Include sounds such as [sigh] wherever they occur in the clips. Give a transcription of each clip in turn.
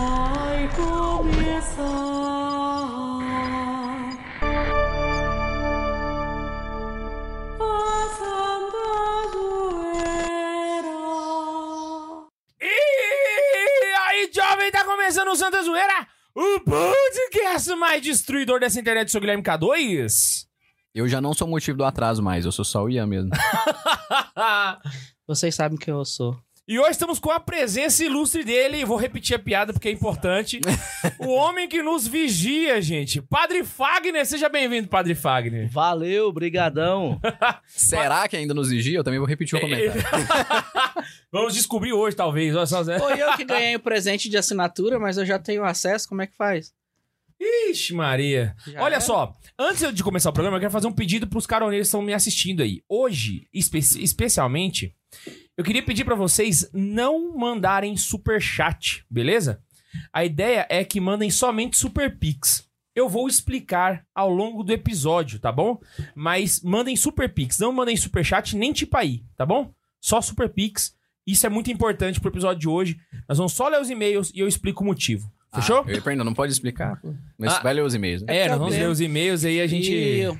vai começar. A Santa Zoeira. E aí, jovem, tá começando o Santa Zoeira, o podcast mais destruidor dessa internet, sou o Guilherme K2. Eu já não sou motivo do atraso mais, eu sou só o Ian mesmo. Vocês sabem quem eu sou. [laughs] e hoje estamos com a presença ilustre dele, e vou repetir a piada porque é importante, o homem que nos vigia, gente, Padre Fagner, seja bem-vindo, Padre Fagner. Valeu, brigadão. Será que ainda nos vigia? Eu também vou repetir o comentário. Vamos descobrir hoje, talvez, olha só, Zé. Foi eu que ganhei o presente de assinatura, mas eu já tenho acesso, como é que faz? Ixi, Maria. Já é? Olha era? só, antes de começar o programa, eu quero fazer um pedido pros caroneiros que estão me assistindo aí. Hoje, espe- especialmente, eu queria pedir pra vocês não mandarem superchat, beleza? A ideia é que mandem somente super pix. Eu vou explicar ao longo do episódio, tá bom? Mas mandem super pix, não mandem superchat nem tipo aí, tá bom? Só super pix. Isso é muito importante pro episódio de hoje. Nós vamos só ler os e-mails e eu explico o motivo. [laughs] Fechou? Ah, eu ia pra ainda, não pode explicar. pô. Mas Ah. vai ler os e-mails, né? É, nós vamos ler os e-mails aí a gente. E eu-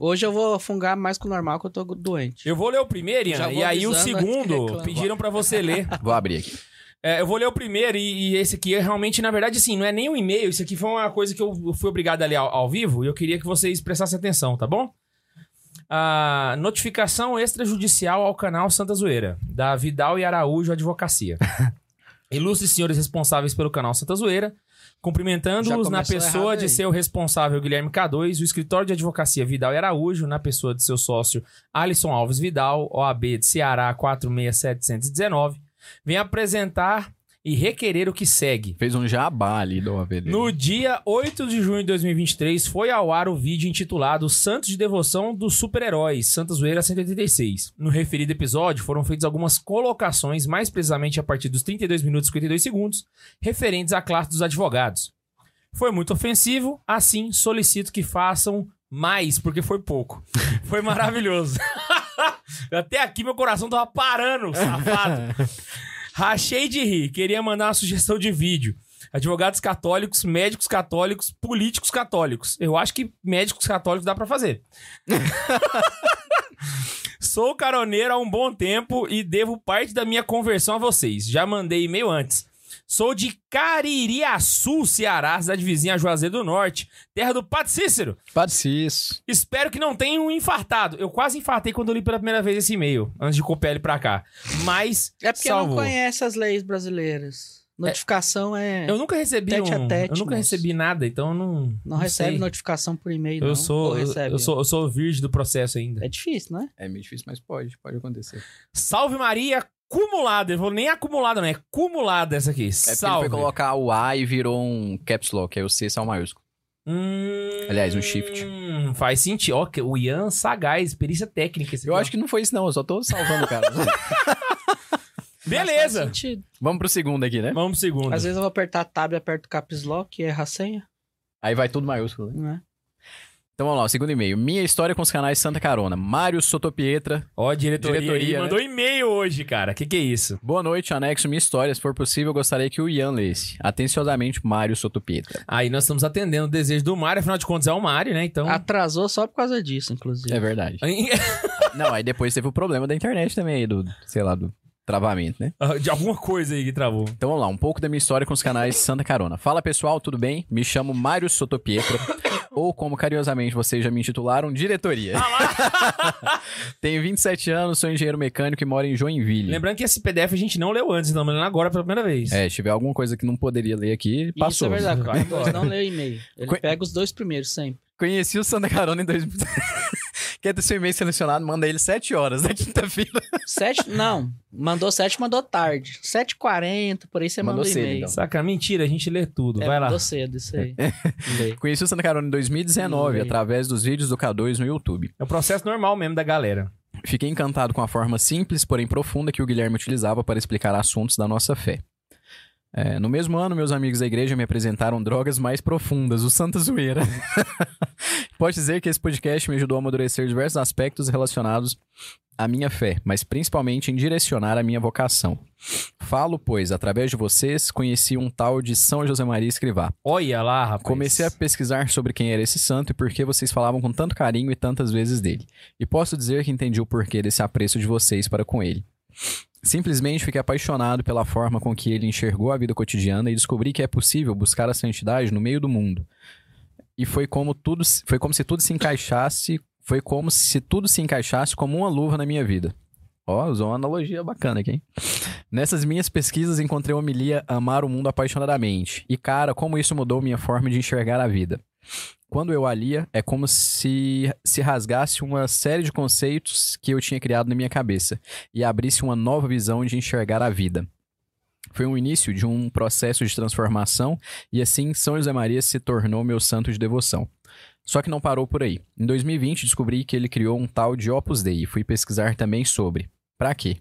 Hoje eu vou fungar mais que o normal, que eu tô doente. Eu vou ler o primeiro, Já Ian, vou e aí o avisando antes que segundo reclama. pediram pra você [laughs] ler. Vou abrir aqui. É, eu vou ler o primeiro e, e esse aqui é realmente, na verdade, assim, não é nem um e-mail. Isso aqui foi uma coisa que eu fui obrigado a ler ao, ao vivo e eu queria que vocês prestassem atenção, tá bom? Ah, notificação extrajudicial ao canal Santa Zoeira, da Vidal e Araújo [laughs] Advocacia. Ilustres senhores responsáveis pelo canal Santa Zoeira, cumprimentando-os Já na começou pessoa errado de aí. seu responsável Guilherme K2, o escritório de advocacia Vidal e Araújo, na pessoa de seu sócio Alisson Alves Vidal, OAB de Ceará 46719, vem apresentar e requerer o que segue. Fez um jabá ali do OAV dele. No dia 8 de junho de 2023, foi ao ar o vídeo intitulado Santos de Devoção dos Super-Heróis, Santa Zoeira 186. No referido episódio, foram feitas algumas colocações, mais precisamente a partir dos 32 minutos e 52 segundos, referentes à classe dos advogados. Foi muito ofensivo, assim solicito que façam mais, porque foi pouco. Foi maravilhoso. [laughs] Até aqui meu coração tava parando, safado. Rachei de rir, queria mandar uma sugestão de vídeo. Advogados católicos, médicos católicos, políticos católicos. Eu acho que médicos católicos dá pra fazer. [laughs] Sou caroneiro há um bom tempo e devo parte da minha conversão a vocês. Já mandei e-mail antes. Sou de Caririaçu, Ceará, cidade vizinha a Juazeiro do Norte, terra do Padre Cícero. Parece isso. Espero que não tenham infartado. Eu quase infartei quando eu li pela primeira vez esse e-mail, antes de copiar ele pra cá. Mas É porque salvou. não conhece as leis brasileiras. Notificação é... Eu nunca recebi Tete a um- tete, eu nunca moço. recebi nada, então eu não Não não recebe sei. notificação por e-mail, não. Eu sou, Ou eu, recebe. eu sou, eu sou virgem do processo ainda. É difícil, né? É meio difícil, mas pode, pode acontecer. É Salve Maria, cumulada. Eu vou nem acumulada, não é cumulada essa aqui. É porque Salve. ele foi colocar o A e virou um caps lock, aí o C só um maiúsculo. Hum, Aliás, um shift. Faz sentido. Ó, que- o Ian Sagaz, perícia técnica. Esse Eu acho que não foi isso não, eu só tô salvando [laughs] o cara. que... Faz Beleza. sentido. Vamos pro segundo aqui, né? Vamos pro segundo. Às vezes eu vou apertar tab e aperto o caps lock e erra a senha, Aí vai tudo maiúsculo, né? né? Então vamos lá, o segundo e-mail. Minha história com os canais Santa Carona. Mário Sotopietra, Ó, a diretoria, Diretoria, aí né? mandou e-mail hoje, cara. Que que é isso? Boa noite, anexo minha história. Se for possível, eu gostaria que o Ian lesse. Atenciosamente, Mário Sotopietra. Aí nós estamos atendendo o desejo do Mário, afinal de contas é o Mário, né? Então... Ah. Atrasou só por causa disso, inclusive. É verdade. [laughs] Não, aí depois teve o problema da internet também aí, do, sei lá, do travamento, né? [laughs] De alguma coisa aí que travou. Então vamos lá, um pouco da minha história com os canais Santa Carona. Fala pessoal, tudo bem? Me chamo Mário [laughs] Sotopietra, ou como carinhosamente vocês já me intitularam, diretoria. [laughs] Tenho 27 anos, sou engenheiro mecânico e moro em Joinville. Lembrando que esse PDF a gente não leu antes, estamos lendo agora pela primeira vez. É, se tiver alguma coisa que não poderia ler aqui, Isso passou. é verdade, Vai [laughs] Carlos embora. não leu e-mail. Ele Que- pega os dois primeiros sempre. Conheci o Santa Carona em 2000. [laughs] Quer ter seu e-mail selecionado, manda ele 7 horas da quinta-feira. Sete, não. Mandou sete, mandou tarde. 7h40, por aí você Mandou mandou cedo, e-mail. então. Saca, mentira, a gente lê tudo. É, Vai lá. mandou cedo, isso aí. Lê. [laughs] Conheci o Santa Carona em 2019, Hum. através dos vídeos do K2 no YouTube. É o processo normal mesmo da galera. Fiquei encantado com a forma simples, porém profunda, que o Guilherme utilizava para explicar assuntos da nossa fé. É, no mesmo ano, meus amigos da igreja me apresentaram drogas mais profundas, o Santa Zoeira. [laughs] Pode dizer que esse podcast me ajudou a amadurecer diversos aspectos relacionados à minha fé, mas principalmente em direcionar a minha vocação. Falo, pois, através de vocês, conheci um tal de São José Maria Escrivá. Olha lá, rapaz. Comecei a pesquisar sobre quem era esse santo e por que vocês falavam com tanto carinho e tantas vezes dele. E posso dizer que entendi o porquê desse apreço de vocês para com ele. Simplesmente fiquei apaixonado pela forma com que ele enxergou a vida cotidiana e descobri que é possível buscar a santidade no meio do mundo. E foi como tudo, se- foi como se tudo se encaixasse, foi como se tudo se encaixasse como uma luva na minha vida. Ó, usou uma analogia bacana aqui, hein? Nessas minhas pesquisas encontrei a homilia Amar o Mundo Apaixonadamente. E cara, como isso mudou minha forma de enxergar a vida. Quando eu a lia, é como se se rasgasse uma série de conceitos que eu tinha criado na minha cabeça e abrisse uma nova visão de enxergar a vida. Foi um início de um processo de transformação e assim São José Maria se tornou meu santo de devoção. Só que não parou por aí. Em 2020 descobri que ele criou um tal de Opus Dei e fui pesquisar também sobre. Pra quê?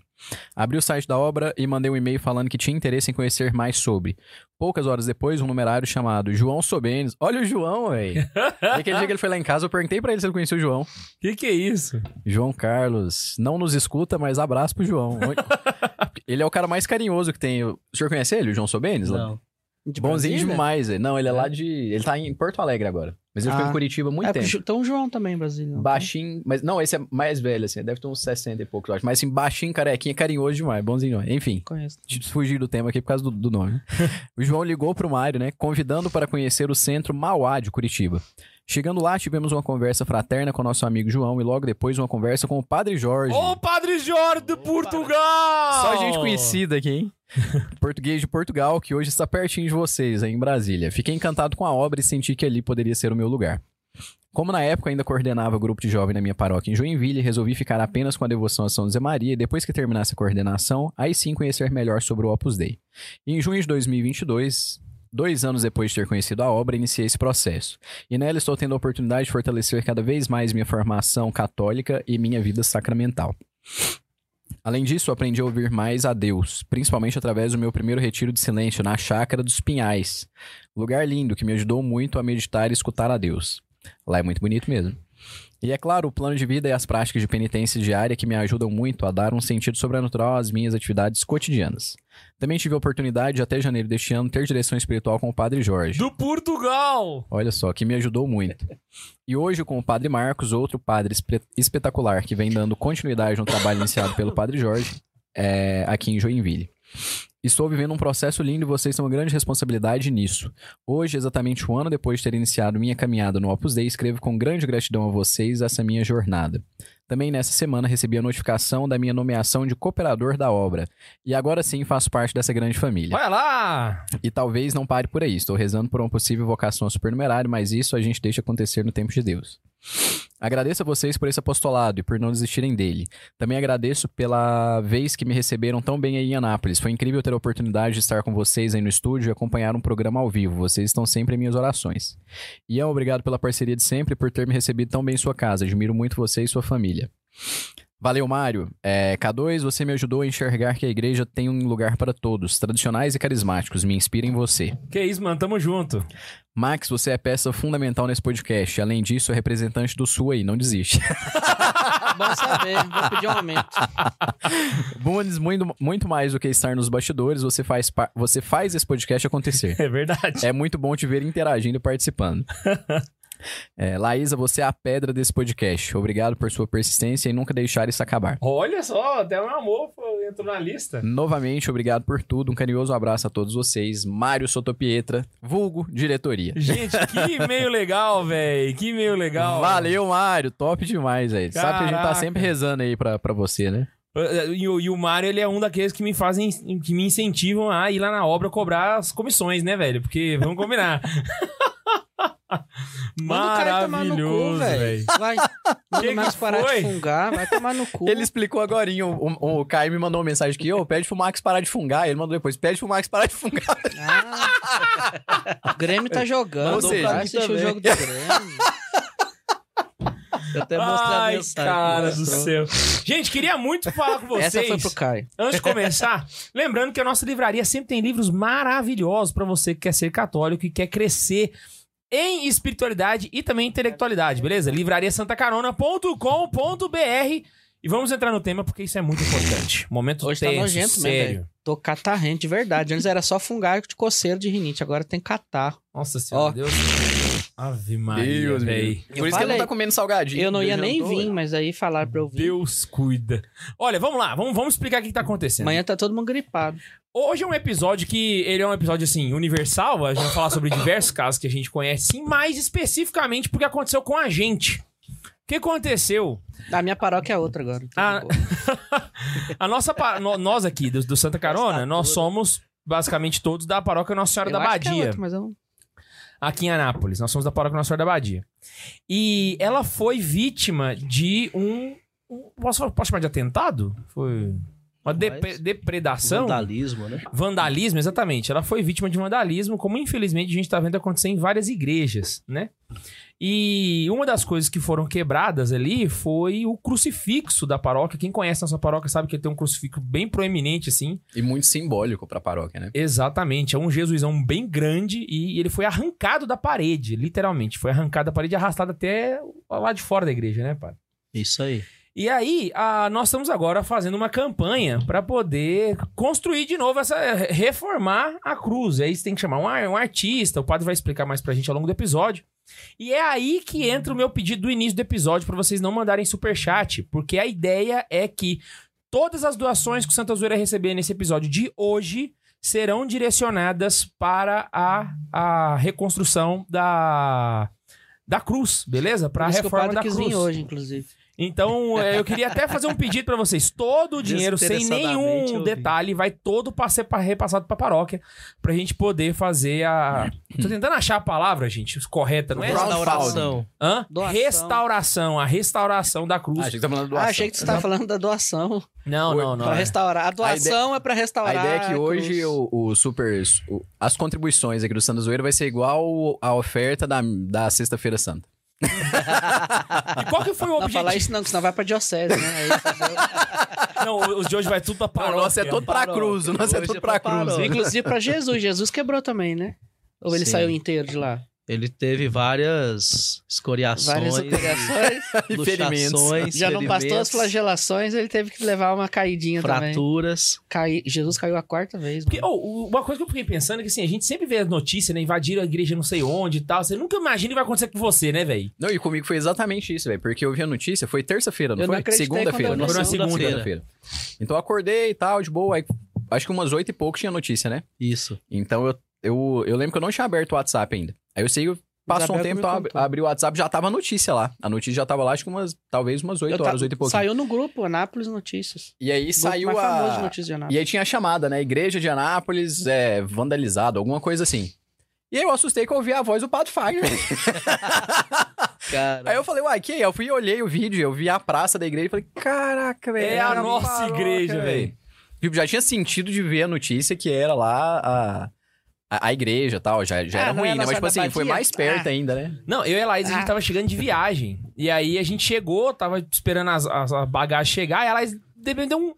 Abri o site da obra e mandei um e-mail falando que tinha interesse em conhecer mais sobre. Poucas horas depois, um numerário chamado João Sobenes. Olha o João, [laughs] velho. Aquele dia que ele foi lá em casa, eu perguntei pra ele se ele conhecia o João. Que que é isso? João Carlos, não nos escuta, mas abraço pro João. [laughs] ele é o cara mais carinhoso que tem. O senhor conhece ele, o João Sobenes? lá? Não. De Bonzinho Brasília? demais, velho. Não, ele é, lá de. Ele tá em Porto Alegre agora. Mas ele ficou Ah. em Curitiba há muito É, tempo. porque tem um João também em Brasília. não tem? Baixinho, mas não, esse é mais velho, assim, deve ter uns 60 e poucos, eu acho. Mas assim, baixinho, carequinha, carinhoso demais, bonzinho demais. Enfim, Conheço. fugir do tema aqui por causa do, do nome. né? o João ligou pro Mário, né? Convidando para conhecer o centro Mauá de Curitiba. Chegando lá, tivemos uma conversa fraterna com nosso amigo João e logo depois uma conversa com o Padre Jorge. Ô, Padre Jorge de Portugal! Só gente conhecida aqui, hein? [laughs] Português de Portugal, que hoje está pertinho de vocês, aí em Brasília. Fiquei encantado com a obra e senti que ali poderia ser o meu lugar. Como na época ainda coordenava o grupo de jovem na minha paróquia em Joinville, resolvi ficar apenas com a devoção a São José Maria e depois que terminasse a coordenação, aí sim conhecer melhor sobre o Opus Dei. Em junho de 2022, dois anos depois de ter conhecido a obra, iniciei esse processo. E nela estou tendo a oportunidade de fortalecer cada vez mais minha formação católica e minha vida sacramental. Além disso, aprendi a ouvir mais a Deus, principalmente através do meu primeiro retiro de silêncio na Chácara dos Pinhais. Um Lugar lindo que me ajudou muito a meditar e escutar a Deus. Lá é muito bonito mesmo. E é claro, o plano de vida e as práticas de penitência diária que me ajudam muito a dar um sentido sobrenatural às minhas atividades cotidianas. Também tive a oportunidade de, até janeiro deste ano, ter direção espiritual com o Padre Jorge. Do Portugal! Olha só, que me ajudou muito. E hoje, com o Padre Marcos, outro padre espe- espetacular que vem dando continuidade no trabalho iniciado pelo Padre Jorge, é, aqui em Joinville. Estou vivendo um processo lindo e vocês têm uma grande responsabilidade nisso. Hoje, exatamente um ano depois de ter iniciado minha caminhada no Opus Dei, escrevo com grande gratidão a vocês essa minha jornada. Também nessa semana recebi a notificação da minha nomeação de cooperador da obra. E agora sim faço parte dessa grande família. Vai lá! E talvez não pare por aí. Estou rezando por uma possível vocação a supernumerário, mas isso a gente deixa acontecer no tempo de Deus. Agradeço a vocês por esse apostolado e por não desistirem dele. Também agradeço pela vez que me receberam tão bem aí em Anápolis. Foi incrível ter a oportunidade de estar com vocês aí no estúdio e acompanhar um programa ao vivo. Vocês estão sempre em minhas orações. Ian, obrigado pela parceria de sempre e por ter me recebido tão bem em sua casa. Admiro muito você e sua família. Valeu, Mário. É, K2, você me ajudou a enxergar que a igreja tem um lugar para todos, tradicionais e carismáticos. Me inspira em você. Que isso, mano, tamo junto. Max, você é peça fundamental nesse podcast. Além disso, é representante do Sul aí, não desiste. [laughs] É Bom saber, vou pedir um aumento. Bunes, muito, muito mais do que estar nos bastidores, você faz, pa- você faz esse podcast acontecer. É verdade. É muito bom te ver interagindo e participando. É, Laísa, você é a pedra desse podcast. Obrigado por sua persistência e nunca deixar isso acabar. Olha só, até meu amor entrou na lista. Novamente, obrigado por tudo. Um carinhoso abraço a todos vocês. Mário Sotopietra, vulgo diretoria. Gente, que meio legal, velho. Que meio legal. Valeu, Mário. Top demais, aí. Sabe que a gente tá Caraca. sempre rezando aí pra, pra você, né? Eh, E, o- e o Mário, ele é um daqueles que me fazem, que me incentivam a ir lá na obra cobrar as comissões, né, velho? Porque, vamos combinar. [laughs] Manda o cara tomar no cu, Maravilhoso, velho. velho. Vai, pelo que menos parar foi? de fungar, vai tomar no cu. Ele explicou agora. O, o, o Caio me mandou uma mensagem aqui: ô, pede pro Max parar de fungar. Ele mandou depois: pede pro Max parar de fungar. Ah, o Grêmio tá jogando, Ou seja, vai assistir o também. jogo do Grêmio. Eu até mostrei a Ai, mensagem. cara do Mostrou. céu. Gente, queria muito falar com vocês. Essa foi pro Caio. Antes de começar, [laughs] lembrando que a nossa livraria sempre tem livros maravilhosos para você que quer ser católico e quer crescer em espiritualidade e também intelectualidade, beleza? Livrariasantacarona.com.br e vamos entrar no tema porque isso é muito importante. Momento Hoje tá tenso, nojento mesmo, sério. Tô catarrento de verdade. Antes era só fungar de coceiro de rinite, agora tem catarro. Nossa senhora, Ó. Deus. Ave Maria, velho. Por isso que ele não falei. tá comendo salgadinho. Eu não ia nem Jantou, né? vir, ué. mas aí falaram pra eu vir. Deus cuida. Olha, vamos lá, vamos, vamos explicar o que, que tá acontecendo. Amanhã tá todo mundo gripado. Hoje é um episódio que ele é um episódio assim universal, a gente vai falar sobre diversos casos que a gente conhece, sim, mas especificamente porque aconteceu com a gente. O que aconteceu? A minha paróquia é outra agora. então Ah. de boa. A nossa pa- no- nós aqui do, do Santa Carona, nós somos basicamente todos da paróquia Nossa Senhora Eu da acho que é Badia, outra, mas eu não- aqui em Anápolis. Nós somos da paróquia Nossa Senhora da Badia. E ela foi vítima de um, um- posso, posso chamar de atentado? Foi uma dep- Mas- depredação? Vandalismo, né? Vandalismo, exatamente. Ela foi vítima de vandalismo, como infelizmente a gente tá vendo acontecer em várias igrejas, né? E uma das coisas que foram quebradas ali foi o crucifixo da paróquia. Quem conhece nossa paróquia sabe que ele tem um crucifixo bem proeminente, assim. E muito simbólico pra paróquia, né? Exatamente. É um jesuízão bem grande e ele foi arrancado da parede, literalmente. Foi arrancado da parede e arrastado até lá de fora da igreja, né, pai? Isso aí. E aí, a- nós estamos agora fazendo uma campanha para poder construir de novo essa. reformar a cruz. E aí você tem que chamar um, ar- um artista, o padre vai explicar mais pra gente ao longo do episódio. E é aí que entra o meu pedido do início do episódio para vocês não mandarem superchat, porque a ideia é que todas as doações que o Santa Zoeira receber nesse episódio de hoje serão direcionadas para a, a reconstrução da, da cruz, beleza? Para a Por isso que o reforma padre da quis cruz. vir hoje, inclusive. Ah, Então, é, eu queria até fazer um pedido pra vocês. Todo o dinheiro, sem Desinteressadamente, eu nenhum vi. detalhe, vai todo pra ser pa- repassado pra paróquia, pra gente poder fazer a... Tô tentando achar a palavra, gente, correta, não é? Crowdfunding. Restauração. Hã? Doação. Restauração, a restauração da cruz. Ah, achei que tá falando Ah, achei que você tava falando da doação. Não, não, não. pra é. restaurar. A doação é pra A restaurar. ideia é que hoje cruz. o, o super. o- as contribuições aqui do Santa Zoeira vai ser igual a oferta da, da Sexta-feira Santa. E qual que foi o Não, falar objetivo? isso não, que senão vai pra diocese, né? Aí, [laughs] entendeu? Não, os de hoje vai tudo pra Não, paróquia. o nosso é todo pra paróquia. cruz, o nosso é Hoje todo é pra pra cruz. paróquia. Inclusive pra Jesus. Jesus quebrou também, né? Ou ele Sim. saiu inteiro de lá? Ele teve várias escoriações, Várias operações. E ferimentos. luxações, Já não bastou as ferimentos, flagelações, ele teve que levar uma caidinha também. fraturas. Cai... Jesus caiu a quarta vez. Porque, mano. oh, uma coisa que eu fiquei pensando é que assim, a gente sempre vê as notícias, né? Invadiram a igreja não sei onde e tal. Você nunca imagina o que vai acontecer com você, né, velho? Não, e comigo foi exatamente isso, velho. Porque eu vi a notícia, foi terça-feira, não Eu não foi? acreditei quando eu Segunda-feira. vi não Foi na essa segunda-feira. Então eu acordei e tal, de boa. Aí, acho que umas oito e pouco tinha notícia, né? Isso. Então eu, eu, eu lembro que eu não tinha aberto o WhatsApp ainda. Aí eu sei que passou um Isabel que tempo, me eu ab- contou. abri o WhatsApp, já tava a notícia lá. A notícia já tava lá, acho que umas, talvez umas Eu oito ta- horas, oito e pouco. Saiu no grupo, Anápolis Notícias. E aí O grupo saiu mais famoso de a. notícias de E Anápolis. aí tinha a chamada, né? Igreja de Anápolis é vandalizada, alguma coisa assim. E aí eu assustei que eu ouvi a voz do Pato [laughs] Fagner. Cara, Aí eu falei, uai, que é? Eu fui e olhei o vídeo, eu vi a praça da igreja e falei, caraca, velho. É a era nossa paróquia, igreja, velho. Tipo, já tinha sentido de ver a notícia que era lá a, a, a igreja e tal. Já, já Ah, era não ruim, é né? Mas, nossa tipo da assim, foi Bahia? É. mais perto ainda, né? Não, eu e a Laís, a gente Ah. tava chegando de viagem. E aí a gente chegou, tava esperando as, as, a bagagem chegar, e a Laís dependeu um.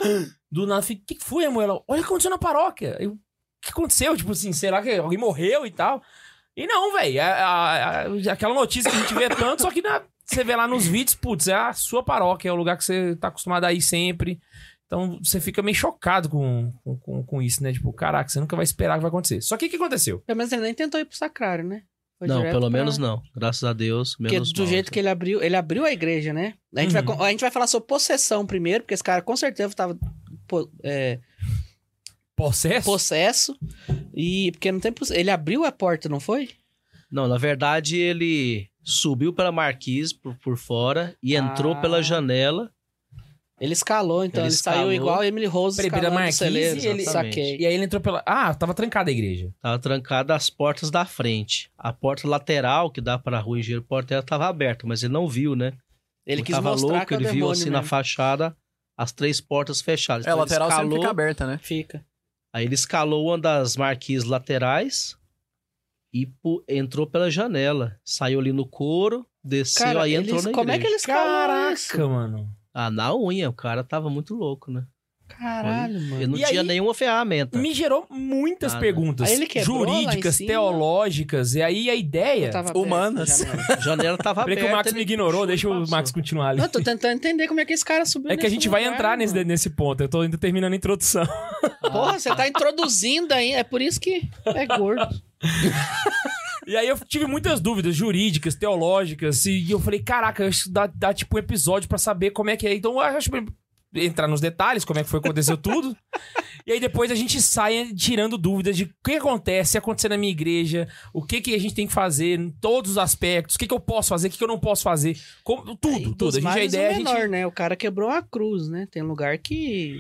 Do nada, eu falei, o que que foi, amor? Ela, olha o que aconteceu na paróquia. Eu, o que aconteceu? Tipo assim, sei lá, que alguém morreu e tal. E não, velho. Aquela notícia que a gente vê tanto, só que na- você vê lá nos vídeos, putz, é a sua paróquia, é o lugar que você tá acostumado a ir sempre. Então você fica meio chocado com, com, com, com isso, né? Tipo, caraca, você nunca vai esperar que vai acontecer. Só que o que aconteceu? Pelo menos ele nem tentou ir pro sacrário, né? Foi não, direto pelo pra- menos não. Graças a Deus, Porque menos né? do mal. jeito que ele abriu, ele abriu a igreja, né? A gente, vai, Uhum. con- a gente vai falar sobre possessão primeiro, porque esse cara com certeza tava po- é, Processo? possesso. E porque não tem poss- Ele abriu a porta, não foi? Não, na verdade, ele subiu pela marquise por, por fora e entrou Ah. pela janela. Ele escalou, então. Ele Ele, escalou. saiu igual Emily Rose Peraí, pela escalando o marquise, celeiro. ele- Saquei. E aí ele entrou pela. Ah, tava trancada a igreja. Tava trancada as portas da frente. A porta lateral, que dá pra rua Engenheiro Portela, tava aberta, mas ele não viu, né? Ele quis tava mostrar louco, que é o ele demônio viu assim na mesmo. fachada as três portas fechadas. É, a Então, lateral ele sempre escalou, fica aberta, né? Fica. Aí ele escalou uma das marquises laterais e pu- entrou pela janela. Saiu ali no couro, desceu, Cara, aí eles- entrou na como é que igreja. ele escalou Caraca, isso? mano. Ah, na unha, o cara tava muito louco, né? Caralho, mano. Eu não E tinha aí- nenhuma ferramenta. Me gerou muitas Ah, não. perguntas Tá. Aí ele quebrou lá em jurídicas, cima. teológicas, e aí a ideia. Eu tava aberto, Humanas. já não. A janela tava Peraí aberta. que o Max ele me ignorou, deixa o passou. Max continuar ali. Não, eu tô tentando entender como é que esse cara subiu. É que a nesse gente vai lugar, entrar nesse, mano. nesse ponto, eu tô ainda terminando a introdução. Porra, você tá introduzindo aí. É por isso que é gordo. E aí eu tive muitas dúvidas jurídicas, teológicas, e eu falei, caraca, isso dá, dá tipo um episódio pra saber como é que é. Então eu acho que entrar nos detalhes, como é que foi que aconteceu tudo. e aí depois a gente sai tirando dúvidas de o que acontece, se acontecer na minha igreja, o que que a gente tem que fazer em todos os aspectos, o que que eu posso fazer, o que que eu não posso fazer, como- tudo, tudo. A gente a é ideia, a gente menor, né? O cara quebrou a cruz, né? Tem lugar que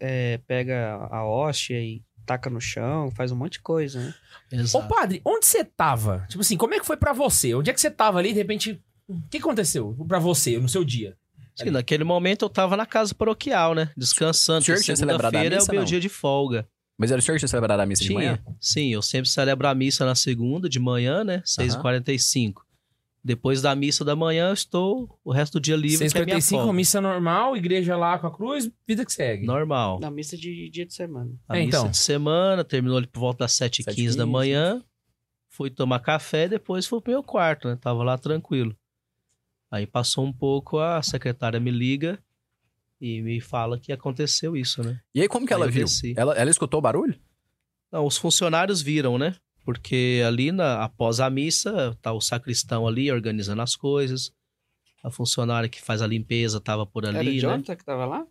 é, pega a hóstia e taca no chão, faz um monte de coisa, né? Ô Exato. padre, onde você tava? Tipo assim, como é que foi pra você? Onde é que você tava ali, de repente, o que aconteceu pra você no seu dia? Sim, naquele momento eu tava na casa paroquial, né? Descansando. O senhor tinha celebrado a Segunda-feira é o missa, meu não? dia de folga. Mas era o senhor que tinha celebrado a missa de manhã? Tinha. Sim, eu sempre celebro a missa na segunda, de manhã, né? 6h45. Depois da missa da manhã, eu estou o resto do dia livre, que é minha 6h45, folga. missa normal, igreja lá com a cruz, vida que segue. Normal. É, Na missa de dia de semana. A É, missa então. de semana, terminou ali por volta das 7h15 da 7h15. manhã. Fui tomar café, depois fui pro meu quarto, né? Tava lá tranquilo. Aí passou um pouco, a secretária me liga e me fala que aconteceu isso, né? E aí, como que Aí ela eu viu? desci. Ela, ela escutou o barulho? Não, os funcionários viram, né? Porque ali, na- após a missa, tá o sacristão ali organizando as coisas. A funcionária que faz a limpeza tava por era o ali, né? Jonathan que tava lá?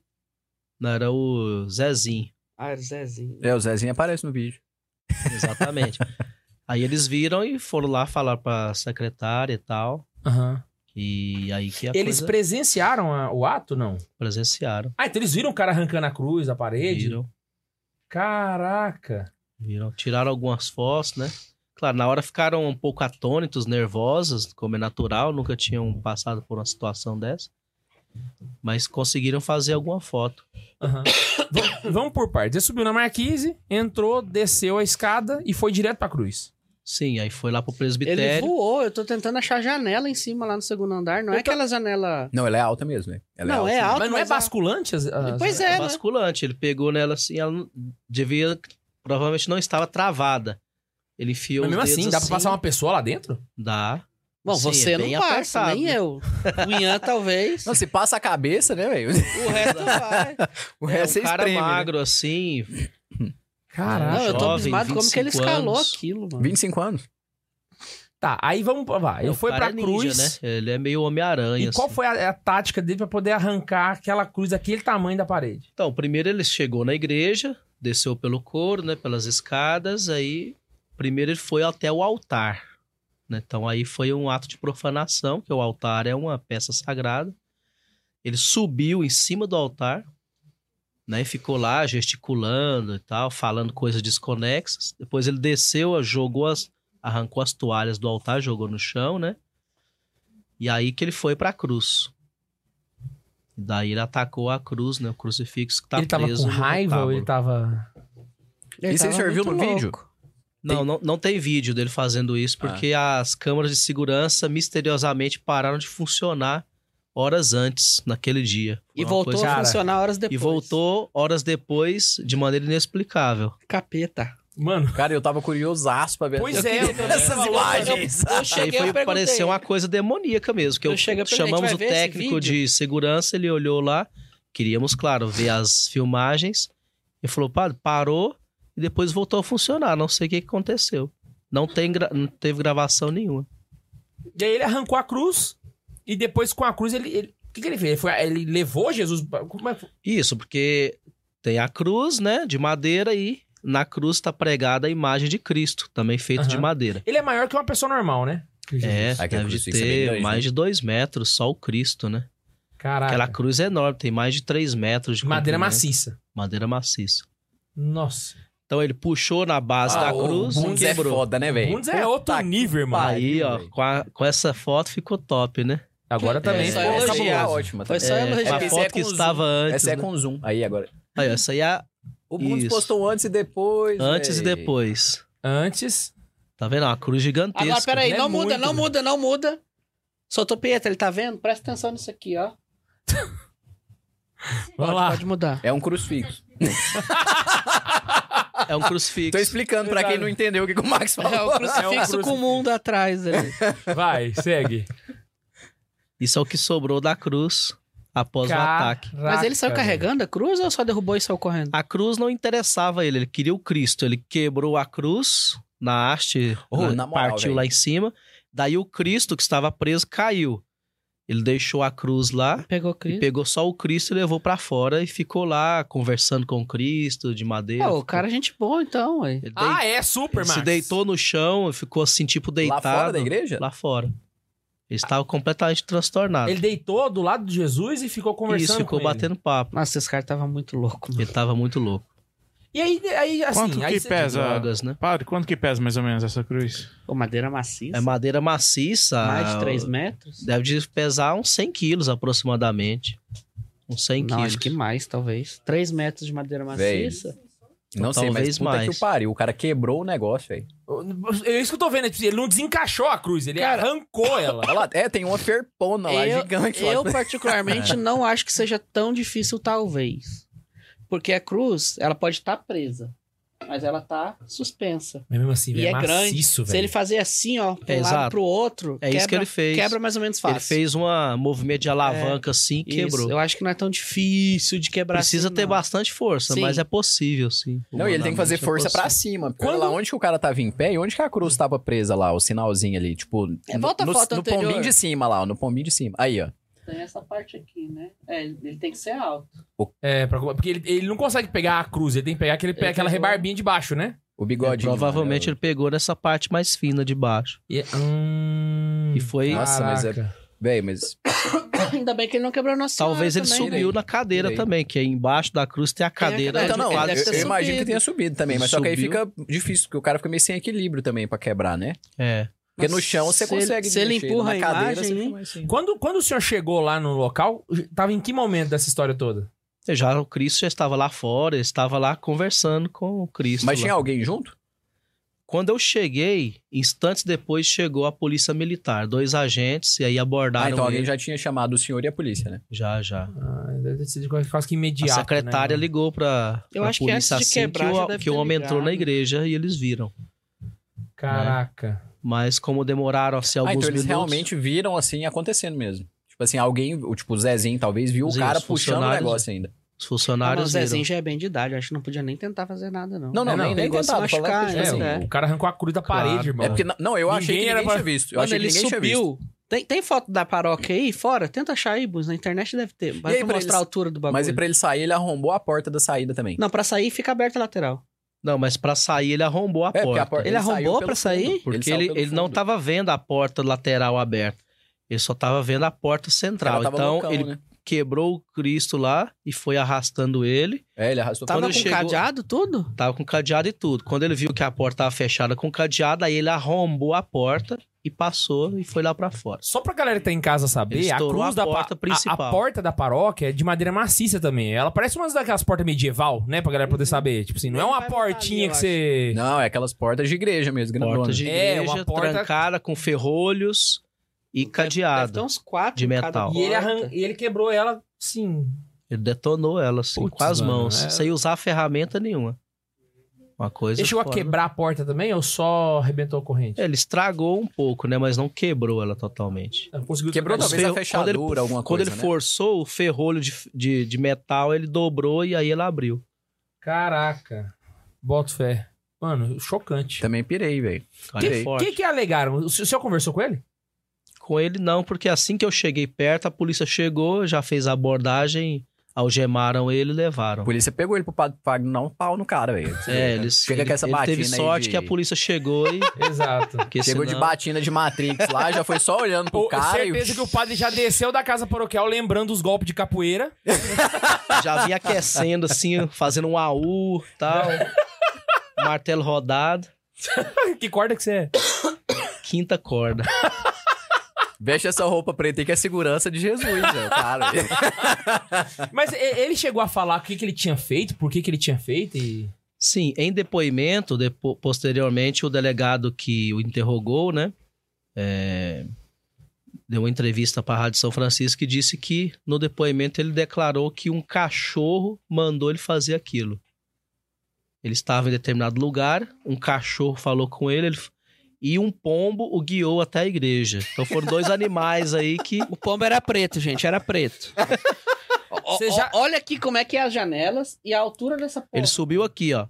Não, era o Zezinho. Ah, era o Zezinho. É, o Zezinho aparece no vídeo. Exatamente. [laughs] aí eles viram e foram lá falar pra secretária e tal. Aham. E aí que a Eles coisa presenciaram a- o ato, não? presenciaram. Ah, então eles viram o cara arrancando a cruz da parede? Viram, Caraca. viram. Tiraram algumas fotos, né? Claro, na hora ficaram um pouco atônitos, nervosos, como é natural, nunca tinham passado por uma situação dessa. Mas conseguiram fazer alguma foto. Aham. [coughs] Vam- Vamos por partes. Ele subiu na marquise, entrou, desceu a escada e foi direto pra cruz. Sim, aí foi lá pro Ele presbitério. voou, eu tô tentando achar a janela em cima lá no segundo andar. Não é Eu tô- aquela janela. Não, ela é alta mesmo, né? Ela Não, é mesmo. Ah, alta. mas não é a- basculante? As, as- Pois é, né? Basculante, ele pegou nela assim, ela não- devia, provavelmente não estava travada. Ele enfiou Mas os mesmo assim, dedos dá pra assim, passar uma pessoa lá dentro? Dá. Bom, Sim, você é bem não passa, apertado. nem eu. O Ian talvez. Não, se passa a cabeça, né, velho? [laughs] [laughs] O resto vai. O É, resto é, um cara extreme, né? magro assim, Caraca. Não, eu tô jovem, abismado como que ele 25 escalou anos. aquilo, mano. 25 anos. Tá, aí vamos. pra- Vai. Ele o foi cara pra é ninja, cruz. né? Ele é meio Homem-Aranha. E qual assim. foi a, a tática dele pra poder arrancar aquela cruz daquele tamanho da parede? Então, primeiro ele chegou na igreja, desceu pelo coro, né? Pelas escadas, aí primeiro ele foi até o altar. né? Então aí foi um ato de profanação, que o altar é uma peça sagrada. Ele subiu em cima do altar, né? E ficou lá gesticulando e tal, falando coisas desconexas. Depois ele desceu, jogou as, arrancou as toalhas do altar, jogou no chão, né? E aí que ele foi pra cruz. E daí ele atacou a cruz, né? O crucifixo que tá ele tava preso Tá com no raiva ou tábulo. ele tava. Ele Isso aí tava você viu muito no vídeo? louco. Não, não, não tem vídeo dele fazendo isso, Ah. porque as câmeras de segurança misteriosamente pararam de funcionar horas antes, naquele dia. E Foi uma voltou coisa- a Cara, funcionar horas E depois. voltou horas depois, de maneira inexplicável. Ah, Capeta. Mano. Cara, eu tava curiosaço pra ver. Pois Eu é, queria eu ver também. essas Eu- imagens. Eu Aí cheguei foi eu perguntei. parecer uma coisa demoníaca mesmo, que eu, Eu cheguei, eu perguntei, chamamos "Vai o ver esse técnico vídeo?" de segurança, ele olhou lá, queríamos, claro, ver as filmagens, e falou, padre, parou, e depois voltou a funcionar, não sei o que que aconteceu. Não, tem gra- não teve gravação nenhuma. E aí ele arrancou a cruz e depois com a cruz ele. ele- O que, que ele fez? Ele, foi- ele levou Jesus. pra- Como é que foi? Isso, porque tem a cruz, né, de madeira e na cruz está pregada a imagem de Cristo, também feito de Aham. madeira. Ele é maior que uma pessoa normal, né? É, Aquele deve de crucifixo é bem ter grande, mais né? de dois metros, só o Cristo, né? Caraca. Aquela cruz é enorme, tem mais de três metros de Madeira comprimento. maciça. Madeira maciça. Nossa. Então ele puxou na base Ah, da o cruz e Bundes é quebrou. foda, né, velho? Bundes é outro que nível, mano. Aí, pariu, ó, velho. com, a- com essa foto ficou top, né? Agora também. É, ficou só Essa elogiar. tá cabuloso. ótima. tá? Foi só É, elogiar. com Esse é a foto com que zoom. estava antes. Essa é né? com zoom. Aí, agora. Aí, ó, essa aí é O Bundes Isso. postou antes e depois. antes e véi. depois. [laughs] Antes. Tá vendo? Uma cruz gigantesca. Agora, peraí, né? não muda, Muito, não né? muda, não muda. Soltou Pieta, ele tá vendo? Presta atenção nisso aqui, ó. Vamos lá. Pode mudar. É um crucifixo. É um crucifixo. um Tô explicando pra quem não entendeu o que, que o Max falou. É o crucifixo crucifixo. com o mundo atrás ali. Vai, segue. Isso é o que sobrou da cruz após o ataque. Mas ele saiu Caraca, carregando a cruz ou só derrubou e saiu correndo? A cruz não interessava ele, ele queria o Cristo. Ele quebrou a cruz na haste, Ô, né, Oh, na moral, partiu velho. lá em cima. Daí o Cristo que estava preso caiu. Ele deixou a cruz lá Pegou e Cristo. pegou só o Cristo e levou pra fora e ficou lá conversando com o Cristo de madeira. Ah, o Ficou- cara é gente boa, então. ué. Ele Ah, é super, Ele Max. se deitou no chão, ficou assim, tipo, Lá deitado. fora da igreja? Lá fora. Ele estava completamente transtornado. Ele deitou do lado de Jesus e ficou conversando. Isso, ficou com ele. batendo papo. Nossa, esse cara tava muito louco, mano. Ele tava muito louco. E aí, aí assim. Quanto aí que cê- pesa? Drogas, né? Padre, quanto que pesa mais ou menos essa cruz? Ô, madeira maciça. É madeira maciça. mais de né? 3 metros? Deve de pesar uns 100 quilos, aproximadamente. Uns 100 Não, quilos. acho que mais, talvez. 3 metros de madeira Véi. maciça. Não sei, mas Talvez puta mais. que o pariu. O cara quebrou o negócio, velho. É isso que eu tô vendo. é tipo, Ele não desencaixou a cruz, ele Cara- arrancou [laughs] ela. Olha lá, é, tem uma ferpona lá, Eu- gigante lá. Eu, [laughs] particularmente, não acho que seja tão difícil, talvez. Porque a cruz, ela pode estar presa, mas ela tá suspensa. Mas mesmo assim, E velho, é grande. maciço, Se velho. ele fazer assim, ó, pra um É, lado exato. pro outro, É isso que ele fez. quebra mais ou menos fácil. Ele fez um movimento de alavanca assim, Isso. quebrou. Eu acho que não é tão difícil de quebrar Precisa assim, ter não. bastante força, Sim. mas é possível, sim. Não, e ele tem que fazer Humanamente é força pra possível. cima. Porque Quando- olha lá onde que o cara tava em pé e onde que a cruz tava presa lá, o sinalzinho ali, tipo... É, no- volta a no, foto No anterior. pombinho de cima lá, ó, no pombinho de cima. Aí, ó. Tem essa parte aqui, né? É, ele tem que ser alto. É, pra- porque ele, ele não consegue pegar a cruz, ele tem que pegar aquele, Ele aquela pegou. rebarbinha de baixo, né? O bigodinho. É, Provavelmente mano, ele pegou nessa parte mais fina de baixo. E, é, hum, E foi. Nossa, mas é- caraca. eu- Véi, mas... Ainda bem que ele não quebrou nossa Talvez ele Senhora também. subiu na cadeira Tirei. também, que aí embaixo da cruz tem a Tem a cadeira. cadeira. Então, de não, eu, quase- deve ter eu imagino que subido. tenha subido também, mas só que aí Subiu. fica difícil, porque o cara fica meio sem equilíbrio também pra quebrar, né? É. Porque no chão você se ele- consegue se ele mexer, empurra na a cadeira imagem, você fica hein? mais assim. Quando, quando o senhor chegou lá no local, tava em que momento dessa história toda? Já o Cristo já estava lá fora, ele estava lá conversando com o Cristo. Mas lá. tinha alguém junto? Quando eu cheguei, instantes depois chegou a polícia militar, dois agentes, e aí abordaram Ah, então alguém ele. já tinha chamado o senhor e a polícia, né? Já, já. Ah, deve ter sido quase que A imediato. secretária né? ligou pra, Eu pra acho que polícia antes de assim quebrar que já o, deve que o ter homem ligado. entrou na igreja e eles viram. Caraca. Mas como demoraram se alguns ah, então eles minutos... realmente viram assim acontecendo mesmo. Tipo assim, alguém, ou, tipo o Zezinho talvez, viu Os- o cara os puxando o funcionários- negócio ainda. Os Ah, mas o funcionários Zezinho assim. viram. já é bem de idade, eu acho que não podia nem tentar fazer nada, não. Não, não, É, não, nem, nem perigoso tentado. se falando que, machucar, tipo né? assim, É, O cara arrancou a cruz da Claro. parede, irmão. É porque, não- não, eu achei Ninguém que era ninguém pra- tinha visto. Eu Mano, achei que ele ninguém tinha visto. subiu. Tem, tem foto da paróquia aí fora? Tenta achar aí, Bus. Na internet deve ter. Vai E aí, pra pra mostrar eles- a altura do bagulho. Mas e pra ele sair, ele arrombou a porta da saída também. Não, pra sair fica aberta a lateral. Não, mas pra sair ele arrombou a É, porque porta. a porta- Ele saiu arrombou pelo pra sair? fundo. Porque saiu ele, pelo ele não fundo. estava vendo a porta lateral aberta. Ele só estava vendo a porta O cara central. tava Então, loucão, ele né? quebrou o Cristo lá e foi arrastando ele. É, ele arrastou Tava Quando com chegou- cadeado tudo? Tava com cadeado e tudo. Quando ele viu que a porta tava fechada com cadeado, aí ele arrombou a porta e passou e foi lá pra fora. Só pra galera que tá em casa Ele saber, a estourou cruz a da pa- porta principal. A, a porta da paróquia é de madeira maciça também. Ela parece uma daquelas portas medieval, né? Pra galera poder saber. Tipo assim, não é Uhum. Nem uma vai botar ali, portinha eu que você. Não, é aquelas portas de igreja mesmo, Porta grandona. de É, igreja, uma porta- trancada com ferrolhos e Deve ter cadeado. uns quatro de em cada metal. porta. E ele, arran- e ele quebrou ela, sim. Ele detonou ela assim, Putz, com as mano, mãos, é- sem usar ferramenta nenhuma. Uma coisa Ele chegou a fora. quebrar a porta também ou só arrebentou a corrente? Ele estragou um pouco, né? Mas não quebrou ela totalmente. Não conseguiu Quebrou trocar Os talvez ferro- a fechadura, quando ele, alguma Quando coisa, ele né? forçou o ferrolho de, de, de metal, ele dobrou e aí ele abriu. Caraca. Boto fé. Mano, chocante. Também pirei, velho. O Cara, O é que, Tá forte. que, que alegaram? O se- o senhor conversou com ele? Com ele não, porque assim que eu cheguei perto, a polícia chegou, já fez a abordagem, algemaram ele e levaram. A polícia pegou ele pro padre Fagner, não um pau no cara, velho. Você vê, É, né? eles, Chega ele, com essa ele batina teve aí sorte de- que a polícia chegou e... [laughs] Exato. porque Chegou de senão- batina de Matrix lá, já foi só olhando pro cara certeza e... que [laughs] o padre já desceu da casa paroquial lembrando os golpes de capoeira. Já vinha aquecendo assim, fazendo um AU e [laughs] tal. Martelo rodado, que corda que você é? quinta corda. Veste essa roupa preta aí que é segurança de Jesus, velho. Cara, Mas e- ele chegou a falar o que, que ele tinha feito, por que, que ele tinha feito e... Sim, em depoimento, depo- posteriormente, o delegado que o interrogou, né? é, eh, deu uma entrevista para a Rádio São Francisco e disse que no depoimento ele declarou que um cachorro mandou ele fazer aquilo. Ele estava em determinado lugar, um cachorro falou com ele, ele f- e um pombo o guiou até a igreja. Então foram dois animais aí que O pombo era preto, gente, era preto. Ó, Você ó, já- Olha aqui como é que é as janelas e a altura dessa porra. ele subiu aqui, ó.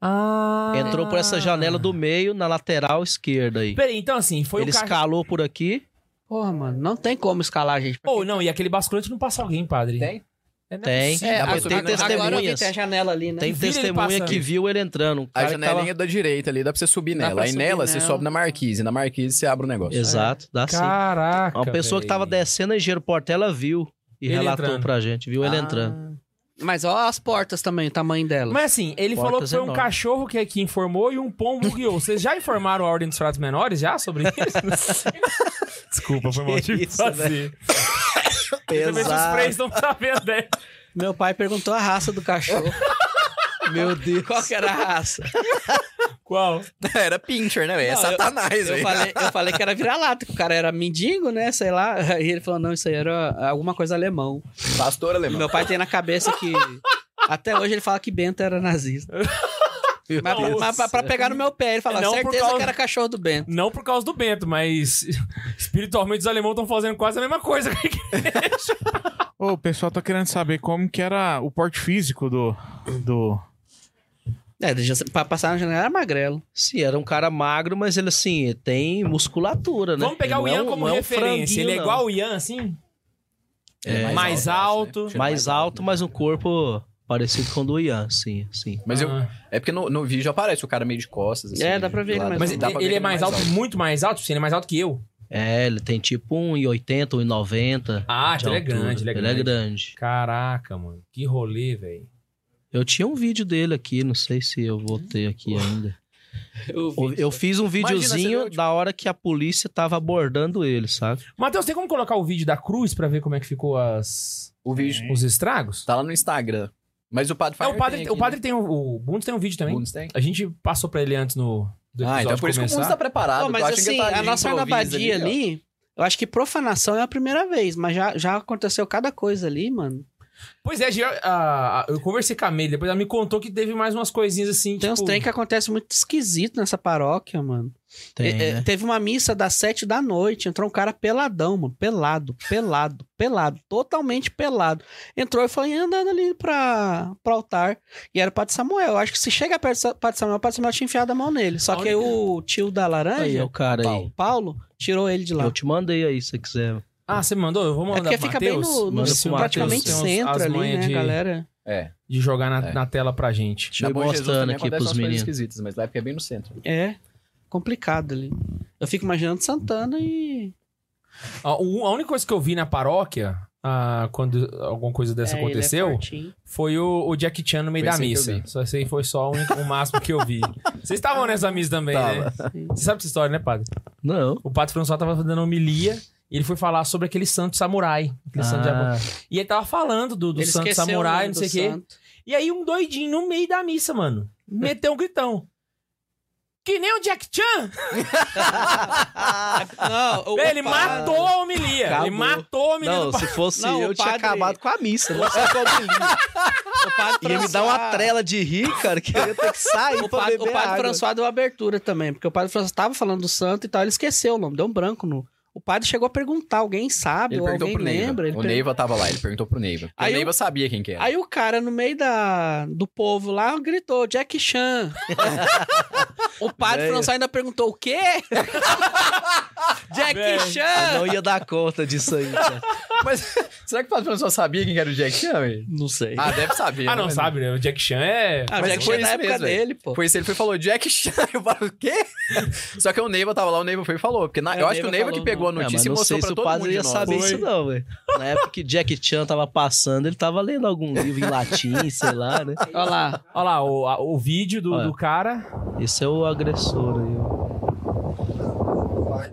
Ah. Entrou por essa janela do meio na lateral esquerda aí. Peraí, então assim, foi ele o cara. escalou por aqui. Porra, mano, não tem como escalar, gente. Pô, não, e aquele basculante não passa alguém, padre. Tem? É, não Tem. possível. É, dá pra mas subir tem na- agora eu vi, testemunhas. tem a janela ali, né? Tem Vira ele testemunha passando. que viu ele entrando. Um A cara que tava- janelinha da direita ali dá pra você subir Dá nela. pra Aí subir nela você nela. sobe na marquise. Na marquise você abre o negócio. Exato, dá sim. Caraca. Uma pessoa que tava velho. descendo a Engenheiro Portela viu e Ele relatou entrando. pra gente, viu ele Ah. entrando. Mas olha as portas também, o tamanho dela. Mas assim, ele Portas falou que foi um enormes. cachorro que, que informou e um pombo guiou. Vocês já informaram a Ordem dos Fratos Menores já sobre [laughs] isso? Tipo Desculpa, foi mal Que de isso, né? fazer. assim, Também se os Exato. três não sabendo, né? Meu pai perguntou a raça do cachorro. [laughs] Meu Deus. Qual que era a raça? Qual? Era pincher, né, velho? É Não, eu- satanás, Eu velho. falei, eu falei que era vira-lata, que o cara era mendigo, né? Sei lá. E ele falou, não, isso aí era alguma coisa alemão. Pastor E alemão. meu pai tem na cabeça que... Até hoje ele fala que Bento era nazista. Mas, Deus. mas pra, pra pegar no meu pé, ele fala, É Não, por certeza causa- que era cachorro do Bento. Não por causa do Bento, mas [laughs] espiritualmente os alemãos estão fazendo quase a mesma coisa. Ô, o pessoal tá querendo saber como que era o porte físico do. do... É, ele já- pra passar na janela era magrelo. Sim, era um cara magro, mas ele assim, tem musculatura, né? Vamos pegar Ele o não é Ian um- como não é um referência. franguinho, Ele é não. igual o Ian, assim? É, mais mais, alto. né? Cheiro alto, mas um corpo parecido com o do Ian, sim, sim. Mas eu, Ah. é porque no, no vídeo aparece o cara meio de costas. Assim, É, dá pra de ver ele lado. mais Mas alto. Dá pra ver ele que é mais alto, muito mais alto? Sim, ele é mais alto que eu. É, ele tem tipo 1,80, 1,90. Ah, de ele é altura. grande, ele é Ele grande. é grande. Caraca, mano. Que rolê, velho. Eu tinha um vídeo dele aqui, não sei se eu vou ter aqui ainda. Eu, eu fiz um Imagina, você videozinho viu, tipo- da hora que a polícia tava abordando ele, sabe? Matheus, tem como colocar o vídeo da cruz pra ver como é que ficou as... O vídeo os estragos? tá lá no Instagram. Mas o Padre É, Fire o padre, tem o padre tem um, o Bundes tem um vídeo também. Bundes tem? A gente passou pra ele antes no do Ah, então episódio por isso que o mundo começar. tá preparado. Não, mas tu acha que assim, tá a de nossa improviso Arnabadia ó. ali, eu acho que profanação é a primeira vez, mas já, já aconteceu cada coisa ali, mano. Pois é, Gia- a- a- eu conversei com a Meire, depois ela me contou que teve mais umas coisinhas assim, Tem uns tipo... trem que acontece muito esquisito nessa paróquia, mano. Tem, É, é, né? Teve uma missa das sete da noite, entrou um cara peladão, mano. Pelado, pelado, pelado, totalmente pelado. Entrou e foi andando ali pra, pra altar. E era o Padre Samuel. Eu acho que se chega perto do Sa- Padre Samuel, o Padre Samuel tinha enfiado a mão nele. Só que aí o tio da Aí, laranja, ó, o cara aí. Paulo, Paulo, tirou ele de lá. Eu te mandei aí, se você quiser. Ah, você me mandou? Eu vou É mandar porque pro fica bem Matheus. no, no manda pro Se o Matheus praticamente tem uns- as centro ali, manhas né, de, galera? É. De jogar na, É. na tela pra gente. Deixa eu Na Bom Jesus mostrando também aqui acontece pros umas coisas meninos. esquisitas, mas lá é porque é bem no centro. É. Complicado ali. Eu fico imaginando Santana e. A, o- a única coisa que eu vi na paróquia, ah, quando alguma coisa dessa É, ele é aconteceu, fortinho. foi o, o Jack Chan no meio Foi da esse aí que eu missa. vi. Só esse aí foi só o, único- o máximo que eu vi. [laughs] Vocês estavam nessa missa também, né? Você sabe dessa história, né, padre? Não. O padre François tava dando homilia e ele foi falar sobre aquele santo samurai. Aquele santo de é Japão. Ah, E ele tava falando do, do Ele santo esqueceu samurai, o nome não sei o do quê. santo. E aí um doidinho no meio da missa, mano, meteu um gritão. Que nem o Jack Chan! Ah. [laughs] Não, o- o Ele padre- matou a homilia. Acabou. Ele matou a homilia não, do padre. se fosse Não, eu, o eu tinha padre- [laughs] acabado com a missa. Não sei como ele é? O padre Ia me dar uma François- trela de rir, cara, que eu ia ter que sair O pra padre, beber o padre água. François deu abertura também, porque o padre François tava falando do santo e tal, ele esqueceu o nome, deu um branco no. O padre chegou a perguntar, alguém sabe, Ele ou perguntou alguém pro Neiva. lembra. ele o per- Neiva tava lá, ele perguntou pro Neiva. Porque o Aí eu- Neiva sabia quem que era. Aí o cara, no meio da, do povo lá, gritou, Jack Chan. o padre Velho. François ainda perguntou, o quê? Jack Eu Velho. Chan! não ia dar conta disso aí, cara. Mas será que o Padre François sabia quem era o Jack Chan, velho? Não sei. [laughs] Ah, deve saber. Ah, não, né? sabe, né? O Jack Chan é. Ah, mas Jack foi Chan da isso época mesmo, velho. dele, pô. Foi isso, ele foi e falou Jack Chan. [laughs] Eu falei, o quê? Só que o Neiva tava lá, o Neiva foi e falou. Porque na- É, eu o acho que o Neiva Neiva que falou, pegou a É, notícia mas e não mostrou sei se pra o todo mundo padre de É, ia nós. saber isso não, velho. Na época que Jack Chan tava passando, ele tava lendo algum livro em latim, sei lá, né? Olha lá. Olha lá, o, a- o vídeo do, Olha. do cara. Esse é o agressor aí. ó.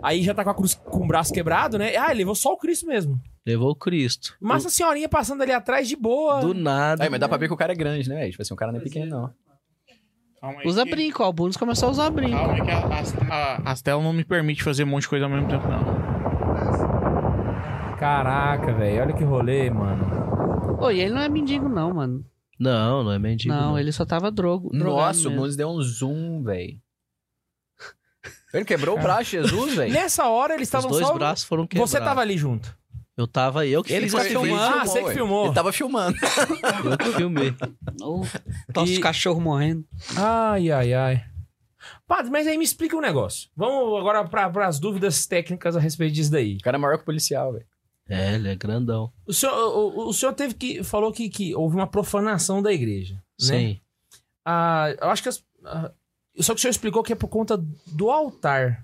Aí já tá com a cruz com o braço quebrado, né? Ah, ele levou só o Cristo mesmo. Levou o Cristo. Mas a senhorinha passando ali atrás de boa. Do nada. Aí, mas dá pra ver que o cara é grande, né, velho? Tipo assim, o cara não é pequeno, não. Calma aí Usa que- brinco, ó. O Bundes começou a usar brinco. Calma aí que a- as, a- as telas não me permitem fazer um monte de coisa ao mesmo tempo, não. Caraca, velho. Olha que rolê, mano. Ô, e ele não é mendigo, não, mano. Não, não é mendigo. não, ele só tava drogo. drogado Nossa, o é mesmo. Muniz deu um zoom, velho. Ele quebrou o braço de Jesus, velho. Nessa hora Os eles estavam dois só. braços foram quebrados. Você tava ali junto. Eu tava eu que Ele fiz foi esse filmar, vídeo, Ah, filmou, você que ué. filmou. Ele tava filmando. eu que filmei. [laughs] Ô, Nossa, E- os cachorros morrendo. Ai, ai, ai. Padre, mas aí me explica um negócio. Vamos agora para as dúvidas técnicas a respeito disso daí. O cara é maior que o policial, velho. É, ele é grandão. O senhor, o, o- o senhor teve que. falou que, que houve uma profanação da igreja. Né? Sim. Ah, eu acho que. As, ah, só que o senhor explicou que é por conta do altar.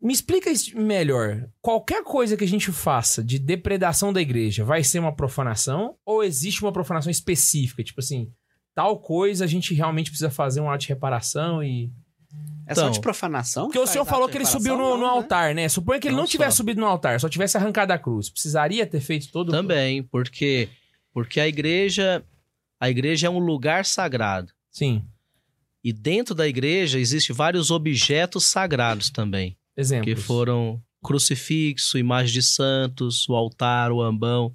Me explica isso melhor. Qualquer coisa que a gente faça de depredação da igreja vai ser uma profanação? Ou existe uma profanação específica? Tipo assim, tal coisa a gente realmente precisa fazer um ato de reparação e. É só Então, de profanação? Porque o senhor falou que ele subiu no, no altar, né? Suponha que ele não, Não só. tivesse subido no altar, só tivesse arrancado a cruz. Precisaria ter feito todo Também, porque porque a igreja a igreja é um lugar sagrado. Sim. E dentro da igreja existem vários objetos sagrados também, Exemplo. que foram crucifixo, imagem de santos, o altar, o ambão,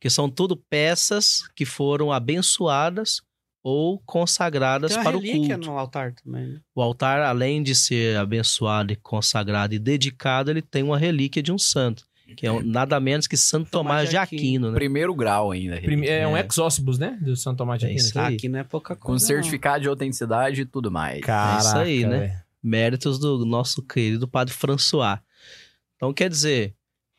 que são tudo peças que foram abençoadas ou consagradas Tem uma para o relíquia culto. no altar também. né? O altar, além de ser abençoado e consagrado e dedicado, ele tem uma relíquia de um santo, que é um- nada menos que Santo Tomás de Aquino, né? Primeiro grau ainda. ele. Prime- É um É. exócibus, né? Do Santo Tomás de É Aquino. isso Ah, aí. aqui não é pouca Com coisa. não. certificado de autenticidade e tudo mais. É isso aí, né? velho. méritos do nosso querido Padre François. Então, quer dizer,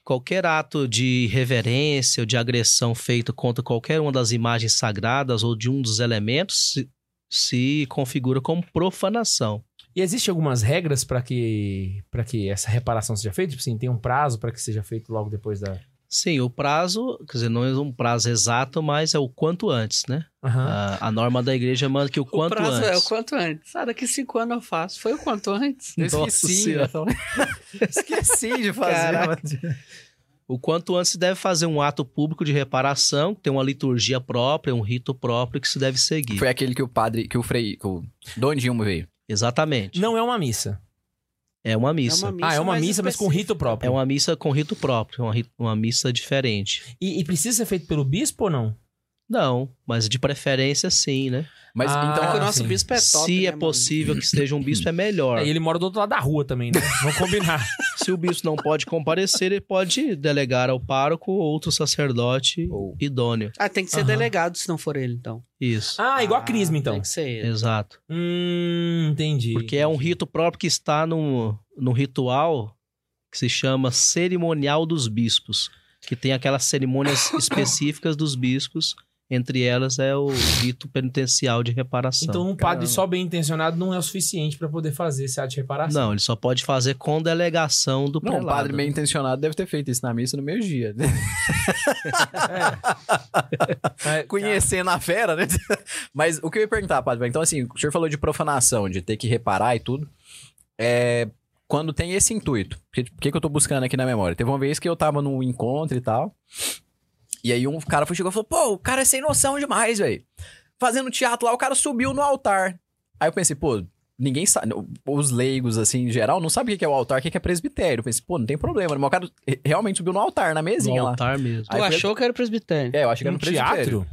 qualquer ato de reverência ou de agressão feito contra qualquer uma das imagens sagradas ou de um dos elementos se, se configura como profanação. E existem algumas regras pra que para que essa reparação seja feita? Tipo assim, tem um prazo pra que seja feito logo depois da. Sim, o prazo, quer dizer, não é um prazo exato, mas é o quanto antes, né? [laughs] Aham. A, a norma da igreja manda que o O quanto prazo antes. é o quanto antes. Ah, daqui cinco anos eu faço. Foi o quanto antes? Eu Nossa esqueci. Senhora. esqueci de fazer. Caraca. O quanto antes se deve fazer um ato público de reparação, que tem uma liturgia própria, um rito próprio que se deve seguir. Foi aquele que o padre, que o frei, que o Dom Dilma veio. Exatamente. Não é uma missa. É uma missa. ah, é uma missa, mas com rito próprio. É uma missa com rito próprio, uma, ri- uma missa diferente. E, e precisa ser feito pelo bispo ou não? Não, mas de preferência sim, né? Mas Ah, então. Porque Ah, o nosso sim. bispo é top. Se né, é mano? possível que esteja um bispo, é melhor. [laughs] É, e ele mora do outro lado da rua também, né? [laughs] Vamos combinar. Se o bispo não pode comparecer, ele pode delegar ao pároco outro sacerdote Ou- idôneo. Ah, tem que ser Aham. delegado se não for ele, então. Isso. Ah, igual a crisma, então. Tem que ser ele. Exato. Hum, entendi. Porque é um rito próprio que está num, num ritual que se chama cerimonial dos bispos, que tem aquelas [coughs] cerimônias específicas dos bispos, entre elas é o rito penitencial de reparação. Então, um padre Caramba. só bem intencionado não é o suficiente pra poder fazer esse ato de reparação. Não, ele só pode fazer com delegação do Não, um prelado. o padre bem intencionado deve ter feito isso na missa no meio dia. [laughs] É, Conhecendo a fera, né? [laughs] Mas o que eu ia perguntar, padre, então assim, o senhor falou de profanação, de ter que reparar e tudo. É, quando tem esse intuito, porque- por que, que eu tô buscando aqui na memória? Teve uma vez que eu tava num encontro e tal, e aí um cara foi chegou e falou, pô, o cara é sem noção demais, velho. Fazendo teatro lá, o cara subiu no altar. Aí eu pensei, pô, ninguém sabe, os leigos, assim, em geral, não sabem o que que é o altar, o que que é presbitério. Eu pensei, pô, não tem problema, né? mas o cara realmente subiu no altar, na no mesinha lá. altar mesmo. Aí Tu foi- achou que era presbitério? É, eu acho que era um no presbitério. teatro?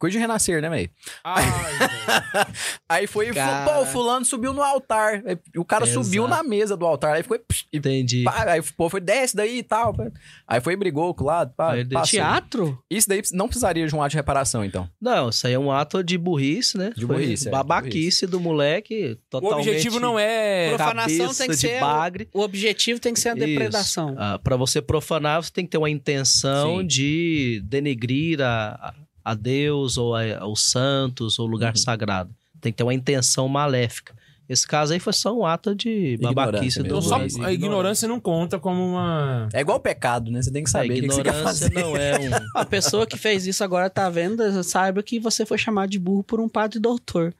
Coisa de renascer, né, véi? Ai, velho. Aí foi, e falou, Cara. pô, o fulano subiu no altar. Aí O cara Exato. subiu na mesa do altar. Aí foi, psh, e Entendi. pá, aí pô, foi, desce daí e tal. pá. Aí foi, e brigou com o lado, pá, Aí ele É passou. Teatro? Isso daí não precisaria de um ato de reparação, então. Não, isso aí é um ato de burrice, né? De Foi burrice, é, Babaquice do moleque. O Totalmente objetivo [laughs] não é. Profa- Profanação cabeça tem que de ser- bagre. O objetivo tem que ser a Isso. depredação. para você profanar, você tem que ter uma intenção Sim. de denegrir a, a Deus ou a- aos santos ou lugar Uhum. sagrado. Tem que ter uma intenção maléfica. Esse caso aí foi só um ato de babaquice Ignorância do Então, mesmo. só Moisés. a ignorância não conta como uma. É igual pecado, né? Você tem que A saber o que que você quer ignorância fazer. não é um. A pessoa que fez isso agora tá vendo, saiba que você foi chamado de burro por um padre doutor.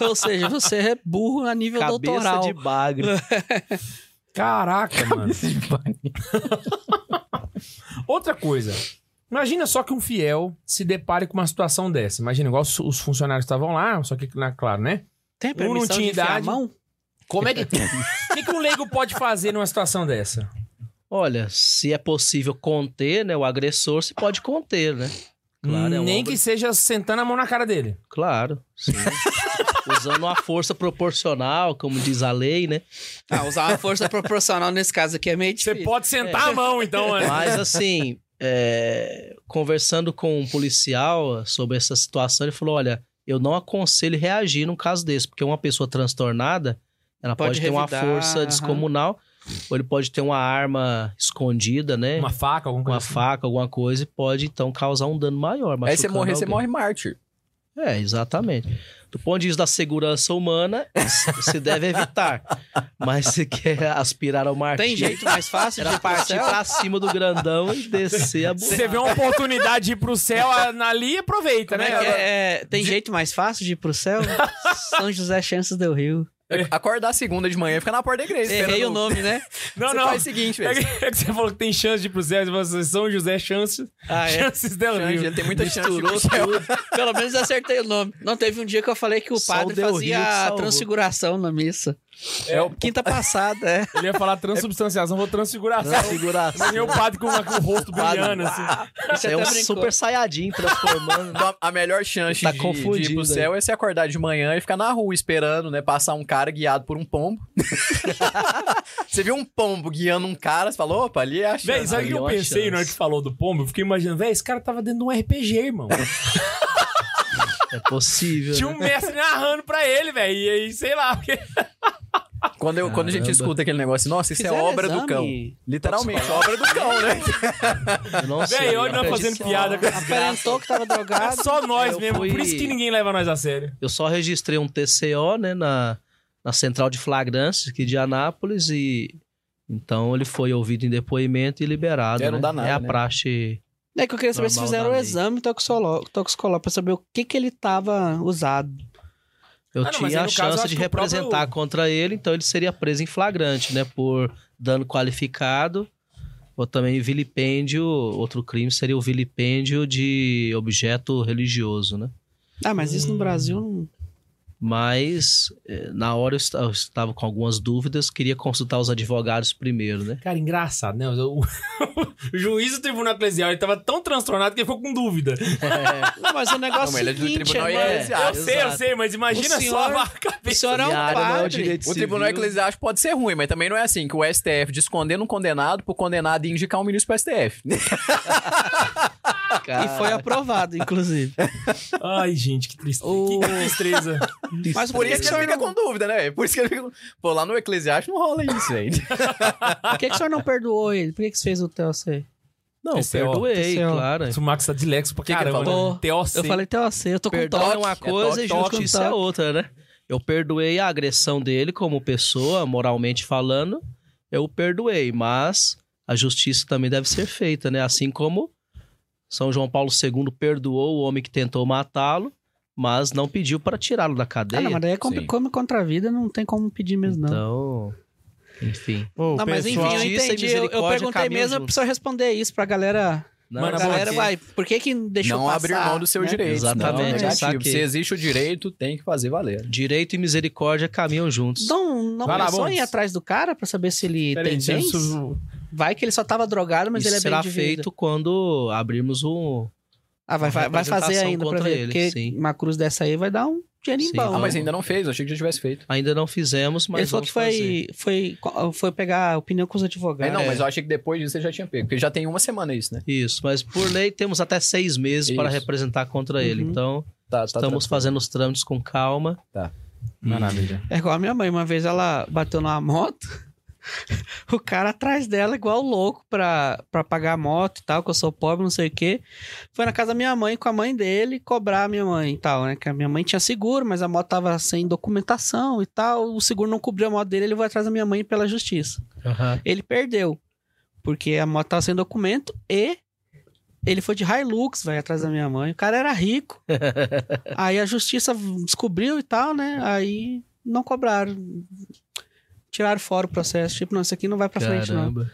Ou seja, você é burro a nível Cabeça doutoral. de bagre. Caraca, mano. [laughs] Outra coisa. Imagina só que um fiel se depare com uma situação dessa. Imagina, igual os- os funcionários estavam lá, só que, na- claro, né? Tem a Um não permissão tinha de enfiar a idade. mão? [laughs] Como é que. O que, que um leigo pode fazer numa situação dessa? [laughs] Olha, se é possível conter, né? O agressor se pode conter, né? Claro, é uma Nem obra- que seja sentando a mão na cara dele. Claro, [laughs] sim. Usando uma força proporcional, como diz a lei, né? Ah, usar uma força proporcional nesse caso aqui é meio Você difícil. É. pode sentar a mão, então, né? Mas assim, é, conversando com um policial sobre essa situação, ele falou: olha, eu não aconselho reagir num caso desse, porque uma pessoa transtornada, ela Pode pode, ter uma revidar, força aham. descomunal, ou ele pode ter uma arma escondida, né? Uma Uma, faca, alguma coisa. assim. faca, alguma coisa, e pode então causar um dano maior. Aí você machucando morrer, você alguém. morre mártir. É, exatamente. Do ponto de vista da segurança humana, se- se deve evitar. [laughs] Mas se quer aspirar ao martírio, Tem jeito mais fácil de era ir pro partir céu? pra cima do grandão e descer a Você burra. vê uma oportunidade de ir pro céu a- ali e aproveita, Como é né? que é? É, tem jeito mais fácil de ir pro céu? São José Chances del Rio. Acordar segunda de manhã e ficar na porta da igreja. Errei esperando- o nome, né? Não, você não. faz o seguinte, É velho. que, é que você falou que tem chance de ir pro céu, você falou assim, São José, chances, Ah, é. chances del Change, Rio. Ele tem muita chance de ir pro Misturou céu. tudo. Pelo menos acertei o nome. Não teve um dia que eu falei que o Só o padre Del Rio que fazia a salvou. transfiguração na missa. É, o- Quinta passada, é. ele ia falar transubstanciação, vou transfiguração. Transfiguração. Mas meu padre com, uma- com o rosto brilhando, assim. Você é um até brincou. super saiyajin transformando. né? Então, [laughs] a melhor chance Tá de, confundido de ir pro aí. céu é se acordar de manhã e ficar na rua esperando, né? Passar um cara guiado por um pombo. [laughs] você viu um pombo guiando um cara, você falou, opa, ali é a chance. Véi, sabe o que eu Aí, ó, pensei na hora que chance. falou do pombo? Eu fiquei imaginando, véi, esse cara tava dentro de um RPG, irmão. É possível. Tinha né? um mestre narrando pra ele, velho. E aí, sei lá. Porque... Quando, eu- quando a gente Caramba. escuta aquele negócio, nossa, isso é Fizeram obra do exame. cão. Literalmente, obra do cão, né? né? Eu não sei. Véi, olha eu acredito nós Tá fazendo que- piada. com esse gato. Aparentou que [laughs] tava É drogado. só nós Eu mesmo. fui- Por isso que ninguém leva nós a sério. Eu só registrei um TCO, né, na, na central de flagrantes aqui de Anápolis e então ele foi ouvido em depoimento e liberado. É, não um né? dá nada, É a né? praxe. É que eu queria saber se Normal fizeram da o lei. exame toxicolo- toxicológico pra saber o que que ele tava usado. Eu Ah, não, mas aí, tinha a no caso, eu chance acho de que o próprio- representar contra ele, então ele seria preso em flagrante, né, por dano qualificado ou também vilipêndio. Outro crime seria o vilipêndio de objeto religioso, né? Ah, mas isso Hum. no Brasil não... Mas eh, na hora eu esta- eu estava com algumas dúvidas, queria consultar os advogados primeiro, [laughs] né? Cara, engraçado, né? O, [laughs] o juiz do tribunal eclesiástico ele tava tão transtornado que ele ficou com dúvida. Não, mas o negócio Não, mas ele é do seguinte, tribunal irmão, e é- eu exato. sei, eu sei, mas imagina O só senhor- a O cabeça. senhor é um Minha área não é o padre. direito O tribunal civil. eclesiástico pode ser ruim, mas também não é assim que o STF descondendo um condenado pro condenado e indicar um ministro pro STF. E foi aprovado, inclusive. Ai, gente, que tristeza. O- Que tristeza. Mas Por isso que ele o senhor fica com não- dúvida, né? Por isso que ele fica. com- Pô, lá no eclesiástico não rola isso, velho. Por que, que o senhor não perdoou ele? Por que, que você fez o TLC? Não, TCO. perdoei, TCO. claro. O Max tá dilexo pra Que que ele caramba. falou? né? TOC. Eu falei TLC, eu tô com Perdão é toque. uma toque, é coisa toque, e toque, justiça é toque. outra, né? Eu perdoei a agressão dele como pessoa, moralmente falando, eu o perdoei, mas a justiça também deve ser feita, né? Assim como São João Paulo II perdoou o homem que tentou matá-lo, mas não pediu para tirá-lo da Ah, cadeia. não, mas daí é Sim. como, como contra a vida, não tem como pedir mesmo, não. Então, enfim. Ô, não, mas enfim, pessoal, eu Justiça e entendi. Eu, eu misericórdia perguntei caminham mesmo, eu juntos. preciso responder isso pra galera. Não, Mano, a Tá bom, galera aqui. vai, por que que deixou não passar? abrir mão do seu né? direito. Exatamente, Não, é negativo. saquei. Se existe o direito, tem que fazer valer. direito e misericórdia caminham juntos. Não, não Vai lá, pensou em ir Bondes. atrás do cara pra saber se ele né? Peraí, tem deixa eu bens? su- Vai que ele só tava drogado, mas Isso ele é será bem de vida. feito quando abrirmos um. Ah, vai, uma vai, vai fazer representação ainda pra contra ver, ele, porque sim. uma cruz dessa aí vai dar um dinheirinho Sim. bom. Ah, mas né? ainda não fez, eu achei que já tivesse feito. Ainda não fizemos, mas. ele falou vamos que fazer. foi, foi, foi pegar opinião com os Aí advogados. É, não, mas eu achei que depois disso você já tinha pego, porque já tem uma semana isso, né? Isso, mas por lei temos até seis meses para Isso. representar contra ele. Uhum. Então, Tá, tá estamos fazendo os trâmites com calma. Maravilha. É igual a minha mãe, uma vez ela bateu numa moto, [laughs] o cara atrás dela, igual louco, pra, pra pagar a moto e tal, que eu sou pobre, não sei o quê. Foi na casa da minha mãe com a mãe dele cobrar a minha mãe e tal, né? Que a minha mãe tinha seguro, mas a moto tava sem documentação e tal. O seguro não cobriu a moto dele, ele foi atrás da minha mãe pela justiça. Ele perdeu, porque a moto tava sem documento e. Ele foi de Hilux, vai atrás da minha mãe. O cara era rico. Aí a justiça descobriu e tal, né? Aí não cobraram. Tiraram fora o processo. Tipo, não, isso aqui não vai pra frente, né? não. Caramba.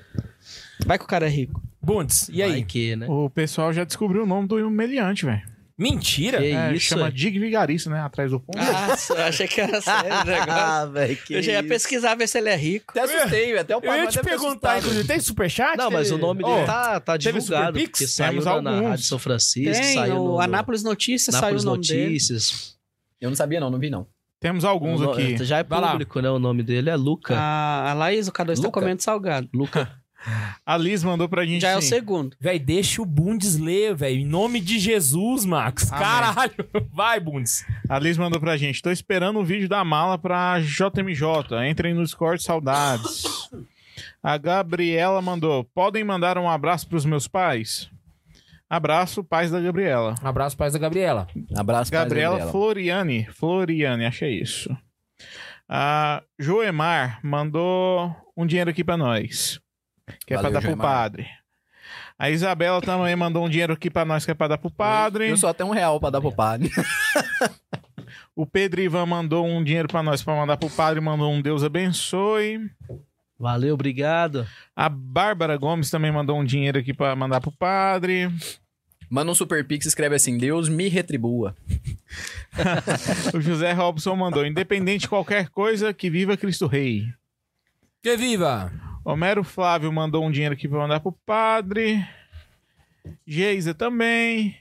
Vai que o cara é rico. [laughs] Bundes, e Vai aí? que, né? O pessoal já descobriu o nome do meliante, velho. Mentira? Que É, isso, [laughs] chama é? Dig Vigarista, né? Atrás do ponto. Ah, só, eu achei que era sério o negócio. Ah, velho, que [laughs] eu já ia pesquisar, ver se ele é rico. Até assustei, até o Eu ia te Tá, perguntar, inclusive, tem superchat? tá. Não, mas o nome dele Ô, tá, tá teve divulgado, Super Pix? porque saiu Temos na, na alguns. Rádio São Francisco, Tem, saiu o no, Anápolis Notícias saiu Nápoles o nome dele. Notícias. Eu não sabia não, não vi não. Temos alguns O no- aqui. Já é Vai lá. público, né? O nome dele é Luca. A, a Laís, o K2 tá Luca? comendo salgado. Luca. A Liz mandou pra gente. Já é o sim. segundo. Véi, deixa o Bundes ler, velho. Em nome de Jesus, Max. Amém. Caralho. [laughs] Vai, Bundes. A Liz mandou pra gente. Tô esperando o vídeo da mala pra JMJ. Entrem no Discord, saudades. A Gabriela mandou. Podem mandar um abraço pros meus pais? Abraço, pais da Gabriela. Abraço, pais da Gabriela. Abraço pra Gabriela, Gabriela. Floriani. Floriani, achei isso. A Joemar mandou um dinheiro aqui pra nós. Que é Valeu, pra dar pro Joemar. padre. A Isabela também mandou um dinheiro aqui pra nós que é pra dar pro padre. Eu só tenho um real pra dar pro padre. O Pedro Ivan mandou um dinheiro pra nós pra mandar pro padre, mandou um Deus abençoe. Valeu, obrigado. A Bárbara Gomes também mandou um dinheiro aqui pra mandar pro padre. Manda um super pix e escreve assim, Deus me retribua. O José Robson mandou, independente de qualquer coisa, que viva Cristo Rei. Que viva! Homero Flávio mandou um dinheiro aqui pra mandar pro padre. Geisa também.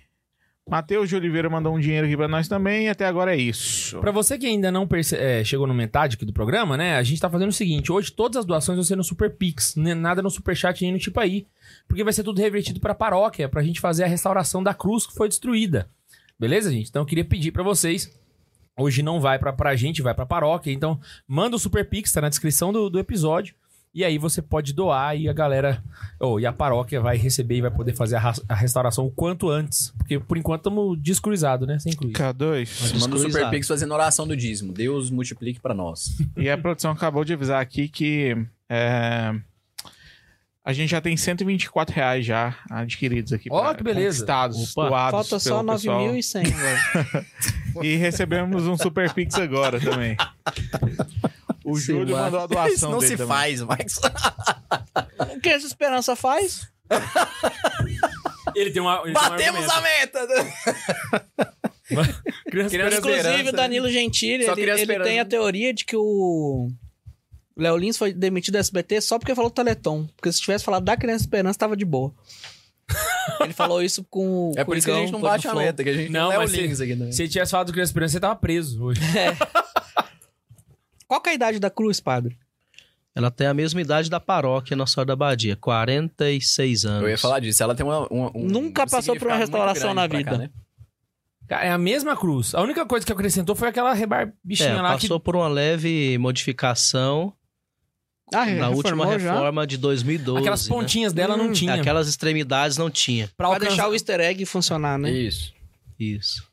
Matheus de Oliveira mandou um dinheiro aqui pra nós também. E até agora é isso. Pra você que ainda não perce- é, chegou no metade aqui do programa, né? A gente tá fazendo o seguinte: hoje todas as doações vão ser no Super Pix, né, nada no Super Chat nem no Tipo aí, porque vai ser tudo revertido pra paróquia, pra gente fazer a restauração da cruz que foi destruída. Beleza, gente? Então eu queria pedir pra vocês. Hoje não vai pra, pra gente, vai pra paróquia. Então manda o Super Pix, tá na descrição do, do episódio. E aí você pode doar e a galera, ou e a paróquia vai receber e vai poder fazer a, ra- a restauração o quanto antes. Porque por enquanto estamos descruizados, né? Sem cruz. K2. Manda um super Descruizado. pix fazendo oração do dízimo. Deus multiplique pra nós. E a produção acabou de avisar aqui que é, a gente já tem 124 reais já adquiridos aqui. Ó, pra- que beleza. Conquistados, Opa. doados Falta só pelo pessoal. 9.100, velho. E recebemos um Super Pix agora também. O Sim, Júlio vai. mandou a doação Isso não dele se também. faz, Max. O que essa esperança faz? Ele tem uma. é ele tem um Batemos a meta! Criança Criança esperança. Inclusive, o Danilo Gentili, né? Só ele, queria ele esperança. tem a teoria de que o Léo Lins foi demitido do SBT só porque falou Teleton. Porque se tivesse falado da Criança Esperança, tava [laughs] de boa. ele falou isso com o É por isso que a Coringão, gente não lá no bate a Flow. meta, que a gente Não, não é o mas se- Lins aqui também. Se ele tivesse falado do Criança Esperança, você tava preso hoje. Qual que é a idade da cruz, padre? Ela tem a mesma idade da paróquia Nossa Senhora da Badia, 46 anos. Eu ia falar disso. Ela tem uma. uma- um- Nunca um passou por uma significado muito restauração grande na pra cá, vida. né? Cara, é a mesma cruz. A única coisa que acrescentou foi aquela rebarbichinha É, lá passou por uma leve modificação Ah, é, na última reformou já? reforma de que. 2012. Aquelas né? pontinhas dela não Hum, tinha. Aquelas extremidades não tinha. Pra Pra alcançar- deixar o easter egg funcionar, né? Isso. Isso.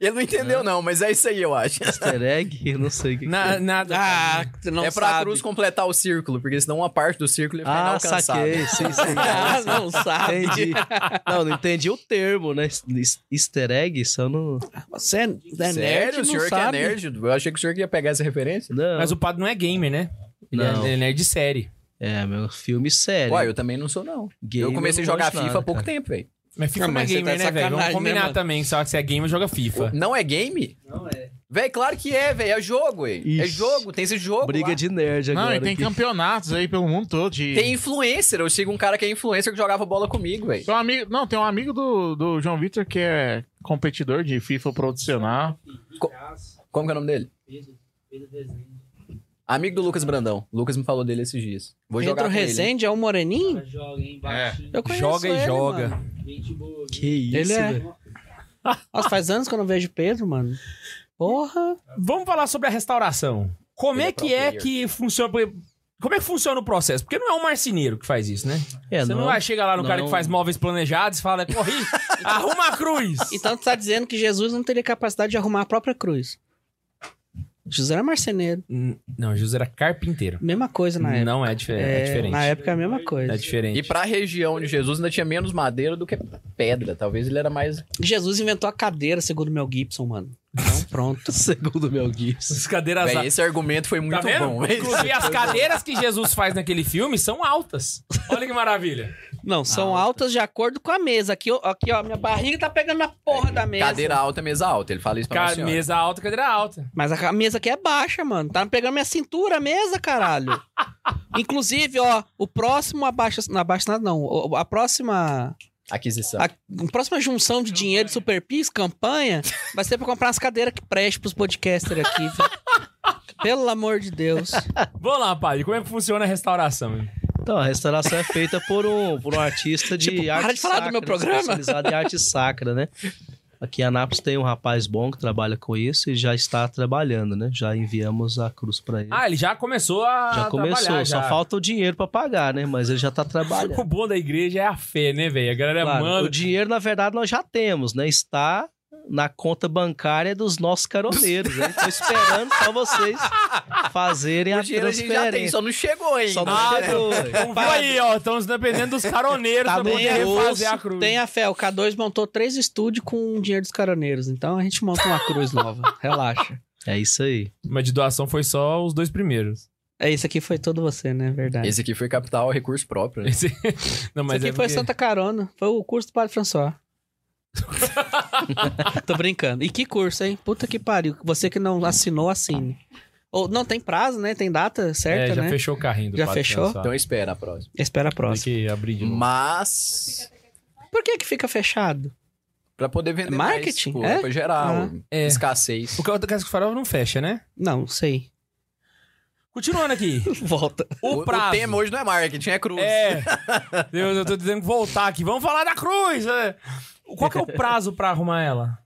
Ele não entendeu, não, mas é isso aí, eu acho. Easter egg, eu não sei o que. Na, nada. Ah, não é pra sabe. cruz completar o círculo, porque senão uma parte do círculo ia ficar ah, inalcançada. saquei. Sim, sim. [laughs] Ah, [laughs] não sabe. Entendi. Não, não entendi o termo, né? Es- Easter egg, só no. Você é nerd, Sério, não o senhor sabe. que é nerd? Eu achei que o senhor que ia pegar essa referência. Não. Mas o padre não é gamer, né? Ele, é, Não. ele é nerd de série. É, meu filme sério. Uai, eu também não sou, não. Gamer eu comecei a não jogar manjo nada, FIFA há pouco cara. tempo, velho. Mas FIFA Ah, não é mas você gamer, tá né, velho? Vamos sacanagem, né, combinar mano? também. Só que se é gamer, joga FIFA. Não é game? Não é. Véi, claro que é, velho. É jogo, velho. É Ixi. jogo, tem esse jogo. Briga lá. de nerd agora. Não, e tem aqui. campeonatos aí pelo mundo todo. De... Tem influencer. Eu sigo um cara que é influencer que jogava bola comigo, velho. Tem um amigo, não, tem um amigo do, do João Vitor que é competidor de FIFA profissional. Como que é o nome dele? Amigo do Lucas Brandão. O Lucas me falou dele esses dias. Vou jogar Pedro com ele. Rezende é o Moreninho? Eu conheço Joga ele, e joga. mano. Que isso, Ele é. velho. Nossa, faz anos que eu não vejo Pedro, mano. Porra. Vamos falar sobre a restauração. Como Ele é é pro que é player. que funciona. Como é que funciona o processo? Porque não é um marceneiro que faz isso, né? É, Você não, não. vai chegar lá no cara que não. faz móveis planejados e fala, corri, arruma a cruz. Então tu tá dizendo que Jesus não teria capacidade de arrumar a própria cruz. Jesus era marceneiro. Hum, Não, Jesus era carpinteiro. Mesma coisa na época. Não é, dife- é diferente. Na época é a mesma coisa. É diferente. E pra região de Jesus ainda tinha menos madeira do que pedra. Talvez ele era mais. Jesus inventou a cadeira, segundo o Mel Gibson, mano. [laughs] Então pronto. Segundo o Mel Gibson. As cadeiras Véi, altas. esse argumento foi Tá muito vendo? bom, é velho. Inclusive, as cadeiras que Jesus faz naquele filme são altas. Olha que maravilha. Não, são Alta. altas de acordo com a mesa. Aqui, ó, aqui, ó, minha barriga tá pegando na porra da mesa. Cadeira alta, é mesa alta. Ele fala isso pra Cara, você. mesa alta, cadeira alta. Mas a ca- mesa aqui é baixa, mano. Tá pegando minha cintura a mesa, [laughs] caralho. Inclusive, ó, o próximo abaixa. Não abaixa nada, não. O- A próxima. Tá. Aquisição. A, a próxima junção de é. dinheiro de Super Pix, campanha, vai ser pra comprar umas cadeiras que preste pros podcasters aqui, velho. [laughs] Pelo amor de Deus. Vamos lá, padre. Como é que funciona a restauração? hein? Então, a restauração é feita por um, por um artista de Tipo, para arte de falar do sacra, né? meu programa. especializado em arte sacra, né? Aqui em Anápolis tem um rapaz bom que trabalha com isso e já está trabalhando, né? Já enviamos a cruz para ele. Ah, ele já começou a. já começou, trabalhar, só já. falta o dinheiro para pagar, né? Mas ele já está trabalhando. [laughs] O bom da igreja é a fé, né, velho? A galera Claro, manda. O dinheiro, na verdade, nós já temos, né? Está na conta bancária dos nossos caroneiros, né? Tô esperando só [laughs] vocês fazerem é a transferência. só não chegou ainda. Só não Ah, chegou. né? Então, viu aí, ó. Estamos dependendo dos caroneiros Tá pra bem poder grosso, refazer a cruz. Tenha fé, o K2 montou três estúdios com o dinheiro dos caroneiros. Então a gente monta uma cruz nova. Relaxa. É isso aí. Mas de doação foi só os dois primeiros. [laughs] É, isso aqui foi todo você, né? Verdade. Esse aqui foi capital, recurso próprio. né? Esse... Não, mas Isso aqui é foi porque- Santa Carona. Foi o curso do Padre François. [laughs] Tô brincando. E que curso, hein? Puta que pariu. Você que não assinou, assine. Ou não tem prazo, né? Tem data certa, É, já né? fechou o carrinho do Já padre fechou? é François. Então espera a próxima. Espera a Tem próxima. que abrir de novo. Mas. Por que que fica fechado? Pra poder vender. É marketing, mais, pô, é? Pra gerar Ah. o- É. escassez. O carro do Casco Farol não fecha, né? [laughs] Não, sei. Continuando [laughs] aqui. Volta. O, prazo. tema hoje não é marketing, é cruz. É. [laughs] Eu, eu tô tendo que voltar aqui. Vamos falar da cruz. né? Qual que é o prazo pra arrumar ela?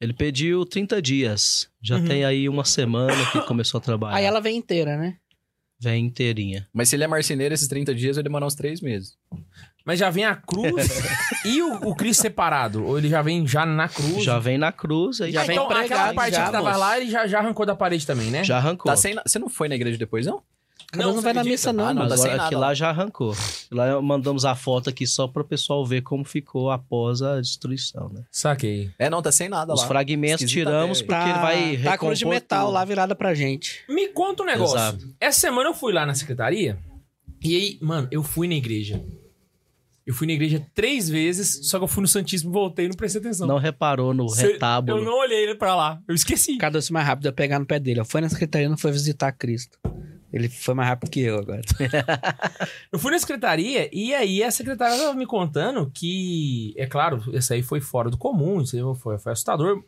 Ele pediu 30 dias. Já Uhum. tem aí uma semana que começou a trabalhar. Aí ela vem inteira, né? Vem inteirinha. Mas se ele é marceneiro, esses 30 dias vai demorar uns 3 meses. Tá Mas já vem a [laughs] cruz e o, o Cristo separado? Ou ele já vem já na cruz? Já vem na cruz, aí Já já, vem então, aquela pregado, parte já, que tava moço. lá, ele já, já arrancou da parede também, né? já arrancou. Tá sem na- Você não foi na igreja depois, não? Cada não, você vai na acredita? missa, não. Ah, não, mano. tá sem Agora aqui nada. lá já arrancou. Lá mandamos a foto aqui só para o pessoal ver como ficou após a destruição, né? Saquei. É, não, tá sem nada Os lá. fragmentos Esquisita tiramos ideia. porque ele vai tá a cruz de recompor metal tudo. lá virada pra gente. Me conta um negócio. Exato. Essa semana eu fui lá na secretaria e aí, mano, eu fui na igreja. Eu fui na igreja três vezes, só que eu fui no Santíssimo, voltei e não prestei atenção. Não reparou no Cê- retábulo. Eu não olhei pra lá. Eu esqueci. Cada um mais rápido a pegar no pé dele. ó. Foi na secretaria, não foi visitar Cristo. Ele foi mais rápido que [laughs] eu agora. Eu fui na secretaria e aí a secretária tava me contando que, é claro, essa aí foi fora do comum, isso aí foi, foi assustador.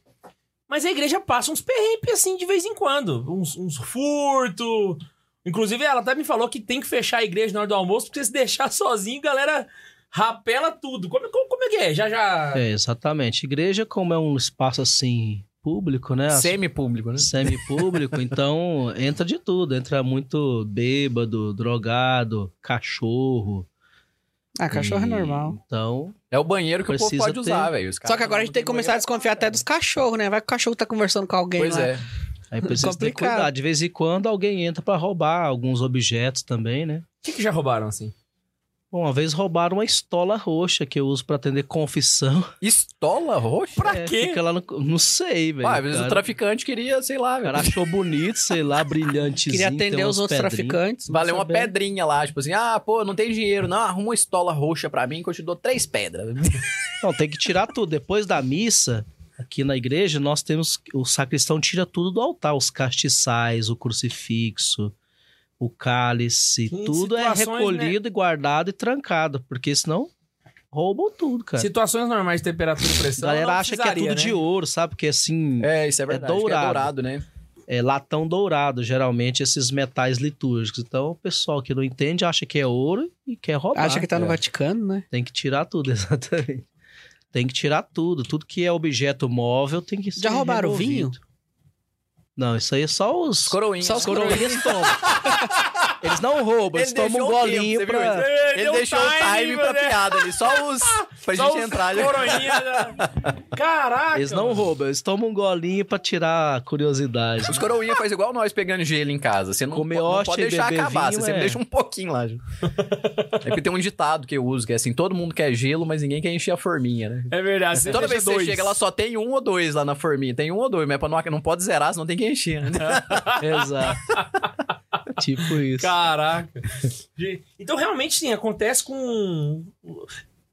Mas a igreja passa uns perrengues assim de vez em quando, uns, uns furtos. Inclusive, ela até me falou que tem que fechar a igreja na hora do almoço, porque se deixar sozinho, a galera rapela tudo. Como, como, como é que é? Já já. É, exatamente. Igreja, como é um espaço assim público, né? As- Semi-público, né? Semi-público, então entra de tudo. Entra muito bêbado, drogado, cachorro. Ah, cachorro é E- normal. Então, É o banheiro que o povo Precisa pode ter- usar, velho. Os Só caras que agora a gente tem que não começar a banheiro. desconfiar até dos cachorros, né? Vai que o cachorro tá conversando com alguém Pois lá. é. [laughs] aí precisa ter Complicado. cuidado. De vez em quando alguém entra pra roubar alguns objetos também, né? O que, que já roubaram assim? Bom, uma vez roubaram uma estola roxa que eu uso pra atender [laughs] confissão. Estola roxa? Pra É, quê? Fica lá no. Não sei, velho. Ah, às vezes o cara. traficante queria, sei lá, O cara velho. achou bonito, sei [laughs] lá, brilhantezinho. Queria tem atender umas os outros pedrinhas. traficantes. não Valeu uma saber. pedrinha lá, tipo assim, ah, pô, não tem dinheiro, não, arruma uma estola roxa pra mim que eu te dou três pedras. [laughs] Não, tem que tirar tudo. Depois da missa, aqui na igreja, nós temos. O sacristão tira tudo do altar: os castiçais, o crucifixo, o cálice. Que tudo é situações, né? recolhido, e guardado e trancado, porque senão roubam tudo, cara. Situações normais de temperatura e a pressão. galera não acha que é tudo precisaria, de né? ouro, sabe? Porque assim. É, isso é verdade. que dourado. É dourado, né? é latão dourado, geralmente esses metais litúrgicos. Então, o pessoal que não entende acha que é ouro e quer roubar. Acha que tá no Vaticano, né? Tem que tirar tudo, [laughs] exatamente. Tem que tirar tudo. Tudo que é objeto móvel tem que ser Já roubaram o vinho? removido. Não, isso aí é só os... Os coroinhos. Só os coroinhas [laughs] tomam. Eles não roubam, eles Ele tomam um deixou o tempo, golinho você viu pra... isso? É, Ele deu deixou o time pra né? piada ali, só os... pra Só gente os entrar. né? coroinha da- Caraca! Eles não mano. roubam, eles tomam um golinho pra tirar a [laughs] curiosidade. Os coroinhas faz igual nós pegando gelo em casa. Você não, Comer po- não hóstia pode e deixar beber acabar, vinho, você sempre é. deixa um pouquinho lá. gente. É porque tem um ditado que eu uso, que é assim, todo mundo quer gelo, mas ninguém quer encher a forminha, né? É verdade. Você fecha Toda vez que você dois. chega, lá só tem um ou dois lá na é forminha. Tem um ou dois, mas pra não, não pode zerar, senão tem que encher, né? Exato. Tipo isso. Caraca. Gente, Então, realmente, sim, acontece com.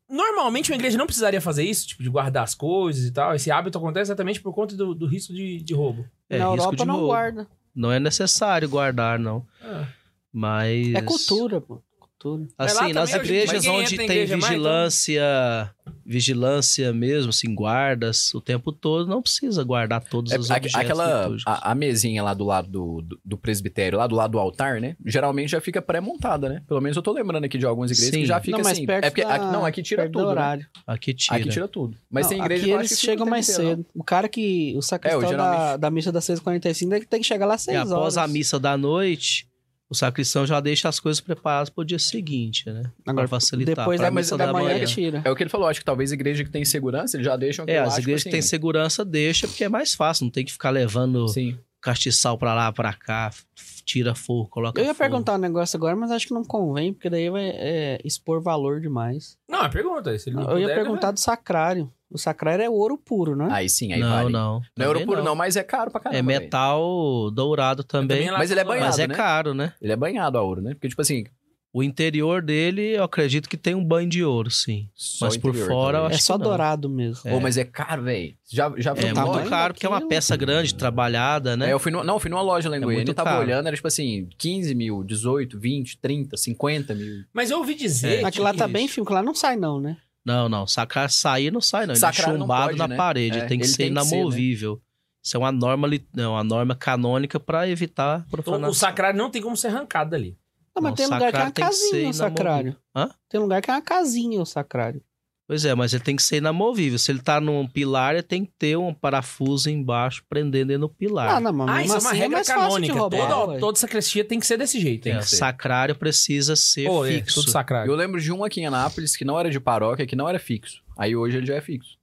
Normalmente, uma igreja não precisaria fazer isso, tipo, de guardar as coisas e tal. Esse hábito acontece exatamente por conta do, do risco de, de roubo. É, Na risco Europa de não roubo. guarda. Não é necessário guardar, não. Ah. Mas. É cultura, pô. Cultura. Mas lá Assim, nas também hoje- mas igrejas quem onde tem entra em igreja mais, então? vigilância, vigilância mesmo, assim, guardas o tempo todo, não precisa guardar todos É, os a- objetos aquela litúrgicos. a, a mesinha lá do lado do, do, do presbitério, lá do lado do altar, né? Geralmente já fica pré-montada, né? Pelo menos eu tô lembrando aqui de algumas igrejas Sim. que já fica Não, mas assim. perto é porque da- aqui, não, aqui tira Perde o tudo. né? horário. Aqui tira. Aqui tira tudo. Mas Não, tem igreja aqui que eu acho eles que fica chegam o mais tempo inteiro, cedo. O cara que. O sacristão da, geralmente- da missa das 6h45 tem que- tem que chegar lá às E 6 horas. É, após a missa da noite, o sacristão já deixa as coisas preparadas para o dia seguinte, né? Para Agora, facilitar. depois Pra da missa da manhã, tira. não. É o que ele falou, acho que talvez igreja que tem segurança, eles já deixam É, aquilo lá, as tipo igrejas que têm assim, né? segurança deixa, porque é mais fácil, não tem que ficar levando Sim. castiçal pra lá, pra cá, f- tira fogo, coloca Eu ia fogo. perguntar um negócio agora, mas acho que não convém, porque daí vai é, expor valor demais. Não, é pergunta. Se ele não Eu ia puder, perguntar do sacrário. O sacrário é ouro puro, né? Aí sim, aí Não, vale. Não, não. é ouro Também puro não, mas é caro pra caramba. É velho. metal dourado também, também Mas ele é relacionado. banhado, mas é né? caro, né? Ele é banhado a ouro, né? Porque, tipo assim, O interior dele, eu acredito que tem um banho de ouro, sim. só Mas por interior, fora, eu talvez. é acho só que não. dourado mesmo. É. Ô, mas é caro, velho. Já, já É viu tamanho muito caro, porque é uma daquilo? peça grande, trabalhada, né? É, eu fui no, não, eu fui numa loja lá em É Goiânia, muito eu tava caro. olhando, era tipo assim, 15 mil, 18, 20, 30, 50 mil. Mas eu ouvi dizer. É, Aquilo lá tipo tá isso. bem firme, que lá não sai não, né? Não, não. Sacar sair não sai, não. Ele Sacrar é não chumbado pode, na né? parede. É, tem que ele ser tem que ser, inamovível. Isso é uma norma, li- não, uma norma canônica pra evitar Então, profanação. o sacrário não tem como ser arrancado dali. Não, mas Não, tem lugar que é uma sacrário tem que ser casinha o sacrário. Hã? Tem lugar que é uma casinha o sacrário. Pois é, mas ele tem que ser inamovível. Se ele tá num pilar, ele tem que ter um parafuso embaixo prendendo ele no pilar. Ah, não, mas Ah, mesmo isso é uma assim é regra mais fácil de canônica. roubar. toda, ué. toda sacristia tem que ser desse jeito. Tem É, que o ser. sacrário precisa ser Pô, é, fixo. tudo sacrário. Eu lembro de um aqui em Anápolis que não era de paróquia, que não era fixo. Aí hoje ele já é fixo.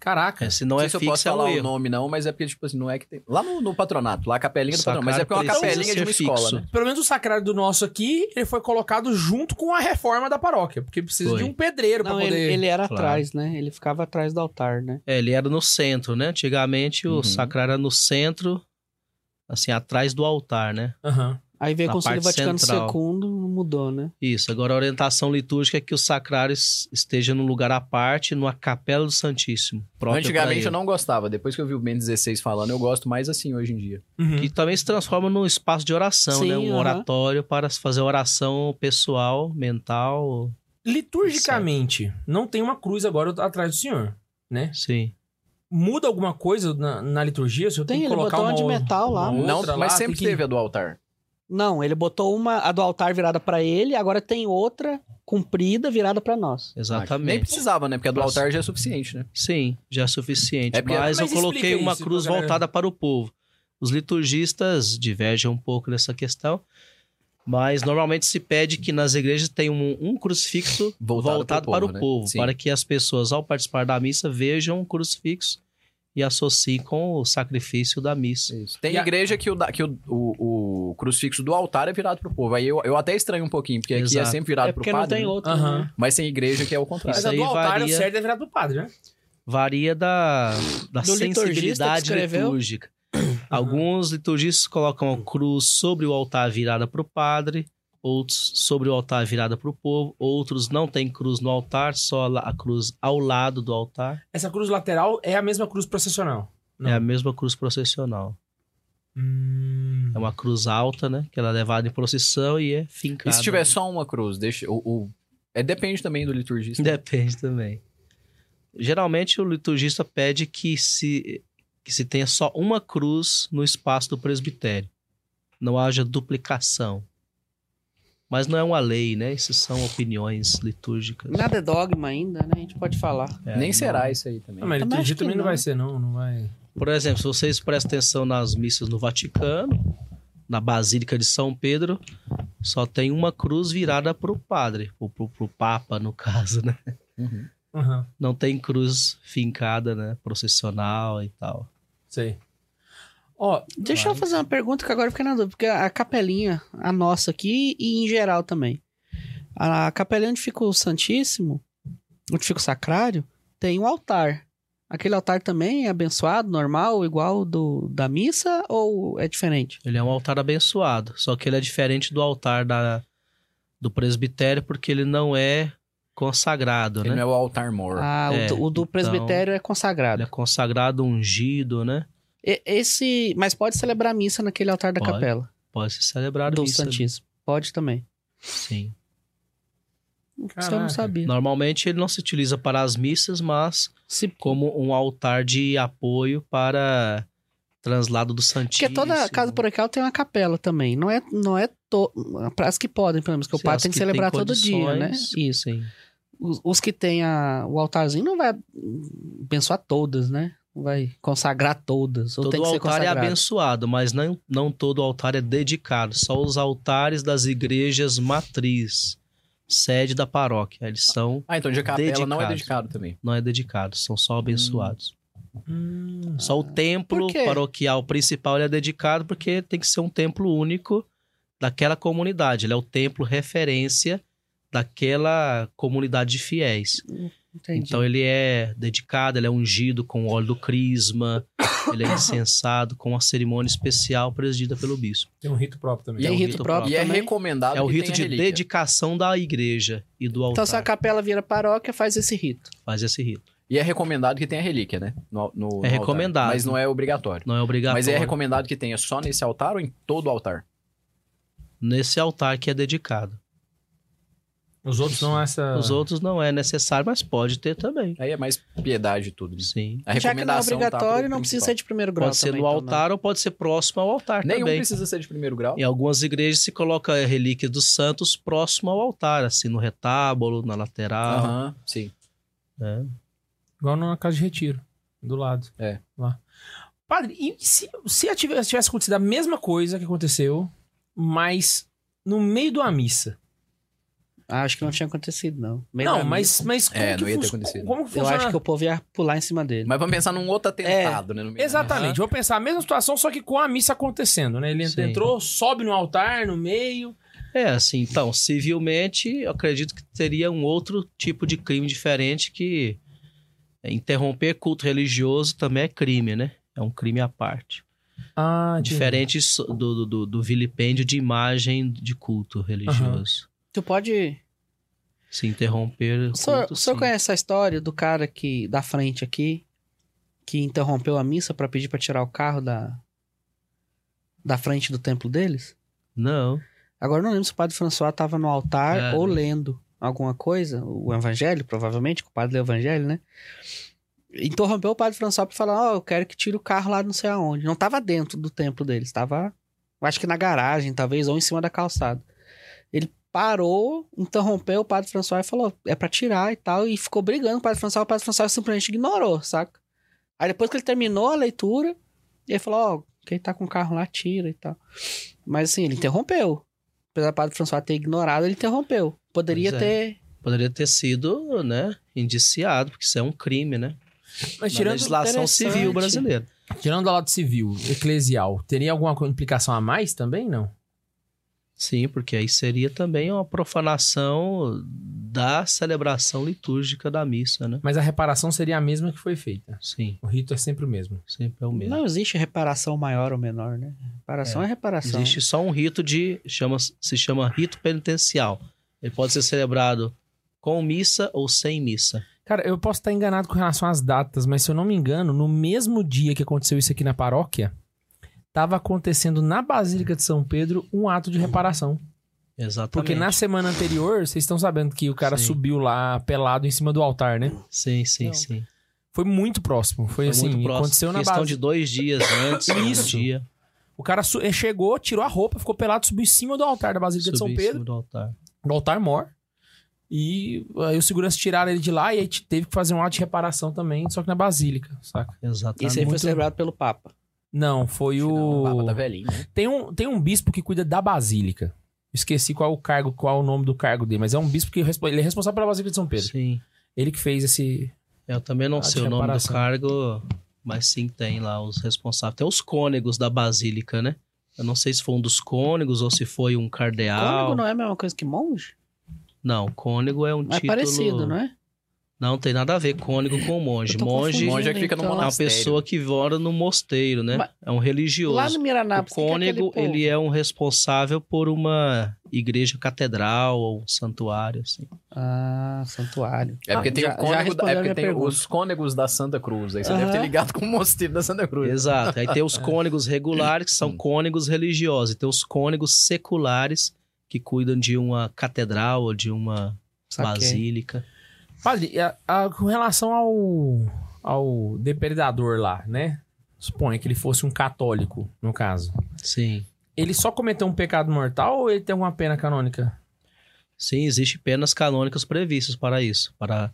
Caraca. É, se não é não sei se eu fixo, posso é um falar o erro. nome, não, mas é porque, tipo assim, não é que tem. Lá no, no patronato, lá a capelinha do patronato. Mas é Sacrário porque é uma precisa capelinha de uma ser escola, fixo. né? Pelo menos o sacrário do nosso aqui, ele foi colocado junto com a reforma da paróquia. Porque precisa Foi. de um pedreiro Não, pra ele, poder. ele era Claro. atrás, né? Ele ficava atrás do altar, né? É, ele era no centro, né? Antigamente Uhum. o sacrário era no centro, assim, atrás do altar, né? Aham. Aí veio o Na Conselho parte Vaticano central. II, não mudou, né? Isso. Agora a orientação litúrgica é que o sacrário es- esteja num lugar à parte, numa capela do Santíssimo. própria pra Antigamente ele. eu não gostava. Depois que eu vi o Ben 16 falando, eu gosto mais assim hoje em dia. Uhum. Que também se transforma num espaço de oração, Sim, né? Um aham. oratório para se fazer oração pessoal, mental, Liturgicamente, não tem uma cruz agora atrás do senhor, né? sim. Muda alguma coisa na, na liturgia? O senhor Tem, tem, que ele colocar botou uma, uma de metal lá, uma Não, outra mas lá, sempre tem que- teve a do altar. Não, ele botou uma, a do altar virada pra ele, agora tem outra comprida virada pra nós. Ah, Nem Exatamente. precisava, né? Porque a do Nossa. altar já é suficiente, né? Sim, já é suficiente. É porque- mas, Mas eu coloquei explica uma isso então, pra cruz galera. voltada para o povo. Os liturgistas divergem um pouco nessa questão, mas normalmente se pede que nas igrejas tenha um, um crucifixo [laughs] Voltado voltado, pro para povo, o né? povo, Sim. para que as pessoas, ao participar da missa, vejam o crucifixo e associem com o sacrifício da missa. Tem E a- igreja que, o, da- que o, o, o crucifixo do altar é virado pro povo. Aí eu, eu até estranho um pouquinho, porque aqui é Exato. sempre virado É pro porque não padre. tem né? outra, Aham. né? Mas tem igreja que é o contrário. Mas Isso a aí do altar, o varia. certo é virado do padre, né? Varia da, da Do liturgista que sensibilidade escreveu? litúrgica. Alguns liturgistas colocam a cruz sobre o altar virada para o padre, outros sobre o altar virada para o povo, outros não têm cruz no altar, só la- a cruz ao lado do altar. Essa cruz lateral é a mesma cruz processional. Não. É a mesma cruz processional. Hum. É uma cruz alta, né? Que ela é levada em procissão e é fincada. E se tiver só uma cruz, deixa. O, o- é, depende também do [laughs] liturgista. Depende também. Geralmente o liturgista pede que se, que se tenha só uma cruz no espaço do presbitério. Não haja duplicação. Mas não é uma lei, né? Isso são opiniões litúrgicas. Nada é dogma ainda, né? A gente pode falar. É, Nem não- será isso aí também. Não, mas Eu acho liturgia que também não. não. vai ser, não. Não vai. Por exemplo, se vocês prestam atenção nas missas no Vaticano, na Basílica de São Pedro, só tem uma cruz virada para o padre, para o Papa, no caso, né? Uhum. Aham. Não tem cruz fincada, né? Processional e tal. Sei. Ó, Deixa eu fazer uma pergunta que agora eu fiquei na dúvida, porque a capelinha, a nossa aqui e em geral também. A capelinha onde fica o Santíssimo, onde fica o Sacrário, tem um altar. Aquele altar também é abençoado, normal, igual o do da missa ou é diferente? Ele é um altar abençoado, só que ele é diferente do altar da, do presbitério porque ele não é consagrado, Ele né? não é o altar mor. Ah, o É, do- o, do então- presbitério é Ele consagrado. é consagrado, ungido, né? E- Esse, mas pode celebrar missa naquele altar da Pode. capela Pode ser celebrado do isso. Santíssimo. Pode também. Sim. Isso eu Caraca. não sabia. Normalmente ele não se utiliza para as missas, mas Se como um altar de apoio para translado do Santíssimo. né? Porque toda casa paroquial tem uma capela também. Não é, não é to... para as que podem, pelo menos, que o Sim, as padre tem que que celebrar têm todo dia, né? condições. Isso. Sim. Os, os que têm a- o altarzinho não vai abençoar todas, né? Não vai consagrar todas. Ou Todo Então tem que ser altar é consagrado. abençoado, mas não, não todo altar é dedicado. Só os altares das igrejas matriz, sede da paróquia. Eles são, Ah, então de capela não Dedicado. é dedicado também. não é dedicados, são só abençoados. Hum. Só o templo Ah. Por quê? paroquial principal ele é dedicado porque tem que ser um templo único daquela comunidade. Ele é o templo referência daquela comunidade de fiéis. Entendi. Então ele é dedicado, ele é ungido com o óleo do crisma, ele é incensado com uma cerimônia especial presidida pelo bispo. Tem um rito próprio também. tem é um rito, rito próprio E é também. recomendado é o que rito tenha de relíquia. dedicação da igreja e do altar. Então, se a capela vira paróquia, faz esse rito. Faz esse rito. E é recomendado que tenha relíquia, né? No- no- no É altar. recomendado. Mas não é obrigatório. Não é obrigatório. Mas é recomendado que tenha só nesse altar ou em todo altar? Nesse altar que é dedicado. Os outros não Ah. essa. Os outros não é necessário, mas pode ter também. Aí é mais piedade e tudo. né? Sim. A Já que não é recomendação tá pro obrigatório, não precisa ser principal. de primeiro grau. Pode ser também, no então, não. altar ou pode ser próximo ao Tá altar Nenhum também. precisa ser de primeiro grau. Em algumas igrejas se coloca a relíquia dos santos próximo ao altar, assim, no retábulo, na lateral. Aham, sim. né? Igual na casa de retiro, do lado. É. Lá. Padre, e se, se a tivesse, tivesse acontecido a mesma coisa que aconteceu, mas no meio de uma missa? Ah, acho que não tinha acontecido, não. Meio não, da mas, mas como É, que não ia ter fun- acontecido. Como que missa. Eu funciona? acho que o povo ia pular em cima dele. Mas vamos pensar num É, outro atentado, né? no meio da Exatamente, vou pensar a mesma situação, só que com a missa acontecendo, né? Ele ent- Sim. entrou, sobe no altar, no meio. É, assim, então, civilmente, eu acredito que teria um outro tipo de crime diferente que é, interromper culto religioso também é crime, né? É um crime à parte. Ah, Diferente so- do, do, do vilipêndio de imagem de culto religioso. Tu pode Se interromper. O senhor, culto, o senhor sim. conhece a história do cara que da frente aqui que interrompeu a missa pra pedir pra tirar o carro da da frente do templo deles? Não. Agora eu não lembro se o padre François tava no altar É, ou né? lendo alguma coisa, o evangelho, provavelmente, que o padre leu o evangelho, né? Interrompeu o padre François pra falar: "Ó, eu quero que tire o carro lá não sei aonde". Não tava dentro do templo deles, tava eu acho que na garagem, talvez, ou em cima da calçada. Ele parou, interrompeu o padre François e falou, é pra tirar e tal, e ficou brigando com o padre François, o padre François simplesmente ignorou, saca? Aí depois que ele terminou a leitura, ele falou, ó, quem tá com o carro lá, tira e tal. Mas assim, ele interrompeu. Apesar do padre François ter ignorado, ele interrompeu. Poderia Pois é. ter... Poderia ter sido, né, indiciado, porque isso é um crime, né? Mas Na tirando, legislação interessante. civil brasileira. tirando do lado civil, eclesial, teria alguma co- implicação a mais também? Não. Sim, porque aí seria também uma profanação da celebração litúrgica da missa, né? Mas a reparação seria a mesma que foi feita. Sim, O rito é sempre o mesmo. sempre é o mesmo. Não existe reparação maior ou menor, né? Reparação é, reparação. Existe só um rito de. Chama, se chama rito penitencial. Ele pode ser celebrado com missa ou sem missa. Cara, eu posso estar enganado com relação às datas, mas se eu não me engano, no mesmo dia que aconteceu isso aqui na paróquia, tava acontecendo na Basílica de São Pedro um ato de reparação. Exatamente. Porque na semana anterior, vocês estão sabendo que o cara Sim. subiu lá pelado em cima do altar, né? Sim, sim, Não. sim. Foi muito próximo. Foi, Foi assim, muito próximo. aconteceu na Questão base. de dois dias antes, um Isso. dia. O cara su- ele chegou, tirou a roupa, ficou pelado, subiu em cima do altar da Basílica subir de São em Pedro, cima do altar. do altar mor. E aí os seguranças tiraram ele de lá e aí t- teve que fazer um ato de reparação também, só que na Basílica, saca? Exatamente. Isso aí foi muito- celebrado pelo Papa. Não, foi Senão o... o Papa tá velhinho, né? Tem um, tem um bispo que cuida da basílica. Esqueci qual o cargo, qual o nome do cargo dele, mas é um bispo que respo- ele é responsável pela Basílica de São Pedro. Sim. Ele que fez esse. Eu também não Ah, sei de o nome do reparação. cargo, mas sim tem lá os responsáveis. Tem os cônegos da Basílica, né? Eu não sei se foi um dos cônegos ou se foi um cardeal. Cônego não é a mesma coisa que monge? não... cônego é um Mas é título. né? parecido, não é? Não tem nada a ver cônigo com monge. Eu tô Monge confundindo, Monge é que fica no é então. uma monastério. pessoa que mora no mosteiro, né? Mas- É um religioso. Lá no O Miranápolis, o Ah, que cônego, que é ele é um responsável por uma igreja catedral ou um santuário, assim. Ah, santuário. É porque tem, já, o cônego, já é porque tem pergunta. os cônegos da Santa Cruz. Aí você Aham. deve ter ligado com o mosteiro da Santa Cruz. Exato. Aí tem os cônegos regulares, que são cônegos religiosos. E tem os cônegos seculares, que cuidam de uma catedral ou de uma é? basílica. Padre, a- a- com relação ao, ao depredador lá, né? Suponha que ele fosse um católico, no caso. Sim. Ele só cometeu um pecado mortal ou ele tem alguma pena canônica? Sim, existem penas canônicas previstas para isso. Para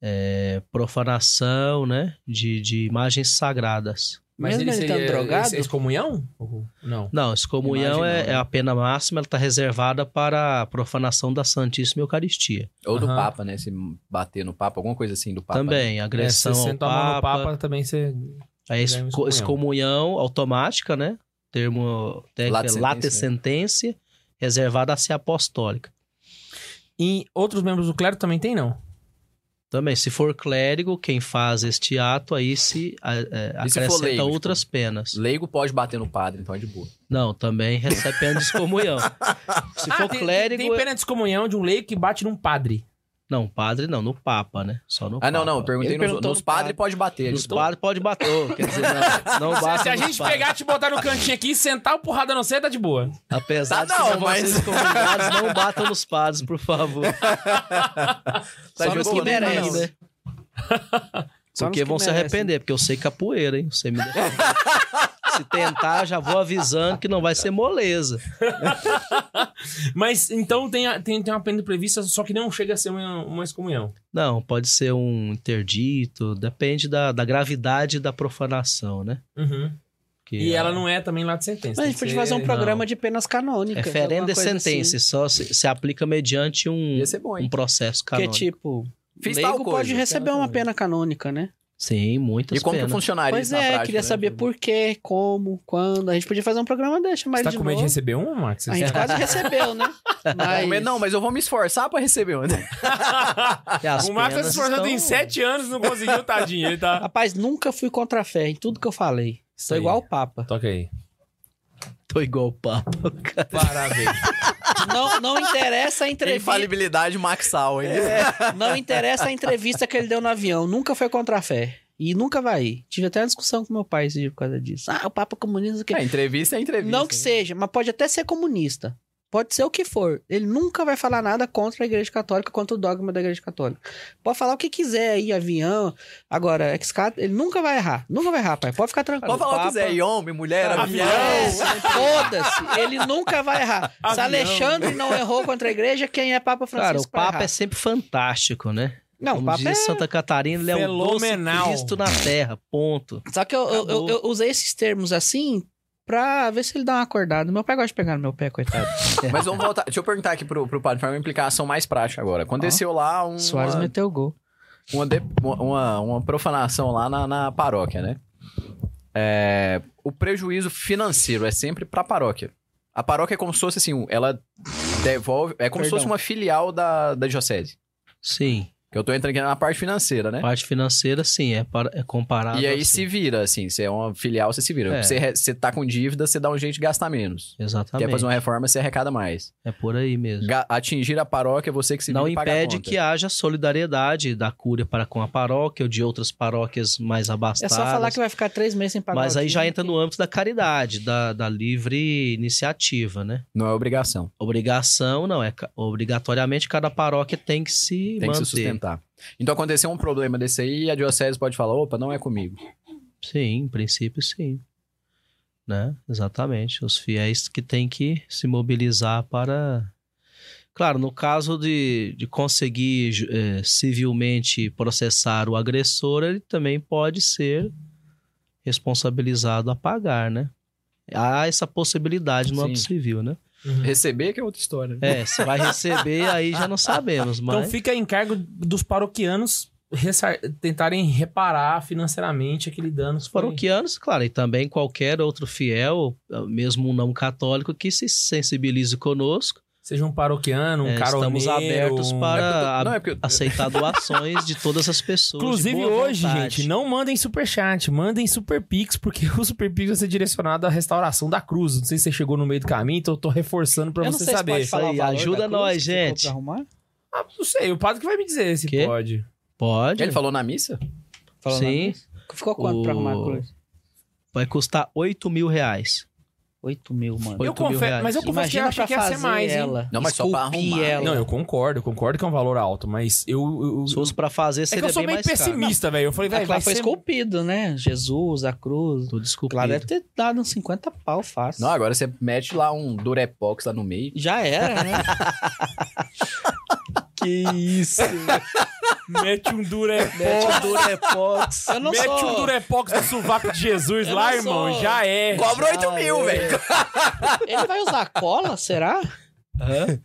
é, profanação, né? De, de imagens sagradas. Mesmo ele estando drogado? ex- excomunhão? Ou- Não. É, Não, excomunhão Imagem é, não, né? é a pena máxima, ela está reservada para a profanação da Santíssima Eucaristia. Ou do Aham. Papa, né? Se bater no Papa, alguma coisa assim do Papa. né? Também, agressão é, se você ao toma Papa, no Papa também você. é a tiver uma exco- excomunhão. excomunhão automática, né? Termo Late técnico é late né? sentença, reservada a ser apostólica. E outros membros do clero também tem, não? Também, se for clérigo, quem faz este ato aí se a- é, E se for acrescenta leigo, outras penas. né. Leigo pode bater no padre, então é de boa. Não, também recebe pena de [laughs] excomunhão. se Ah, for tem, clérigo, Tem pena de excomunhão de um leigo que bate num padre. não, padre não, no papa, né? Só no Ah, não, papa. não. Eu perguntei Ele nos, perguntou nos no padres, pode bater. Então, Nos de boa. padres pode bater, ô, quer dizer, não, [laughs] não bate Se a nos gente padres. pegar, te botar no cantinho aqui, sentar o porrada não senta, tá de boa. Apesar Tá de não, que vocês mas- convidados, não batam nos padres, por favor. Tá Só de nos que boa, né? merecem, né? Só nos porque que vão se merecem. arrepender, porque eu sei capoeira, hein? Você me Se tentar, já vou avisando que não vai ser moleza. Mas então tem, a- tem, tem uma pena prevista, só que não chega a ser uma, uma excomunhão. Não, pode ser um interdito, depende da, da gravidade da profanação, né? Uhum. Que E é- ela não é também lá de sentença. Mas a gente tem pode que fazer um ser- programa de penas é canônicas. ferenda alguma coisa sentença, assim. só se, se aplica mediante um, Ia ser bom, um hein? processo Que é canônico. tipo, Fiz tal leigo coisa, pode receber pena uma canônica. pena canônica, né? Sim, muitas E como que penas. funcionaria Pois isso na é, prática, queria né? saber por quê, como, quando. A gente podia fazer um programa desse, mas Você tá de com medo de novo- receber uma, Max? A [laughs] gente quase recebeu, né? Não, mas- Tá Não, mas eu vou me esforçar pra receber uma. [laughs] E as o Max tá se penas esforçando em estão- sete anos não conseguiu, tadinho. [laughs] Ele tá. Rapaz, nunca fui contra a fé em tudo que eu falei. Sou aí. igual o Papa. Toca aí. Tô igual o papo, cara. Parabéns. Não, não interessa a entrevista. É. Infalibilidade maxal, hein? Não interessa a entrevista que ele deu no avião. Nunca foi contra a fé. E nunca vai. Tive até uma discussão com meu pai esse dia por causa disso. Ah, o Papa comunista. Que... É, entrevista é entrevista. não que seja, mas pode até ser comunista. Pode ser o que for. Ele nunca vai falar nada contra a Igreja Católica, contra o dogma da Igreja Católica. Pode falar o que quiser aí, avião. Agora, excata- ele nunca vai errar. Nunca vai errar, pai. Pode ficar tranquilo. Pode falar o que Papa- quiser, e homem, mulher, avião. É, Foda-se, ele nunca vai errar. Se Avião. Alexandre não errou contra a igreja, quem é Papa Cara, Francisco? o Papa é sempre fantástico, né? Não, o Como Papa diz é. Santa Catarina, ele é o doce Fenomenal. Cristo na Terra, ponto. Só que eu, eu- Acabou. eu- eu usei esses termos assim pra ver se ele dá uma acordada. Meu pai gosta de pegar no meu pé, coitado. Mas vamos voltar. Deixa eu perguntar aqui pro, pro padre, pra uma implicação mais prática agora. Aconteceu lá um. Soares meteu o gol. uma, de- uma, uma profanação lá na, na paróquia, né? É, o prejuízo financeiro é sempre pra paróquia. A paróquia é como se fosse assim, um- ela devolve. É como se Perdão. fosse uma filial da, da Diocese. Sim, Que eu tô entrando aqui na parte financeira, né? parte financeira, sim, é, para, é comparado. E aí assim. se vira, assim, você é uma filial, você se vira. É. Você, re- você tá com dívida, você dá um jeito de gastar menos. Exatamente. Quer fazer uma reforma, você arrecada mais. É por aí mesmo. Ga- atingir a paróquia, é você que se Não vira e paga a impede conta. que haja solidariedade da cúria para com a paróquia ou de outras paróquias mais É abastadas. só falar que é vai ficar três meses sem pagar. Mas o aí já dízimo. entra no âmbito da caridade, da, da livre iniciativa, né? Não é obrigação. Obrigação, não, é ca- obrigatoriamente cada paróquia tem que se Tem que manter. se sustentar. Então aconteceu um problema desse aí, a diocese pode falar, opa, não é comigo. Sim, em princípio, sim. Né? Exatamente. Os fiéis que têm que se mobilizar para. Claro, no caso de, de conseguir ju- eh, civilmente processar o agressor, ele também pode ser responsabilizado a pagar, né? Há essa possibilidade no Sim. âmbito civil, né? Receber que é outra história. É, se vai receber, aí já não sabemos, mas... Então fica a encargo dos paroquianos ressar- tentarem reparar financeiramente aquele dano. que Os foi- paroquianos, claro, e também qualquer outro fiel, mesmo um não católico, que se sensibilize conosco, Seja um paroquiano, um É, caroneiro... estamos abertos um- para Não, a- é porque- aceitar doações de todas as pessoas. de Inclusive boa hoje, vontade. gente, não mandem superchat, mandem superpix, porque [laughs] o superpix vai ser direcionado à restauração da cruz. Não sei se você chegou no meio do caminho, então eu tô reforçando pra Eu não você sei se saber. pode falar Aí, o valor ajuda da cruz nós, que ficou gente. pra arrumar? Ah, não sei, o padre que vai me dizer se Quê? pode. Pode. Ele falou na missa? Falando Sim. nisso. Ficou quanto pra arrumar a O- cruz? Vai custar 8 mil reais. 8 mil, mano. Oito Eu mil confe- reais. Mas eu confesso que eu Imagina achei pra que ia ser fazer mais, hein? ela. Não, mas só pra esculpir arrumar. ela. Não, eu concordo, concordo que é um valor alto, mas eu. eu- Se fosse pra fazer, é seria que eu sou bem meio mais caro. pessimista, velho. Eu falei, Aquela velho, vai foi ser... esculpido, né? Jesus, a cruz. Tô desculpa. Lá deve ter dado uns 50 pau fácil. Não, agora você mete lá um Durepox lá no meio. Já [laughs] era, né? Que isso? [laughs] mete um durepox. Mete o Durepox. Eu não Mete sou... um durepox no sovaco de Jesus Eu lá, não irmão. sou- Já é. Cobra 8 Ah, mil, é. velho. Ele vai usar cola, será?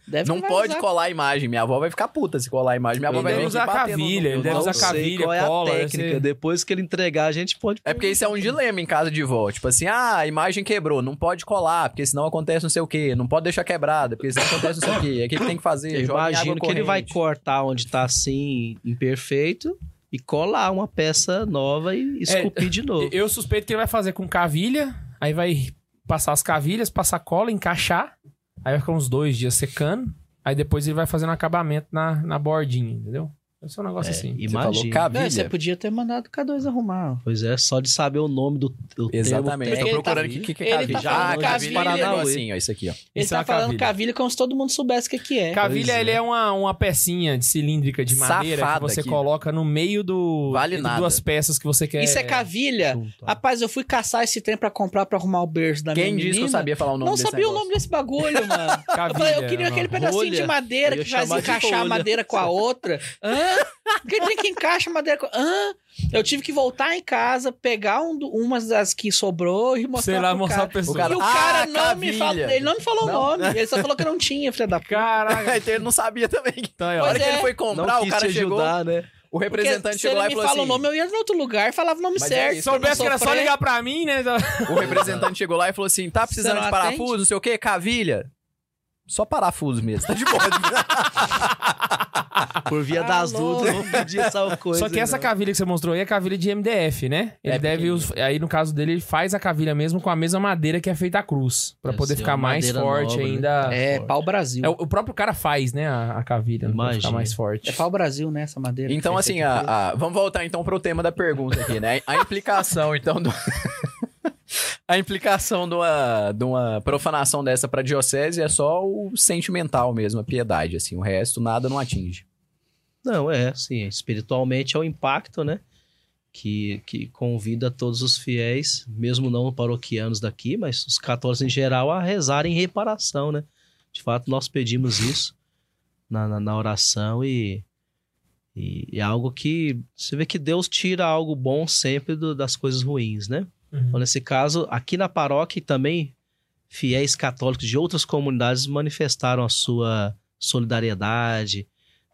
Deve que Não vai pode usar. colar a imagem. Minha avó vai ficar puta se colar a imagem. Minha avó Ele vai deve vir usar aqui batendo no- cavilha, ele Eu deve não usar sei. cavilha. qual é cola, a deve técnica. ser- Depois que ele entregar, a gente pode... É porque isso é um dilema em casa de vó. Tipo assim, ah, a imagem quebrou, não pode colar, porque senão acontece não sei o quê. Não pode deixar quebrada, porque senão acontece não sei o quê. É o que que tem que fazer. Eu Joga em água imagino que ele vai corrente. cortar onde tá assim, imperfeito, e colar uma peça nova É, e esculpir de [laughs] novo. Eu suspeito que ele vai fazer com cavilha, aí vai passar as cavilhas, passar cola, encaixar. Aí vai ficar uns dois dias secando. Aí depois ele vai fazendo acabamento na, na bordinha, entendeu? Esse é um negócio assim. Você falou Imagina. Não, é você cavilha. podia ter mandado o K2 arrumar. Pois é, só de saber o nome do, do Exatamente. termo Tô ele tá- procurando aqui o que, que é ele cavilha. tá Ah, falando cavilha é um cavilha, negócio né? assim, ó. Isso aqui, ó. Ele Isso é tá uma falando cavilha. cavilha. como se todo mundo soubesse o que, que é. Cavilha, Pois é. ele é uma, uma pecinha de cilíndrica de madeira Safada que você aqui. coloca no meio do Vale entre nada. duas peças que você quer. Isso é cavilha? junto, ó. Rapaz, eu fui caçar esse trem pra comprar pra arrumar o berço da Quem minha disse que eu menina. sabia falar o nome Não desse sabia o negócio? nome desse [laughs] bagulho, mano. [laughs] Eu Cavilha, né? falei, eu queria irmão. aquele pedacinho Rolha. de madeira Eu ia que faz chamar de encaixar a rolha. madeira com a outra. Hã? Aquele trem que encaixa a madeira com a... Hã? Eu tive que voltar em casa, pegar um do- umas das que sobrou e mostrar Sei lá, pro mostrar a cara. pessoa. O cara- E o Ah, cara não me falou, cavilha. ele não me falou Não. o [laughs] nome, ele só falou que eu não tinha, filha da puta. Caraca. então ele não sabia também. Então, aí, Na ó. hora Pois que ele é. foi Não comprar, o quis cara te chegou, ajudar, né? o Porque representante se chegou ele lá me e falou fala assim... o nome, eu ia em outro lugar e falava o nome Mas é certo. isso, Se soubesse que era só sofrer. ligar pra mim, né? O representante chegou lá e falou assim: tá precisando Você não de atende? parafuso, não sei o quê, cavilha. Só parafuso mesmo, tá de [laughs] boa. Por via Tá das louco. dúvidas, [laughs] não pedir essa coisa. né? Só que essa não. cavilha que você mostrou aí é cavilha de MDF, né? Ele É, deve. porque- us- Aí, no caso dele, ele faz a cavilha mesmo com a mesma madeira que é feita a cruz. Pra Deve poder ser ficar uma mais madeira forte nobre, né? ainda. É. É, pau Brasil. o- o próprio cara faz, né? A, a cavilha, né, pra Imagina. ficar mais forte. É pau Brasil, né, essa madeira. então, Feita assim, de preto. a, a- vamos voltar então pro tema da pergunta aqui, né? A [laughs] implicação, então, do... a implicação de uma, de uma profanação dessa pra diocese é só o sentimental mesmo, a piedade, assim. O resto, nada não atinge. Não, é, sim. Espiritualmente é o impacto, né? Que, que convida todos os fiéis, mesmo não paroquianos daqui, mas os católicos em geral, a rezarem em reparação, né? De fato, nós pedimos isso na, na, na oração e, e é algo que você vê que Deus tira algo bom sempre do- das coisas ruins, né? Então, nesse caso, aqui na paróquia e também fiéis católicos de outras comunidades manifestaram a sua solidariedade,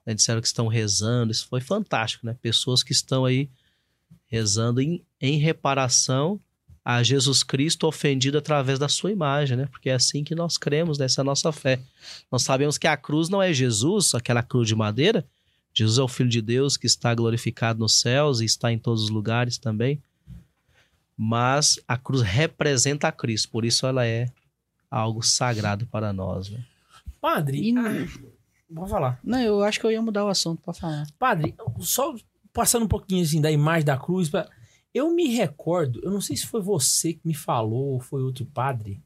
né? disseram que estão rezando. Isso foi fantástico, né? Pessoas que estão aí rezando em, em reparação a Jesus Cristo ofendido através da sua imagem, né? Porque é assim que nós cremos, né? essa é a nossa fé. Nós sabemos que a cruz não é Jesus, aquela cruz de madeira. Jesus é o Filho de Deus que está glorificado nos céus e está em todos os lugares também mas a cruz representa a Cristo, por isso ela é algo sagrado para nós. Né? Padre, E- vou falar. Não, eu acho que eu ia mudar o assunto pra falar. Padre, só passando um pouquinho assim da imagem da cruz, pra- eu me recordo, eu não sei se foi você que me falou ou foi outro padre,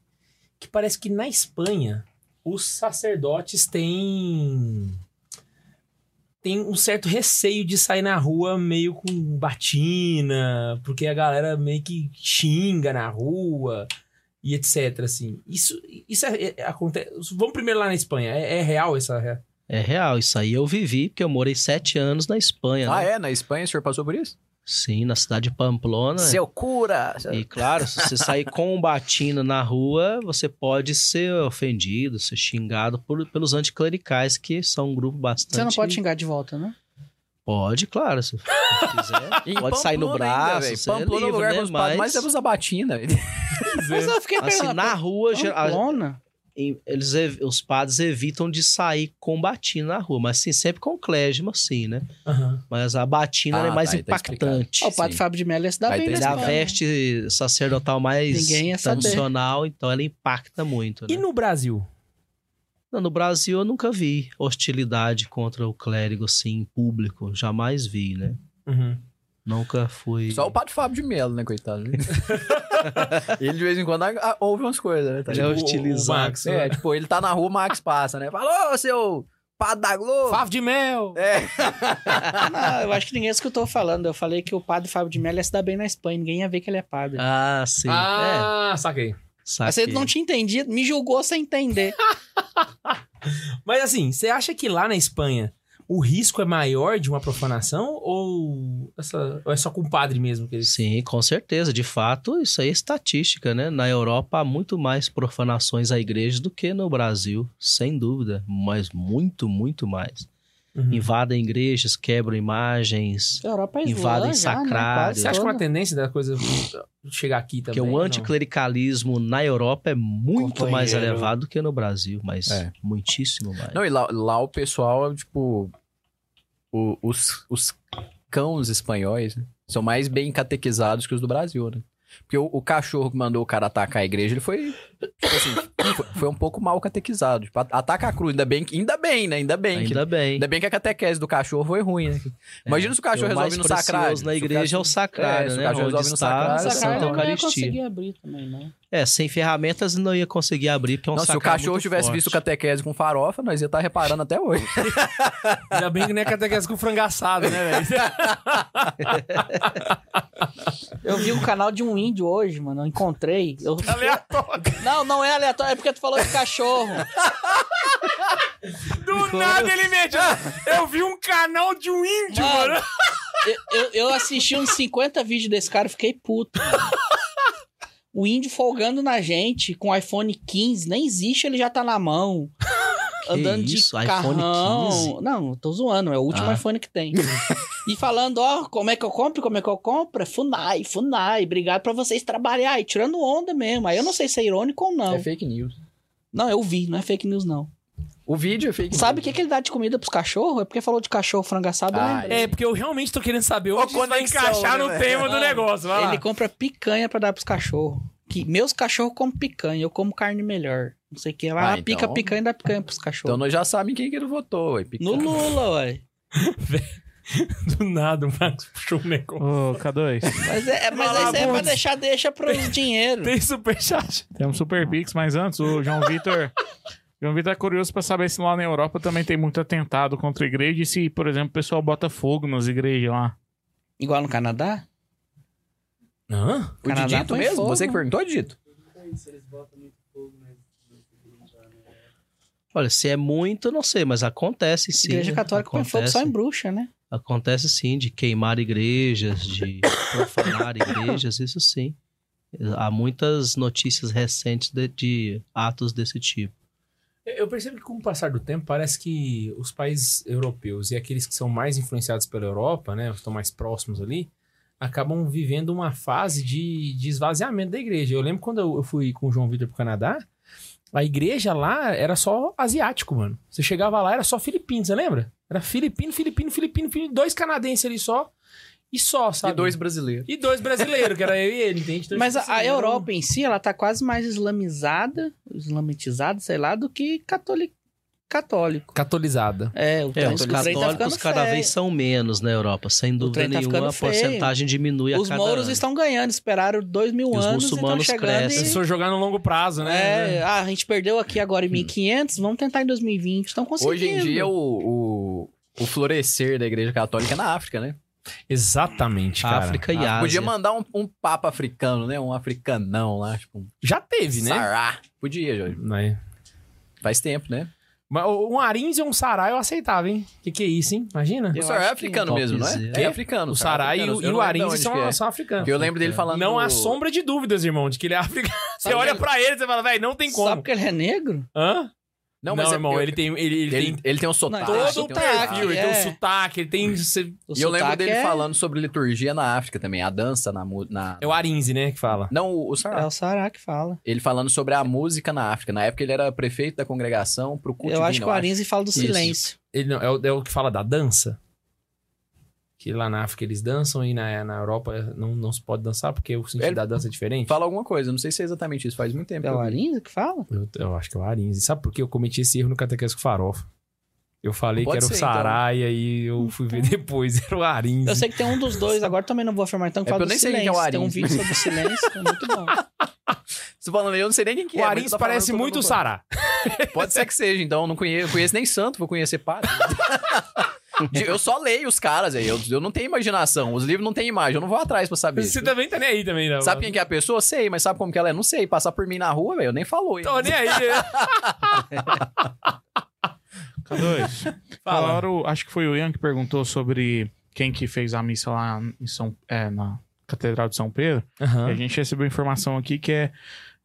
que parece que na Espanha os sacerdotes têm tem um certo receio de sair na rua meio com batina, porque a galera meio que xinga na rua e etc, assim. Isso isso é, acontece. Vamos primeiro lá na Espanha. É, é real essa re- É real, isso aí eu vivi, porque eu morei sete anos na Espanha. Ah, né? é? Na Espanha o senhor passou por isso? Sim, na cidade de né? Pamplona. cura! E claro, se você [laughs] sair com um batina na rua, você pode ser ofendido, ser xingado por- pelos anticlericais, que são um grupo bastante. Você não pode xingar de volta, né? Pode, claro, se [laughs] quiser. Em pode sair no Pamplona ainda, braço. velho. você Pamplona é livre, o lugar né? que os né? padres mais Mas, abusam da batina. Mas eu fiquei assim, pensando. é um na rua, geral- Pamplona? em- eles, ev- os padres evitam de sair com batina na rua, mas sim, sempre com clésima, sim, né? Aham. Mas a batina Ah, ela é mais tá, aí tá impactante. Ó, o Padre Sim. Fábio de Mello ia se dar Aí bem Ele tem é nesse a Exato. cara. veste sacerdotal mais Ninguém ia saber. tradicional, então ela impacta muito. né? E no Brasil? Não, no Brasil eu nunca vi hostilidade contra o clérigo assim, em público. Jamais vi, né? Nunca fui. Só o Padre Fábio de Melo, [laughs] né, coitado? ele de vez em quando ah, ouve umas coisas, né? Tá Ele ligado? é hostilizado. o Max, É, né? tipo, ele tá na rua, Max passa, né? Falou, seu Padre da Globo! Favo de mel! Ah, eu acho que ninguém escutou falando. Eu falei que o Padre Fábio de Mello ia se dar bem na Espanha. Ninguém ia ver que ele é padre. Ah, tá sim. É, ah, saquei. Mas saquei. você não tinha entendido, me julgou sem entender. Mas assim, você acha que lá na Espanha o risco é maior de uma profanação ou, essa- ou é só com o padre mesmo que eles... Sim, com certeza. De fato, isso aí é estatística, né? Na Europa há muito mais profanações à igreja do que no Brasil, sem dúvida. Mas muito, muito mais. Uhum. Invadem igrejas, quebram imagens. A Europa é islã Invadem já, né? sacrário. Quase Você acha que é uma toda. tendência da coisa chegar aqui também? Porque o não? anticlericalismo na Europa é muito mais Companheiro. elevado do que no Brasil, mas É. muitíssimo mais. Não, e lá, lá o pessoal, tipo, o- os, os cãos espanhóis né, são mais bem catequizados que os do Brasil, né? Porque o, o cachorro que mandou o cara atacar a igreja, ele foi, tipo assim, foi, foi um pouco mal catequizado. Tipo, at- ataca a cruz, ainda bem, que- ainda bem, né? Ainda bem. que, Ainda bem. É, ainda bem que a catequese do cachorro foi ruim, né? Imagina se o cachorro o resolve mais no precioso sacrário. na Se o igreja é o cachorro- sacrário, é, se o né? cachorro Onde resolve no está sacrário, a Santa Sacrário Santa eu não ia Eucaristia. conseguir abrir também, não. É, sem ferramentas não ia conseguir abrir, porque é um Não, se o sacrário cachorro muito tivesse forte. visto catequese com farofa, nós ia estar reparando até hoje. Ainda bem que não é catequese com frangaçado, né, velho? Eu vi um canal de um índio hoje, mano. Eu encontrei. Eu... Aleatório. Não, não é aleatório, é porque tu falou de cachorro. Do nada ele [laughs] meteu. Eu vi um canal de um índio, Mano. mano. Eu, eu, eu assisti uns 50 vídeos desse cara e fiquei puto. mano. O índio folgando na gente com iPhone 15, nem existe, ele já tá na mão. andando isso? de iPhone carrão. 15? Não, eu tô zoando, é o último Ah. iPhone que tem. e falando, ó, como é que eu compro, como é que eu compro? É Funai, Funai, obrigado pra vocês trabalhar. E tirando onda mesmo. Aí eu não sei se é irônico ou não. É fake news. Não, eu vi, não é fake news não. O vídeo é fake Uhum. news. Sabe o que, que ele dá de comida pros cachorros? É porque falou de cachorro frango assado, eu Ah, lembrei. É, porque eu realmente tô querendo saber Ó, onde isso vai conexão, encaixar né, no velho? tema do Não, negócio. Vai lá. Ele compra picanha pra dar pros cachorros. Que meus cachorros comem picanha, eu como carne melhor. Não sei o que. Vai Ah, lá, pica então. picanha e dá picanha pros Então cachorros. nós já sabemos quem que ele votou. ué. Pica- No Lula, ué. Do nada o Max puxou um negócio. Ô, K2, Mas, é, é- mas Fala, aí você é pra Bundes. deixar, deixa pro dinheiro. Tem superchat. temos um Super Pix, mas antes o João Vitor... João Vitor é curioso pra saber se lá na Europa também tem muito atentado contra a igreja e se, por exemplo, o pessoal bota fogo nas igrejas lá. Igual no Canadá? Hã? O Canadá Didito põe mesmo? fogo. Você que perguntou, Didito? Olha, se é muito, não sei, mas acontece sim. Igreja né? Católica põe fogo acontece, só em bruxa, né? acontece sim, de queimar igrejas, [coughs] de profanar igrejas, isso sim. Há muitas notícias recentes de, de atos desse tipo. Eu percebo que com o passar do tempo, parece que os países europeus e aqueles que são mais influenciados pela Europa, né, estão mais próximos ali, acabam vivendo uma fase de, de esvaziamento da igreja. Eu lembro quando eu eu fui com o João Vitor pro Canadá, a igreja lá era só asiático, mano. Você chegava lá, era só filipino, você lembra? Era filipino, filipino, filipino, filipino dois canadenses ali só, e só, sabe? E dois brasileiros. E dois brasileiros, que era eu e ele, entende? Então, Mas tipo a, a assim, era um- Europa em si, ela tá quase mais islamizada, islamitizada, sei lá, do que catoli- católico. Catolizada. É, o, É, trem- os o trem tá católicos ficando cada feio. vez são menos na Europa, sem dúvida trem tá nenhuma. ficando a feio. porcentagem diminui Os a cada mouros ano. estão ganhando, esperaram dois mil E os anos e estão muçulmanos chegando crescem. Se e... for jogar no longo prazo, né? É, ah, a gente perdeu aqui agora em 1500, vamos tentar em 2020, estão conseguindo. Hoje em dia, o, o, o florescer da igreja católica é na África, né? Exatamente, cara. África e Ah, Ásia. Podia mandar um, um papa africano, né? Um africanão lá, tipo um Já teve, né? sará. Podia, Jorge. Né? Faz tempo, né? Mas o- um Arins e um Sarai eu aceitava, hein? Que que é isso, hein? Imagina. O Eu sará é acho africano que- mesmo, não é? Topzera. É africano. O Sarai e o, e o Arins são, africanos. são africanos. é. Porque eu lembro dele falando... Não há do- sombra [laughs] de dúvidas, irmão, de que ele é africano. Você Sabe olha onde- pra ele e fala, velho, não tem como. Sabe porque ele é negro? Hã? Não, mas é- irmão, eu- ele tem. Ele, ele Ele, tem ele tem um sotaque. todo tem um o sotaque, perfil, ele tem é. um sotaque, ele tem. O E eu lembro sotaque dele é- falando sobre liturgia na África também, a dança na... mu- na... É o Arinze, né, que fala. Não, o, o Sarah. É o Sará que fala. Ele falando sobre a música na África. Na época ele era prefeito da congregação pro culto eu acho que divino, o Arinze fala do Isso. silêncio. Ele não, é, o, é o que fala da dança. Que lá na África eles dançam e na, na Europa não, não se pode dançar porque o sentido Ele- da dança é diferente. Fala alguma coisa, não sei se é exatamente isso, faz muito tempo. É que o eu vi. Arinze que fala? Eu, eu acho que é o Arinze. Sabe por que eu cometi esse erro no Catequese com Farofa? Eu falei Pode que era ser, o então. Sarai, aí eu fui ver depois, era o Arinze. Eu sei que tem um dos dois, agora também não vou afirmar tanto que É fala porque eu do nem sei quem silêncio. que é o tem um Arinze. vídeo sobre o silêncio, que é [laughs] muito bom. Você falando aí, eu não sei nem quem que é. o mas Arinze tá falando, parece todo mundo muito o falando. Sará. Pode ser que seja, então. Eu não conheço, conheço nem santo, vou conhecer [laughs] padre. eu só leio os caras aí. Eu, eu não tenho imaginação. Os livros não têm imagem. Eu não vou atrás pra saber. Você também tá nem aí também, não. Sabe quem que é a pessoa? Sei, mas sabe como que ela é? Não sei. Passar por mim na rua, velho, eu nem falou. hein? Tô nem aí. né? [laughs] Dois. Fala. Falaram, acho que foi o Ian que perguntou sobre quem que fez a missa lá em São, é, na Catedral de São Pedro. E a É, gente recebeu informação aqui que é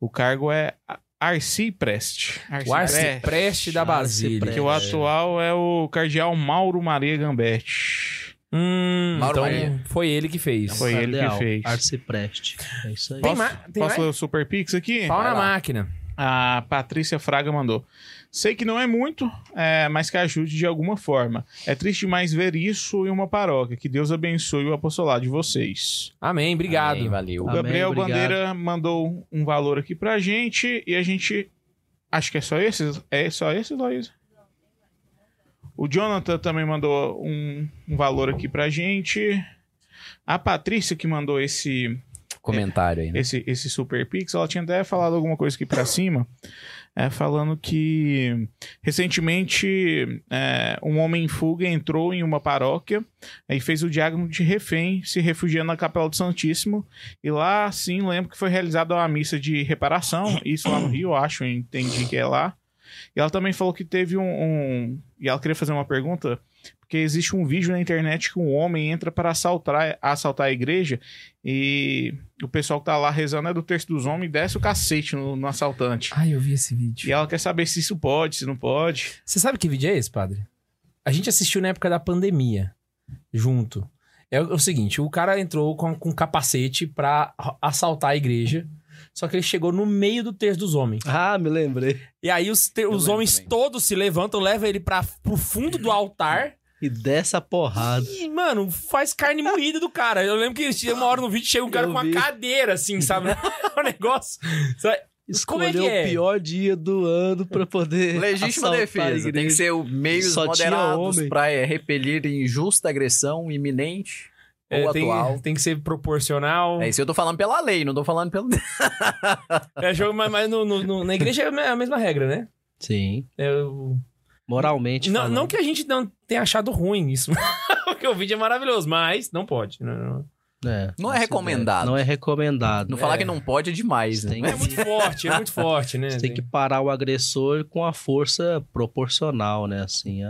o cargo é a- arcipreste. O arcipreste da Basílica. Que o atual é o cardeal Mauro Maria Gambetti. Hum, Mauro então Maria. foi ele que fez. Foi ele que fez. Arcipreste. É isso aí. Tem Posso, ma- tem posso mais? ler o Super Pix aqui? Pau na lá. máquina. A Patrícia Fraga mandou. Sei que não é muito, é, mas que ajude de alguma forma. É triste demais ver isso em uma paróquia. Que Deus abençoe o apostolado de vocês. Amém, obrigado. Amém, valeu. O Amém, Gabriel obrigado. Bandeira mandou um valor aqui pra gente e a gente. Acho que é só esses? É só esse, Lois? O Jonathan também mandou um, um valor aqui pra gente. A Patrícia que mandou esse, Comentário aí, né? esse, esse Super Pix, ela tinha até falado alguma coisa aqui pra cima, é, falando que recentemente é, um homem em fuga entrou em uma paróquia e fez o diácono de refém, se refugiando na Capela do Santíssimo. E lá, sim, lembro que foi realizada uma missa de reparação, isso lá no Rio, acho, eu entendi que é lá. E ela também falou que teve um. um- e ela queria fazer uma pergunta. Porque existe um vídeo na internet que um homem entra para assaltar, assaltar a igreja e o pessoal que tá lá rezando é do texto dos homens e desce o cacete no, no assaltante. Ai, eu vi esse vídeo. E ela quer saber se isso pode, se não pode. Você sabe que vídeo é esse, padre? A gente assistiu na época da pandemia, junto. É o é o seguinte, o cara entrou com, com um capacete pra a- assaltar a igreja, só que ele chegou no meio do terço dos homens. Ah, me lembrei. E aí os, te- os lembro homens também. todos se levantam, levam ele pra, pro fundo do altar E dessa porrada. e, mano, faz carne moída do cara. Eu lembro que tinha uma hora no vídeo chega um cara Eu com uma vi. cadeira, assim, [laughs] sabe? [laughs] o negócio. Como é que Escolheu é? o pior dia do ano pra poder. [laughs] Legítima assaltar a defesa. Tem igreja. que ser o meios Só tinha moderados homem. pra é, repelir injusta agressão iminente É, ou atual. tem, tem que ser proporcional. É isso, eu tô falando pela lei, não tô falando pelo. É jogo, mas, mas no- no- no- na igreja é a mesma regra, né? Sim. É o- Moralmente. Não, falando. não que a gente não tenha achado ruim isso, [laughs] porque o vídeo é maravilhoso, mas não pode. né? Não, não. É, Não é recomendado. Não é recomendado. Não falar que não pode é demais, Você né? tem, É muito forte, é muito forte, né? você tem que parar o agressor com a força proporcional, né? Assim, a,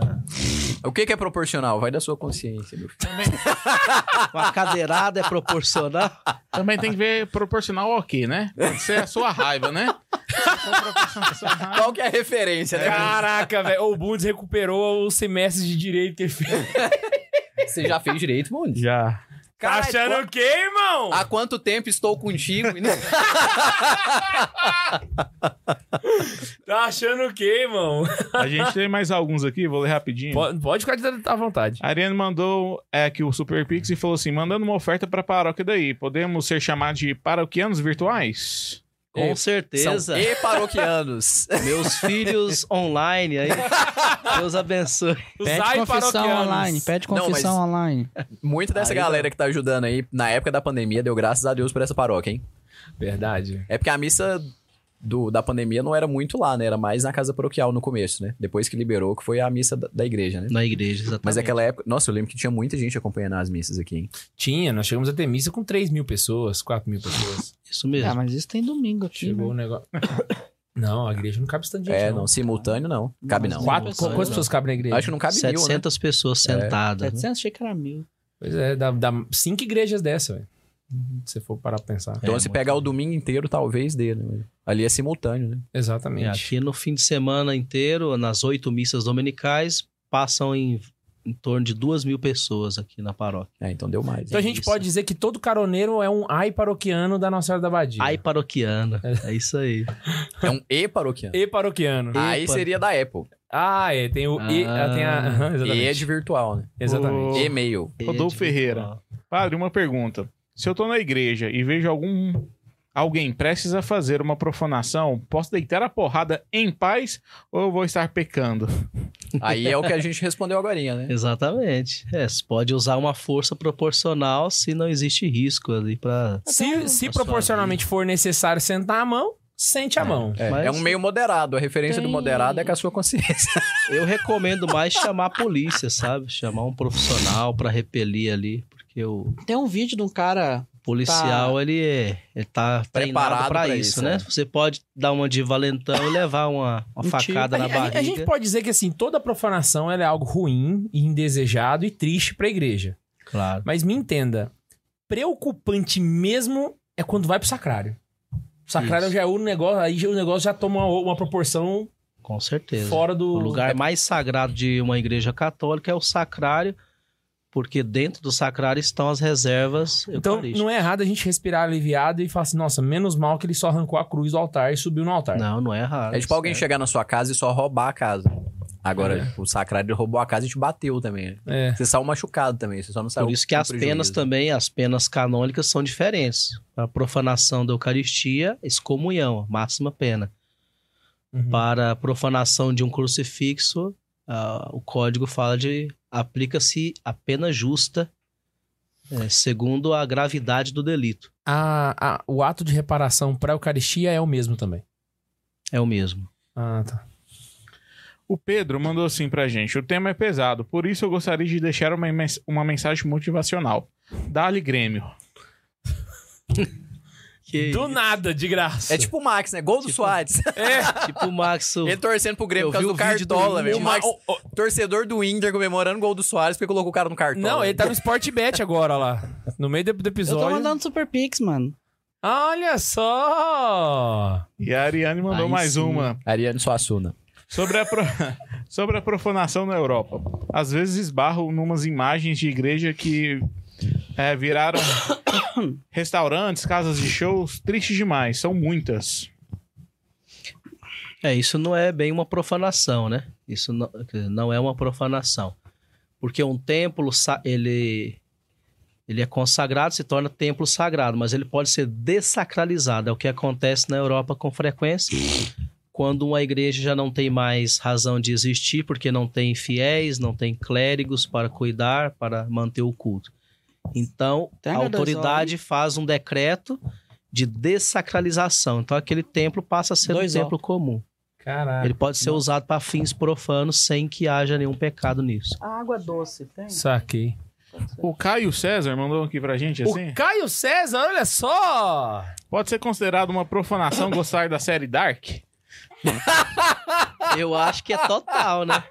O que, que é proporcional? Vai da sua consciência, meu filho. a cadeirada é proporcional. Também tem que ver proporcional ao quê, né? Pode ser a sua raiva, né? Então, proporcional à sua raiva. Qual que é a referência, né? Ah. Caraca, velho. O Bundes recuperou o semestre de direito que ele fez. Você já fez direito, Mundi? Já. Tá Caralho, achando o quê, irmão? Há quanto tempo [laughs] estou contigo? Tá achando o quê, irmão? A gente tem mais alguns aqui, vou ler rapidinho. Pode, pode ficar de- à vontade. A Ariane mandou é, aqui o Super Pix e falou assim: mandando uma oferta pra paróquia daí. Podemos ser chamados de paroquianos virtuais? Com É, certeza. São e paroquianos. Meus filhos online aí. Deus abençoe. Os Pede confissão aiparoquianos. online, pede Não, confissão mas- é online. Muito dessa Aí galera que tá ajudando aí, na época da pandemia, deu graças a Deus por essa paróquia, hein? Verdade. É porque a missa do- da pandemia não era muito lá, né? Era mais na casa paroquial no começo, né? Depois que liberou, que foi a missa da, da igreja, né? Na igreja, exatamente. Mas naquela época, nossa, eu lembro que tinha muita gente acompanhando as missas aqui, hein? Tinha, nós chegamos a ter missa com 3 mil pessoas, 4 mil pessoas. Isso mesmo. É, Ah, mas isso tem domingo aqui. Chegou o né? negócio. [coughs] Não, a igreja não cabe tanto gente. É, não, simultâneo não. Cabe não. Quatro, Não, quantas não. pessoas cabem na igreja? Acho que não cabe mil, né? 700 pessoas sentadas. né? 700, achei que era mil. Pois é, dá, dá cinco igrejas dessa, velho. Se você for parar pra pensar. Então, É, se muito pegar o bom. domingo inteiro, talvez dê, né? Ali é simultâneo, né? É, Exatamente. aqui no fim de semana inteiro, nas oito missas dominicais, passam em, em torno de duas mil pessoas aqui na paróquia. É, então deu mais. Então a gente Isso. pode dizer que todo caroneiro é um ai paroquiano da Nossa Senhora da Badia. Ai paroquiana. É isso aí. É um E paroquiano. E paroquiano. Aí Epa. seria da Apple. Ah, é, tem o E. Ah. ah, Tem a, [laughs] aham, E é exatamente. de virtual, né? Exatamente. O- E-mail. Rede Rodolfo Ferreira. virtual. Padre, uma pergunta. Se eu tô na igreja e vejo algum alguém prestes a fazer uma profanação, posso deitar a porrada em paz ou eu vou estar pecando? Aí é o que a gente respondeu agora, né? Exatamente. É, você pode usar uma força proporcional se não existe risco ali para. Se, se Nossa, proporcionalmente for necessário sentar a mão, sente a mão. É, [laughs] Mas- é um meio moderado. A referência do Tem- moderado é com a sua consciência. Eu recomendo mais chamar a polícia, sabe? Chamar um profissional para repelir ali, porque o Tem um vídeo de um cara. policial ele, é, ele tá Preparado treinado para pra isso, isso, né? é. Você pode dar uma de valentão e levar uma, uma Um tiro. facada A, na a- a barriga. gente pode dizer que assim, toda profanação ela é algo ruim, e indesejado e triste pra igreja. Claro. Mas me entenda, preocupante mesmo é quando vai pro sacrário. O sacrário Isso. já é o negócio, aí já- o negócio já toma uma, uma proporção Com certeza. fora do O lugar mais sagrado de uma igreja católica é o sacrário, porque dentro do sacrário estão as reservas Então, eucarísticas. não é errado a gente respirar aliviado e falar assim, nossa, menos mal que ele só arrancou a cruz do altar e subiu no altar. Não, não é errado. É tipo alguém certo. chegar na sua casa e só roubar a casa. Agora, É. o sacrário roubou a casa e te bateu também. né? É. Você saiu machucado também. Você só não saiu. Por isso que Então, com as prejuízo. penas também, as penas canônicas são diferentes. Para profanação da Eucaristia, excomunhão, máxima pena. Hum. Uhum. Para a profanação de um crucifixo, ah, o código fala de aplica-se a pena justa eh, segundo a gravidade do delito. A- a- o ato de reparação pra Eucaristia é o mesmo também. É o mesmo. Ah, tá. O Pedro mandou assim pra gente: o tema é pesado, por isso eu gostaria de deixar uma, mens- uma mensagem motivacional. Dá-lhe Grêmio. Do nada, de graça. É tipo o Max, né? Gol [laughs] do Soares. Tipo o Max, o- Ele torcendo pro Grêmio Eu por causa vi do o vídeo do Cartola, Inter. velho. O O Max, Ô, ô, torcedor do Inter comemorando o gol do Soares porque colocou o cara no Cartola. Não, ele tá no Sportbet agora lá. No meio do, do Eu episódio. tô mandando Super Pix, mano. Olha só! E a Ariane mandou Aí mais sim. uma. Ariane Suassuna. Sobre a, pro- [laughs] sobre a profanação na Europa. Às vezes esbarro numas imagens de igreja que [coughs] é, viraram restaurantes, casas de shows. Triste demais, são muitas. É, isso não é bem uma profanação, né? Isso não, quer dizer, não é uma profanação. Porque um templo, sa- ele, ele é consagrado, se torna templo sagrado, mas ele pode ser desacralizado. É o que acontece na Europa com frequência, quando uma igreja já não tem mais razão de existir, porque não tem fiéis, não tem clérigos para cuidar, para manter o culto. Então, Tem a uma das autoridade faz um decreto de desacralização. Então, aquele templo passa a ser Dois um ó. templo comum. É, Caralho. Ele pode ser usado para fins profanos sem que haja nenhum pecado nisso. Água doce, tem? Saquei. O Caio César mandou aqui pra gente assim. O Caio César, olha só! Pode ser considerado uma profanação gostar da série Dark? Eu acho que é total, né?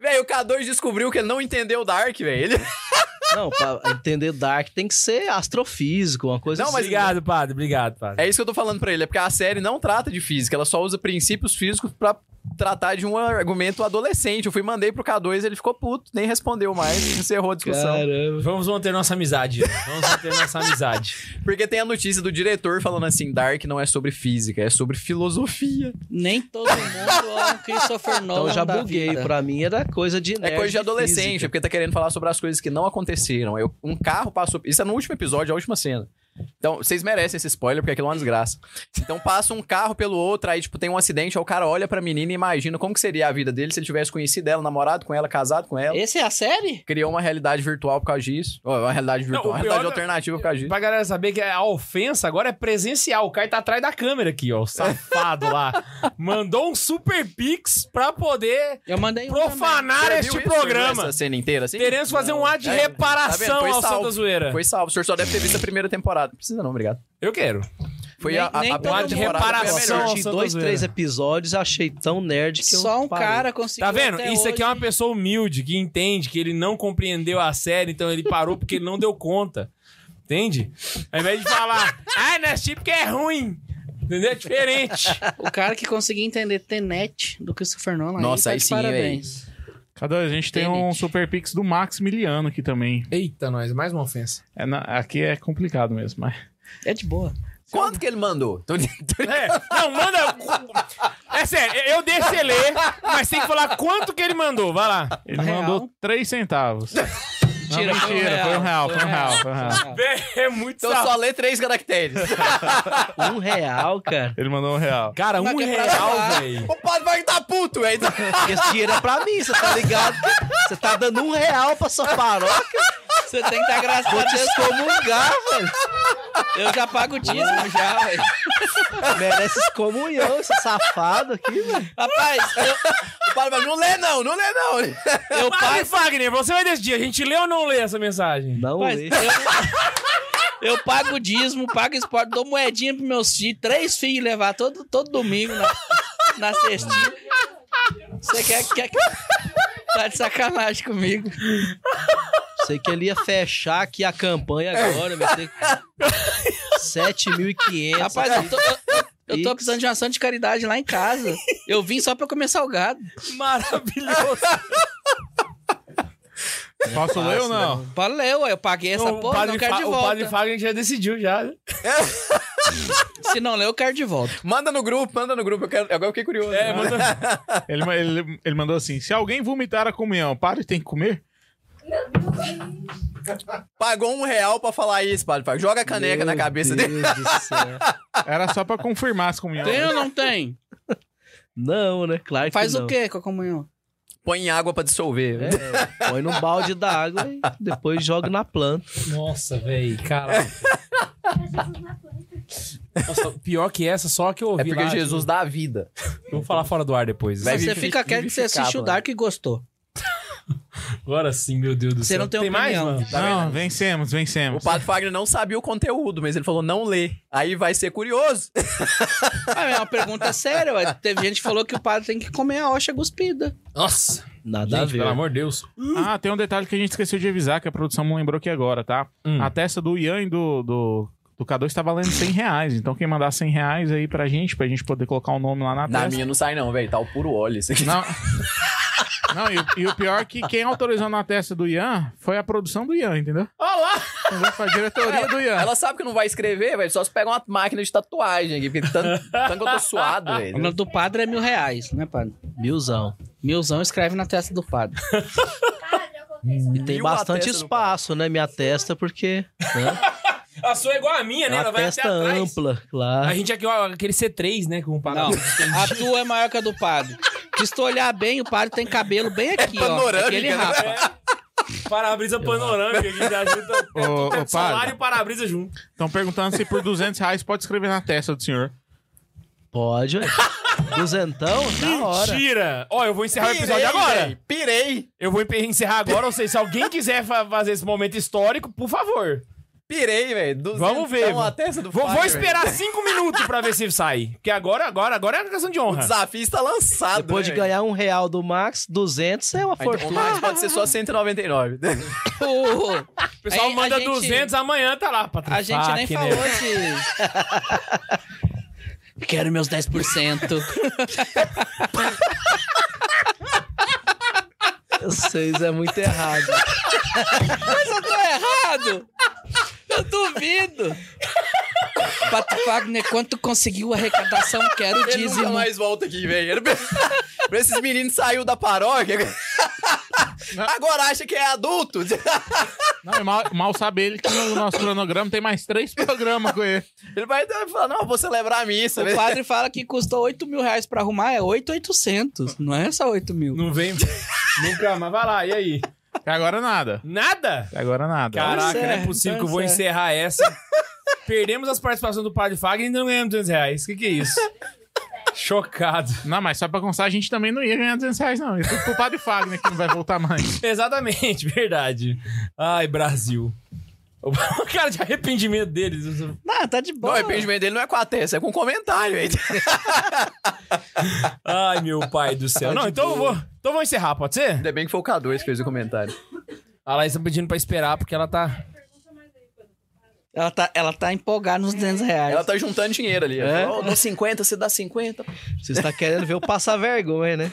Velho, o K2 descobriu que ele não entendeu o Dark, velho. Ele- Não, pra entender Dark tem que ser astrofísico, uma coisa Não, mas assim. Obrigado, padre. Obrigado, padre. É isso que eu tô falando pra ele. É porque a série não trata de física. Ela só usa princípios físicos pra tratar de um argumento adolescente. Eu fui mandei pro K2, ele ficou puto, nem respondeu mais, encerrou a discussão. Caramba. Vamos manter nossa amizade. Vamos manter nossa amizade. Porque tem a notícia do diretor falando assim: Dark não é sobre física, é sobre filosofia. Nem todo mundo é um Christopher Nolan. Então já da buguei. vida. Pra mim era coisa de. É nerd coisa de adolescente, é física. porque tá querendo falar sobre as coisas que não aconteceram. Eu- um carro passou. Isso é no último episódio, a última cena. Então, vocês merecem esse spoiler, porque aquilo é uma desgraça. Então, passa um carro pelo outro, aí, tipo, tem um acidente, aí o cara olha pra menina e imagina como que seria a vida dele se ele tivesse conhecido ela, namorado com ela, casado com ela. Esse é a série? Criou uma realidade virtual por causa disso. Ou, uma realidade virtual, o pior uma é realidade da- alternativa por causa disso. [laughs] pra galera saber que a ofensa agora é presencial. O Caio tá atrás da câmera aqui, ó. O safado [laughs] lá. Mandou um super pix pra poder Eu mandei um também. profanar Você viu este isso? Você viu programa. Essa cena inteira, assim? Teremos que fazer um ad de Tá vendo? reparação Foi ao salvo. Santa Zoeira. Foi salvo. O senhor só deve ter visto a primeira temporada. Não precisa, não, obrigado. Eu quero. Foi Nem- a, a, nem a todo primeira mundo- temporada foi a melhor. Reparação. Eu assisti dois, Santa três zoeira. episódios, achei tão nerd que eu. Só um parei. cara conseguiu. Tá vendo? até Isso aqui é hoje. uma pessoa humilde que entende que ele não compreendeu a série, então ele parou porque ele não deu conta. Entende? Ao invés de falar, [laughs] ah, nasci porque é ruim. Entendeu? É diferente. O cara que conseguiu entender Tenet do Christopher Nolan. Nossa, tá aí de sim, é parabéns. Cadê? A gente tem um Tenet. super pix do Maximiliano aqui também. Eita, nós, mais uma ofensa. É na- aqui é complicado mesmo, mas... É de boa. Quanto que ele mandou? Tô- tô- É, não, manda. É sério, eu deixo você ler, mas tem que falar quanto que ele mandou. Vai lá. Ele Real. mandou 3 centavos. Não, Tira, foi um mentira, foi um real, real, foi um real, foi um real. É, muito Então só lê três [laughs] caracteres. Um real, cara. Ele mandou um real. Cara, um Tá real, [laughs] velho. o padre vai estar puto, Então, velho. Esse dinheiro é pra mim, você tá ligado? Você tá dando um real pra sua paróquia. Você tem que estar graças Vou a te Deus. excomungar, velho. Eu já pago o dízimo já, velho. Merece excomunhão esse safado aqui, velho. Rapaz, eu, O padre vai, não lê não, não lê não. eu Padre pago. Wagner, você vai decidir. A gente lê ou não lê essa mensagem? Não Rapaz, lê. eu, eu pago o dízimo, pago o esporte, dou moedinha pros meus filhos, três filhos levar todo, todo domingo na, na cestinha. Você quer, quer que. Tá de sacanagem comigo. Sei que ele ia fechar aqui a campanha agora, vai ter 7.500. Rapaz, eu tô, eu- eu tô Pix. precisando de uma ação de caridade lá em casa. Eu vim só pra comer salgado. Maravilhoso. Posso ler ou né? não? Valeu, eu paguei essa o, porra, padre não quero Fa- de o padre volta. Fagner já decidiu já. Se não ler, eu quero de volta. Manda no grupo, manda no grupo. Eu quero... Agora eu fiquei curioso. É, mandou. Ele, ma- ele- ele mandou assim: se alguém vomitar a comunhão, padre tem que comer? Pagou um real pra falar isso, padre. Fala, Joga a caneca na cabeça dele. Meu Deus do céu. Era só pra confirmar as comunhões. Tem um- ou não tem? Não, né? Claro que Faz não. o quê com a comunhão? Põe água pra dissolver. É, põe no balde da água e depois joga na planta. Nossa, velho, caralho. Nossa, pior que essa, só que eu ouvi É porque lá. Jesus dá a vida. Vamos falar fora do ar depois. Vai Mas você vivi- fica quieto que você vivificava, assiste o né? Dark e gostou. Agora sim, meu Deus do Você céu. não tem mais, opinião. mano? Não, vencemos, O vencemos. padre Fagner não sabia o conteúdo, mas ele falou não lê. Aí vai ser curioso. Ah, é uma pergunta séria, ué. Teve gente que falou que o padre tem que comer a hoxa guspida. Nossa, Nada a gente, ver. pelo amor de Deus. Ah, tem um detalhe que a gente esqueceu de avisar, que a produção não lembrou aqui agora, tá? Hum. A testa do Ian e do, do, do K2 tá valendo 100 reais. Então quem mandar 100 reais aí pra gente, pra gente poder colocar o nome lá na, Na testa. minha não sai não, velho. Tá o puro óleo isso aqui. Não, não e, o- e o pior é que quem autorizou na testa do Ian foi a produção do Ian, entendeu? Olha lá! Entendeu? Foi a diretoria do Ian. Ela sabe que não vai escrever, velho. Só se pega uma máquina de tatuagem aqui, porque [laughs] tanto, tanto que eu tô suado, O velho. nome do padre é mil reais, né, padre? Milzão. Milzão escreve na testa do padre. E tem Mil a bastante testa do espaço, né? Minha testa, porque né, A sua é igual a minha, é né? uma Ela vai testa até atrás. ampla, A claro. gente aqui, ó, aquele C3, né? Com o Não, parado. [laughs] a tua é maior que a do padre. Se tu olhar bem, o padre tem cabelo bem aqui, ó. panorâmica, Aquele né? rapa. é. Para-brisa panorâmica que [laughs] já junta É Ô, ô, salário padre, e para-brisa junto. estão perguntando se por 200 reais pode escrever na testa do senhor. Pode, ué. Duzentão, na hora. Mentira! Ó, eu vou encerrar o episódio agora. velho, Pirei, Eu vou encerrar agora, ou seja, se alguém quiser fa- fazer esse momento histórico, por favor. pirei, velho. Vamos ver. Então, a testa do vou, vou Fagner, esperar cinco minutos pra ver se sai. Porque agora, agora, agora é uma questão de velho. O honra. desafio está lançado, Depois de né, velho? ganhar um real do Max, 200 é uma Ah, Então, o fortuna. mais pode [laughs] ser só 199. Pô, O pessoal Aí, a manda gente- 200 amanhã, tá lá. Patrick a gente nem Fak, [laughs] falou Né? esses. Quero meus 10%. 6 é muito errado. Mas eu tô errado! Eu duvido! Pato Wagner, né? quanto conseguiu a arrecadação? Quero [laughs] Ele nunca dízimo. mais volta aqui, velho. Ele- [laughs] Pra esses meninos saiu [laughs] da paróquia. Agora acha que é adulto. [laughs] Não, e mal, mal sabe ele que no nosso cronograma tem mais três programas com ele. Ele vai dar- falar, não, eu vou celebrar a missa. O velho. padre fala que custou 8 mil reais pra arrumar, é 8,800. Não é só 8 mil. Não vem. [laughs] Nunca, mas vai lá, e aí? Até agora nada. Nada? Até agora nada. Caraca, certo, não é possível que eu vou tá certo. encerrar essa. Perdemos as participações do Padre Fagner e ainda não ganhamos 200 reais. O que, que é [laughs] isso? Chocado. Não, mas só pra constar, a gente também não ia ganhar 200 reais, não. Isso é pro padre Fagner que não vai voltar mais. Exatamente, verdade. Ai, Brasil. O [laughs] cara de arrependimento deles. Não, tá de Não, o boa. arrependimento dele não é com a testa, é com comentário, velho. Ai, meu pai do Tá céu. Não, então eu vou, então eu vou encerrar, pode ser? Ainda bem que foi o K2 que fez o comentário. A Laís tá pedindo pra esperar, porque ela tá. Ela tá, ela tá empolgada nos 200 reais. Ela tá juntando dinheiro ali. É? Ela falou, "Ó, dou 50, você dá 50. Você está querendo ver eu passar vergonha, né?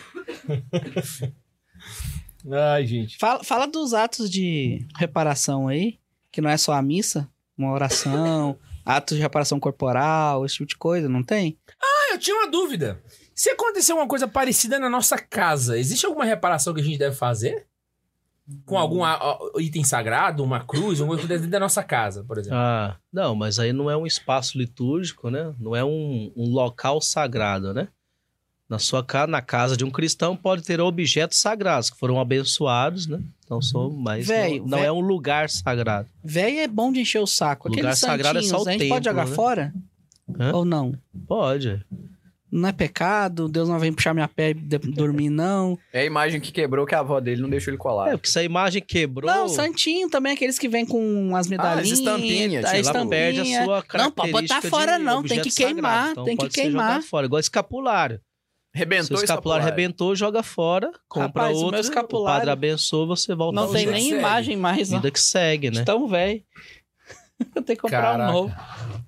Ai, gente. Fala, fala dos atos de reparação aí, que não é só a missa, uma [laughs] oração, atos de reparação corporal, esse tipo de coisa, não tem? Ah, eu tinha uma dúvida. Se acontecer uma coisa parecida na nossa casa, existe alguma reparação que a gente deve fazer? Com algum a- a- item sagrado, uma cruz, alguma coisa dentro da nossa casa, por exemplo. Ah, não, mas aí não é um espaço litúrgico, né? Não é um, um local sagrado, né? Na sua casa, na casa de um cristão, pode ter objetos sagrados que foram abençoados, né? Então sou, Uhum. mas Véio, não, não véio. é um lugar sagrado. Véi é bom de encher o saco. Aquele Lugar sagrado é só o a gente templo, pode jogar né? fora? Hã? Ou não? Pode. Não é pecado, Deus não vem puxar minha [laughs] pele de- dormir, não. É a imagem que quebrou que a avó dele não deixou ele colar. É, porque se a imagem quebrou, Não, santinho também, aqueles que vêm com Ah, as medalhinhas. estampinhas, a ela sei lá, estampinha. perde a sua característica Não, pode botar de fora não, tem objeto que queimar, sagrado. Então tem que pode ser jogado queimar. fora, igual escapulário. Arrebentou Seu esse escapulário arrebentou, joga fora, compra Rapaz, o meu outro, o escapulário- padre abençoa, você volta Não ao tem jeito. nem Segue. imagem mais, não. Vida que segue, né? Tão [laughs] velho. Eu tenho que comprar Caraca. um novo.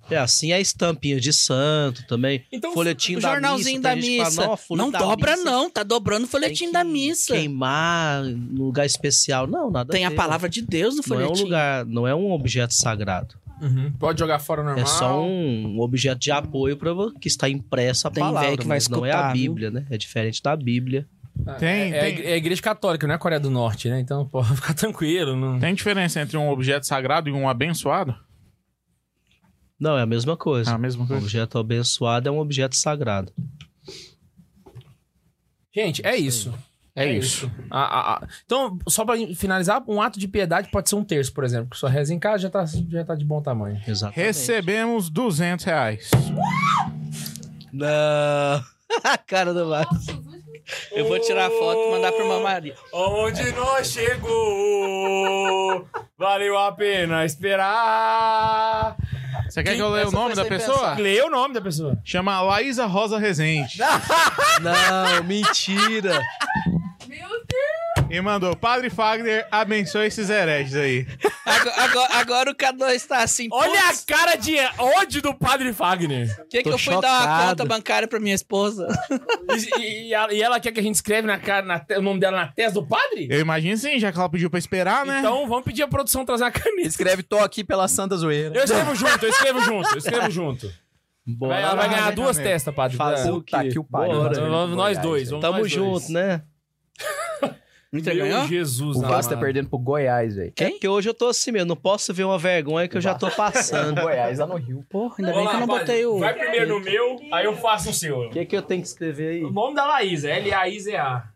É assim a estampinha de santo Ah, também. Então, folhetinho o da jornalzinho missa. da tem gente que fala, missa. "Não, folha não da dobra, missa não. Tá dobrando o tem folhetim que da missa. Queimar no lugar especial. Não, nada Tem a ver. palavra de Deus no Não é um folhetim. [laughs] lugar, não é um objeto sagrado. uhum, pode jogar [laughs] fora normal. É só um objeto de apoio para que está impresso a Tem palavra, velho que vai mas não é a escutar, viu? Bíblia, né? É diferente da Bíblia. Tem, É, a tem. igre- é a igreja católica, não é a Coreia do Norte, né? Então, [laughs] pode ficar tranquilo. Não... Tem diferença entre um objeto sagrado e um abençoado? Não, é a mesma É coisa. a mesma Ah, um coisa. objeto abençoado é um objeto sagrado. Gente, é isso. É isso. Ah, ah, ah. Então, só pra finalizar, um ato de piedade pode ser um terço, por exemplo. Que sua reza em casa já tá, já tá de bom tamanho. Exatamente. Recebemos 200 reais. Não. a cara do Marcos. Eu vou tirar a foto e mandar pra uma Maria. Onde nós chegou, valeu a pena esperar. Você quer que eu leia o Essa nome foi da sem pessoa? Lê o nome da pessoa. Chama Laísa Rosa Rezende. Não, mentira. E mandou, Padre Fagner, abençoe esses hereges aí. Agora, agora- agora o K2 tá assim. Olha "Putz, a cara de ódio do Padre Fagner. Por que, que Tô eu fui dar uma chocado. conta bancária pra minha esposa? E, e- e ela, e ela quer que a gente escreve na cara, na te- o nome dela na testa do padre? Eu imagino sim, já que ela pediu pra esperar, né? Então vamos pedir a produção trazer a camisa. Escreve, tô aqui pela santa zoeira. Eu escrevo junto, eu escrevo junto, eu escrevo junto. Vai- ela vai ganhar duas Exatamente. testas, padre. Fazer o Puta quê? que o pariu. Bora. velho. Vamos nós Goiás, é. dois, velho. vamos Tamo nós junto, dois. né? Inter Meu ganhou? Jesus, O Vasco tá amado. perdendo pro Goiás, velho. É porque hoje eu tô assim mesmo, não posso ver uma vergonha que eu já tô O passando. Goiás lá no Rio. Porra, ainda bem que eu não padre, botei o. Vai primeiro no meu, aí eu faço o seu. O que, que eu tenho que escrever O aí? nome da Laís, é L-A-I-Z-A.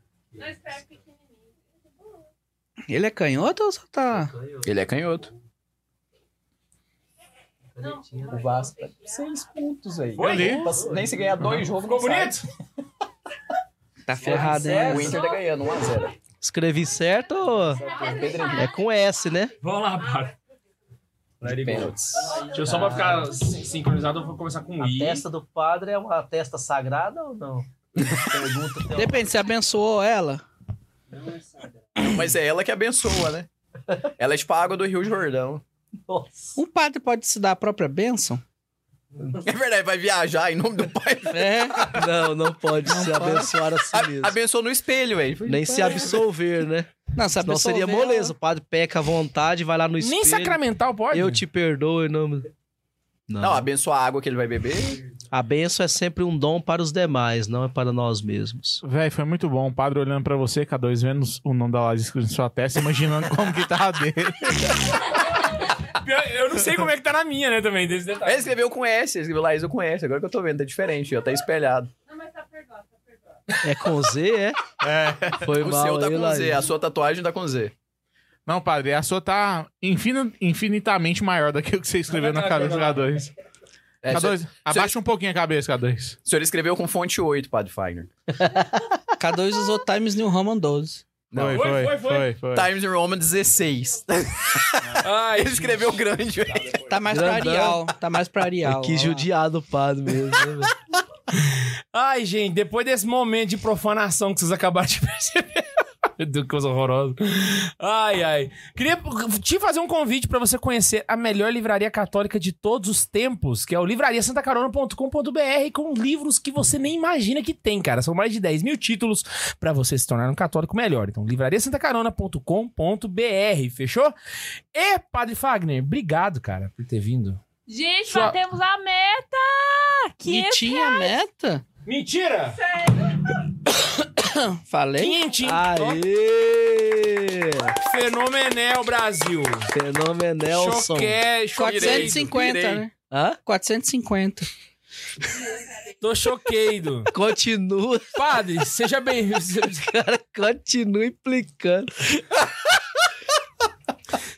Ele é canhoto ou só tá. Ele é canhoto. O Vasco tá com seis pontos aí. Foi? Uhum. Nem se ganhar dois jogos. Ficou bonito? Tá ferrado, O hein? Inter tá ganhando, 1x0. Escrevi certo ou... É com S, né? Vamos lá, padre. Let it go. Pênaltis. Deixa eu só pra ficar sin- sincronizado, eu vou começar com o I. do padre é uma testa sagrada ou não? [laughs] Pergunta Depende, você abençoou ela? Mas é ela que abençoa, né? Ela é tipo a água do Rio Jordão. Um padre pode se dar a própria bênção? É verdade, vai viajar em nome do pai. É. Não, não pode se abençoar a si A, mesmo. [laughs] abençoa no espelho, velho. Nem se absolver, né? Não, se a Senão pessoa seria vê moleza. O padre peca à vontade, vai lá no espelho. Nem sacramental pode? Eu te perdoo em nome... Não, abençoa a água que ele vai beber. A benção é sempre um dom para os demais, não é para nós mesmos. Véi, foi muito bom. O padre olhando pra você, K2 vendo o nome da Laísa escrito em sua testa, imaginando [laughs] como que tá a dele. Pior- Eu não sei como é que tá na minha, né, também, desse Ele detalhe. escreveu com S, ele escreveu Laís com S. Agora que eu tô vendo, tá diferente, ó. Tá espelhado. É com Z, é? É. Foi O mal seu tá aí, com Laís. Z, a sua tatuagem tá com Z. Não, padre, a sua tá infin- infinitamente maior do que o que você escreveu tá Tá né? na cabeça do K2. É, o K2, abaixa um pouquinho a cabeça, K2. senhor escreveu com fonte 8, Padre Fagner. K2 usou Times New Roman 12. Não, Foi, foi, foi, foi, foi, foi, Tá Times New Roman [laughs] 16. Ai, Ele escreveu grande, velho. Tá mais pra Grandão. Arial. Tá mais pra Arial. Que ó lá. judiado o padre mesmo. né, velho? Ai, gente, depois desse momento de profanação que vocês acabaram de [laughs] perceber, Meu Deus, que coisa horrorosa. Ai, ai. Queria te fazer um convite pra você conhecer a melhor livraria católica de todos os tempos, que é o livrariasantacarona.com.br, com livros que você nem imagina que tem, cara. São mais de 10 mil títulos pra você se tornar um católico melhor. Então, livrariasantacarona.com.br, fechou? E, Padre Fagner, obrigado, cara, por ter vindo. Gente, Só- batemos a meta! E 500 tinha meta? Mentira! Falei? Quinhentinho. Aê! Fenomenal, Brasil. Fenomenelson. Choquei, choquei. 450, né? Hã? 450. Tô choqueiro. Continua, [laughs] Padre, seja bem-vindo. cara, continua implicando. [laughs]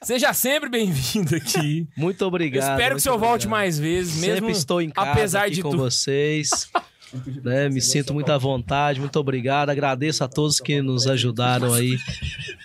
Seja sempre bem-vindo aqui. Muito obrigado. Espero que o muito senhor volte obrigado. mais vezes, mesmo. Sempre estou em casa apesar aqui de com tudo. [laughs] vocês. né, me sinto muito à vontade, muito obrigado. Agradeço a todos que nos ajudaram aí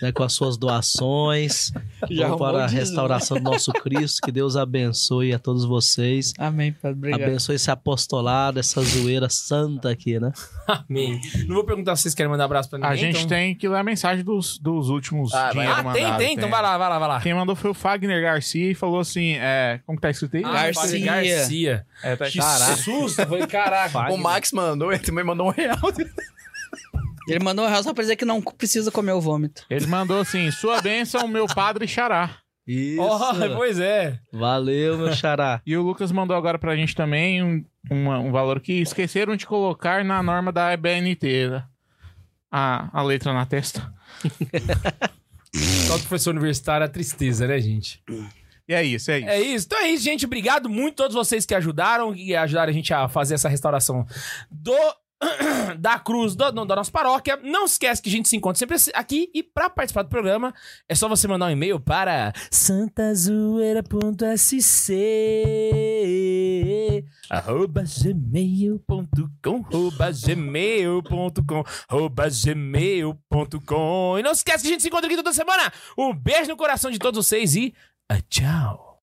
né, com as suas [laughs] doações. Já Vamos arrumou um o para a dízimo. restauração do nosso Cristo. Que Deus abençoe a todos vocês. Amém, Padre. Obrigado. Abençoe esse apostolado, essa zoeira santa aqui, né? Amém. Não vou perguntar se vocês querem mandar abraço pra ninguém. A gente então... tem que ler a mensagem dos, dos últimos Ah, vai- dinheiro ah, tem, mandado, tem. Então vai lá, vai lá, vai lá. Quem mandou foi o Fagner Garcia e falou assim: é, como que tá escrito aí? Ah, Garcia. Padre Garcia. É, tá Que susto. Eu falei, caraca. O Max mandou, [laughs] ele também mandou um real. Ele mandou um real só pra dizer que não precisa comer o vômito. Ele mandou assim: Sua bênção, meu padre xará. Isso. Oh, pois é. Valeu, meu xará. E o Lucas mandou agora pra gente também um, uma- um valor que esqueceram de colocar na norma da EBNT. né? A, a letra na testa. Só que professor universitário, a tristeza, né, gente? E é isso, é isso. É isso. Então é isso, gente. Obrigado muito a todos vocês que ajudaram e ajudaram a gente a fazer essa restauração do [clears throat] da cruz do, não, da nossa paróquia. Não esquece que a gente se encontra sempre aqui e para participar do programa é só você mandar um e-mail para santazoeira.sc arroba gmail.com arroba gmail.com arroba gmail.com e não esquece que a gente se encontra aqui toda semana. Um beijo no coração de todos vocês e ah, tchau.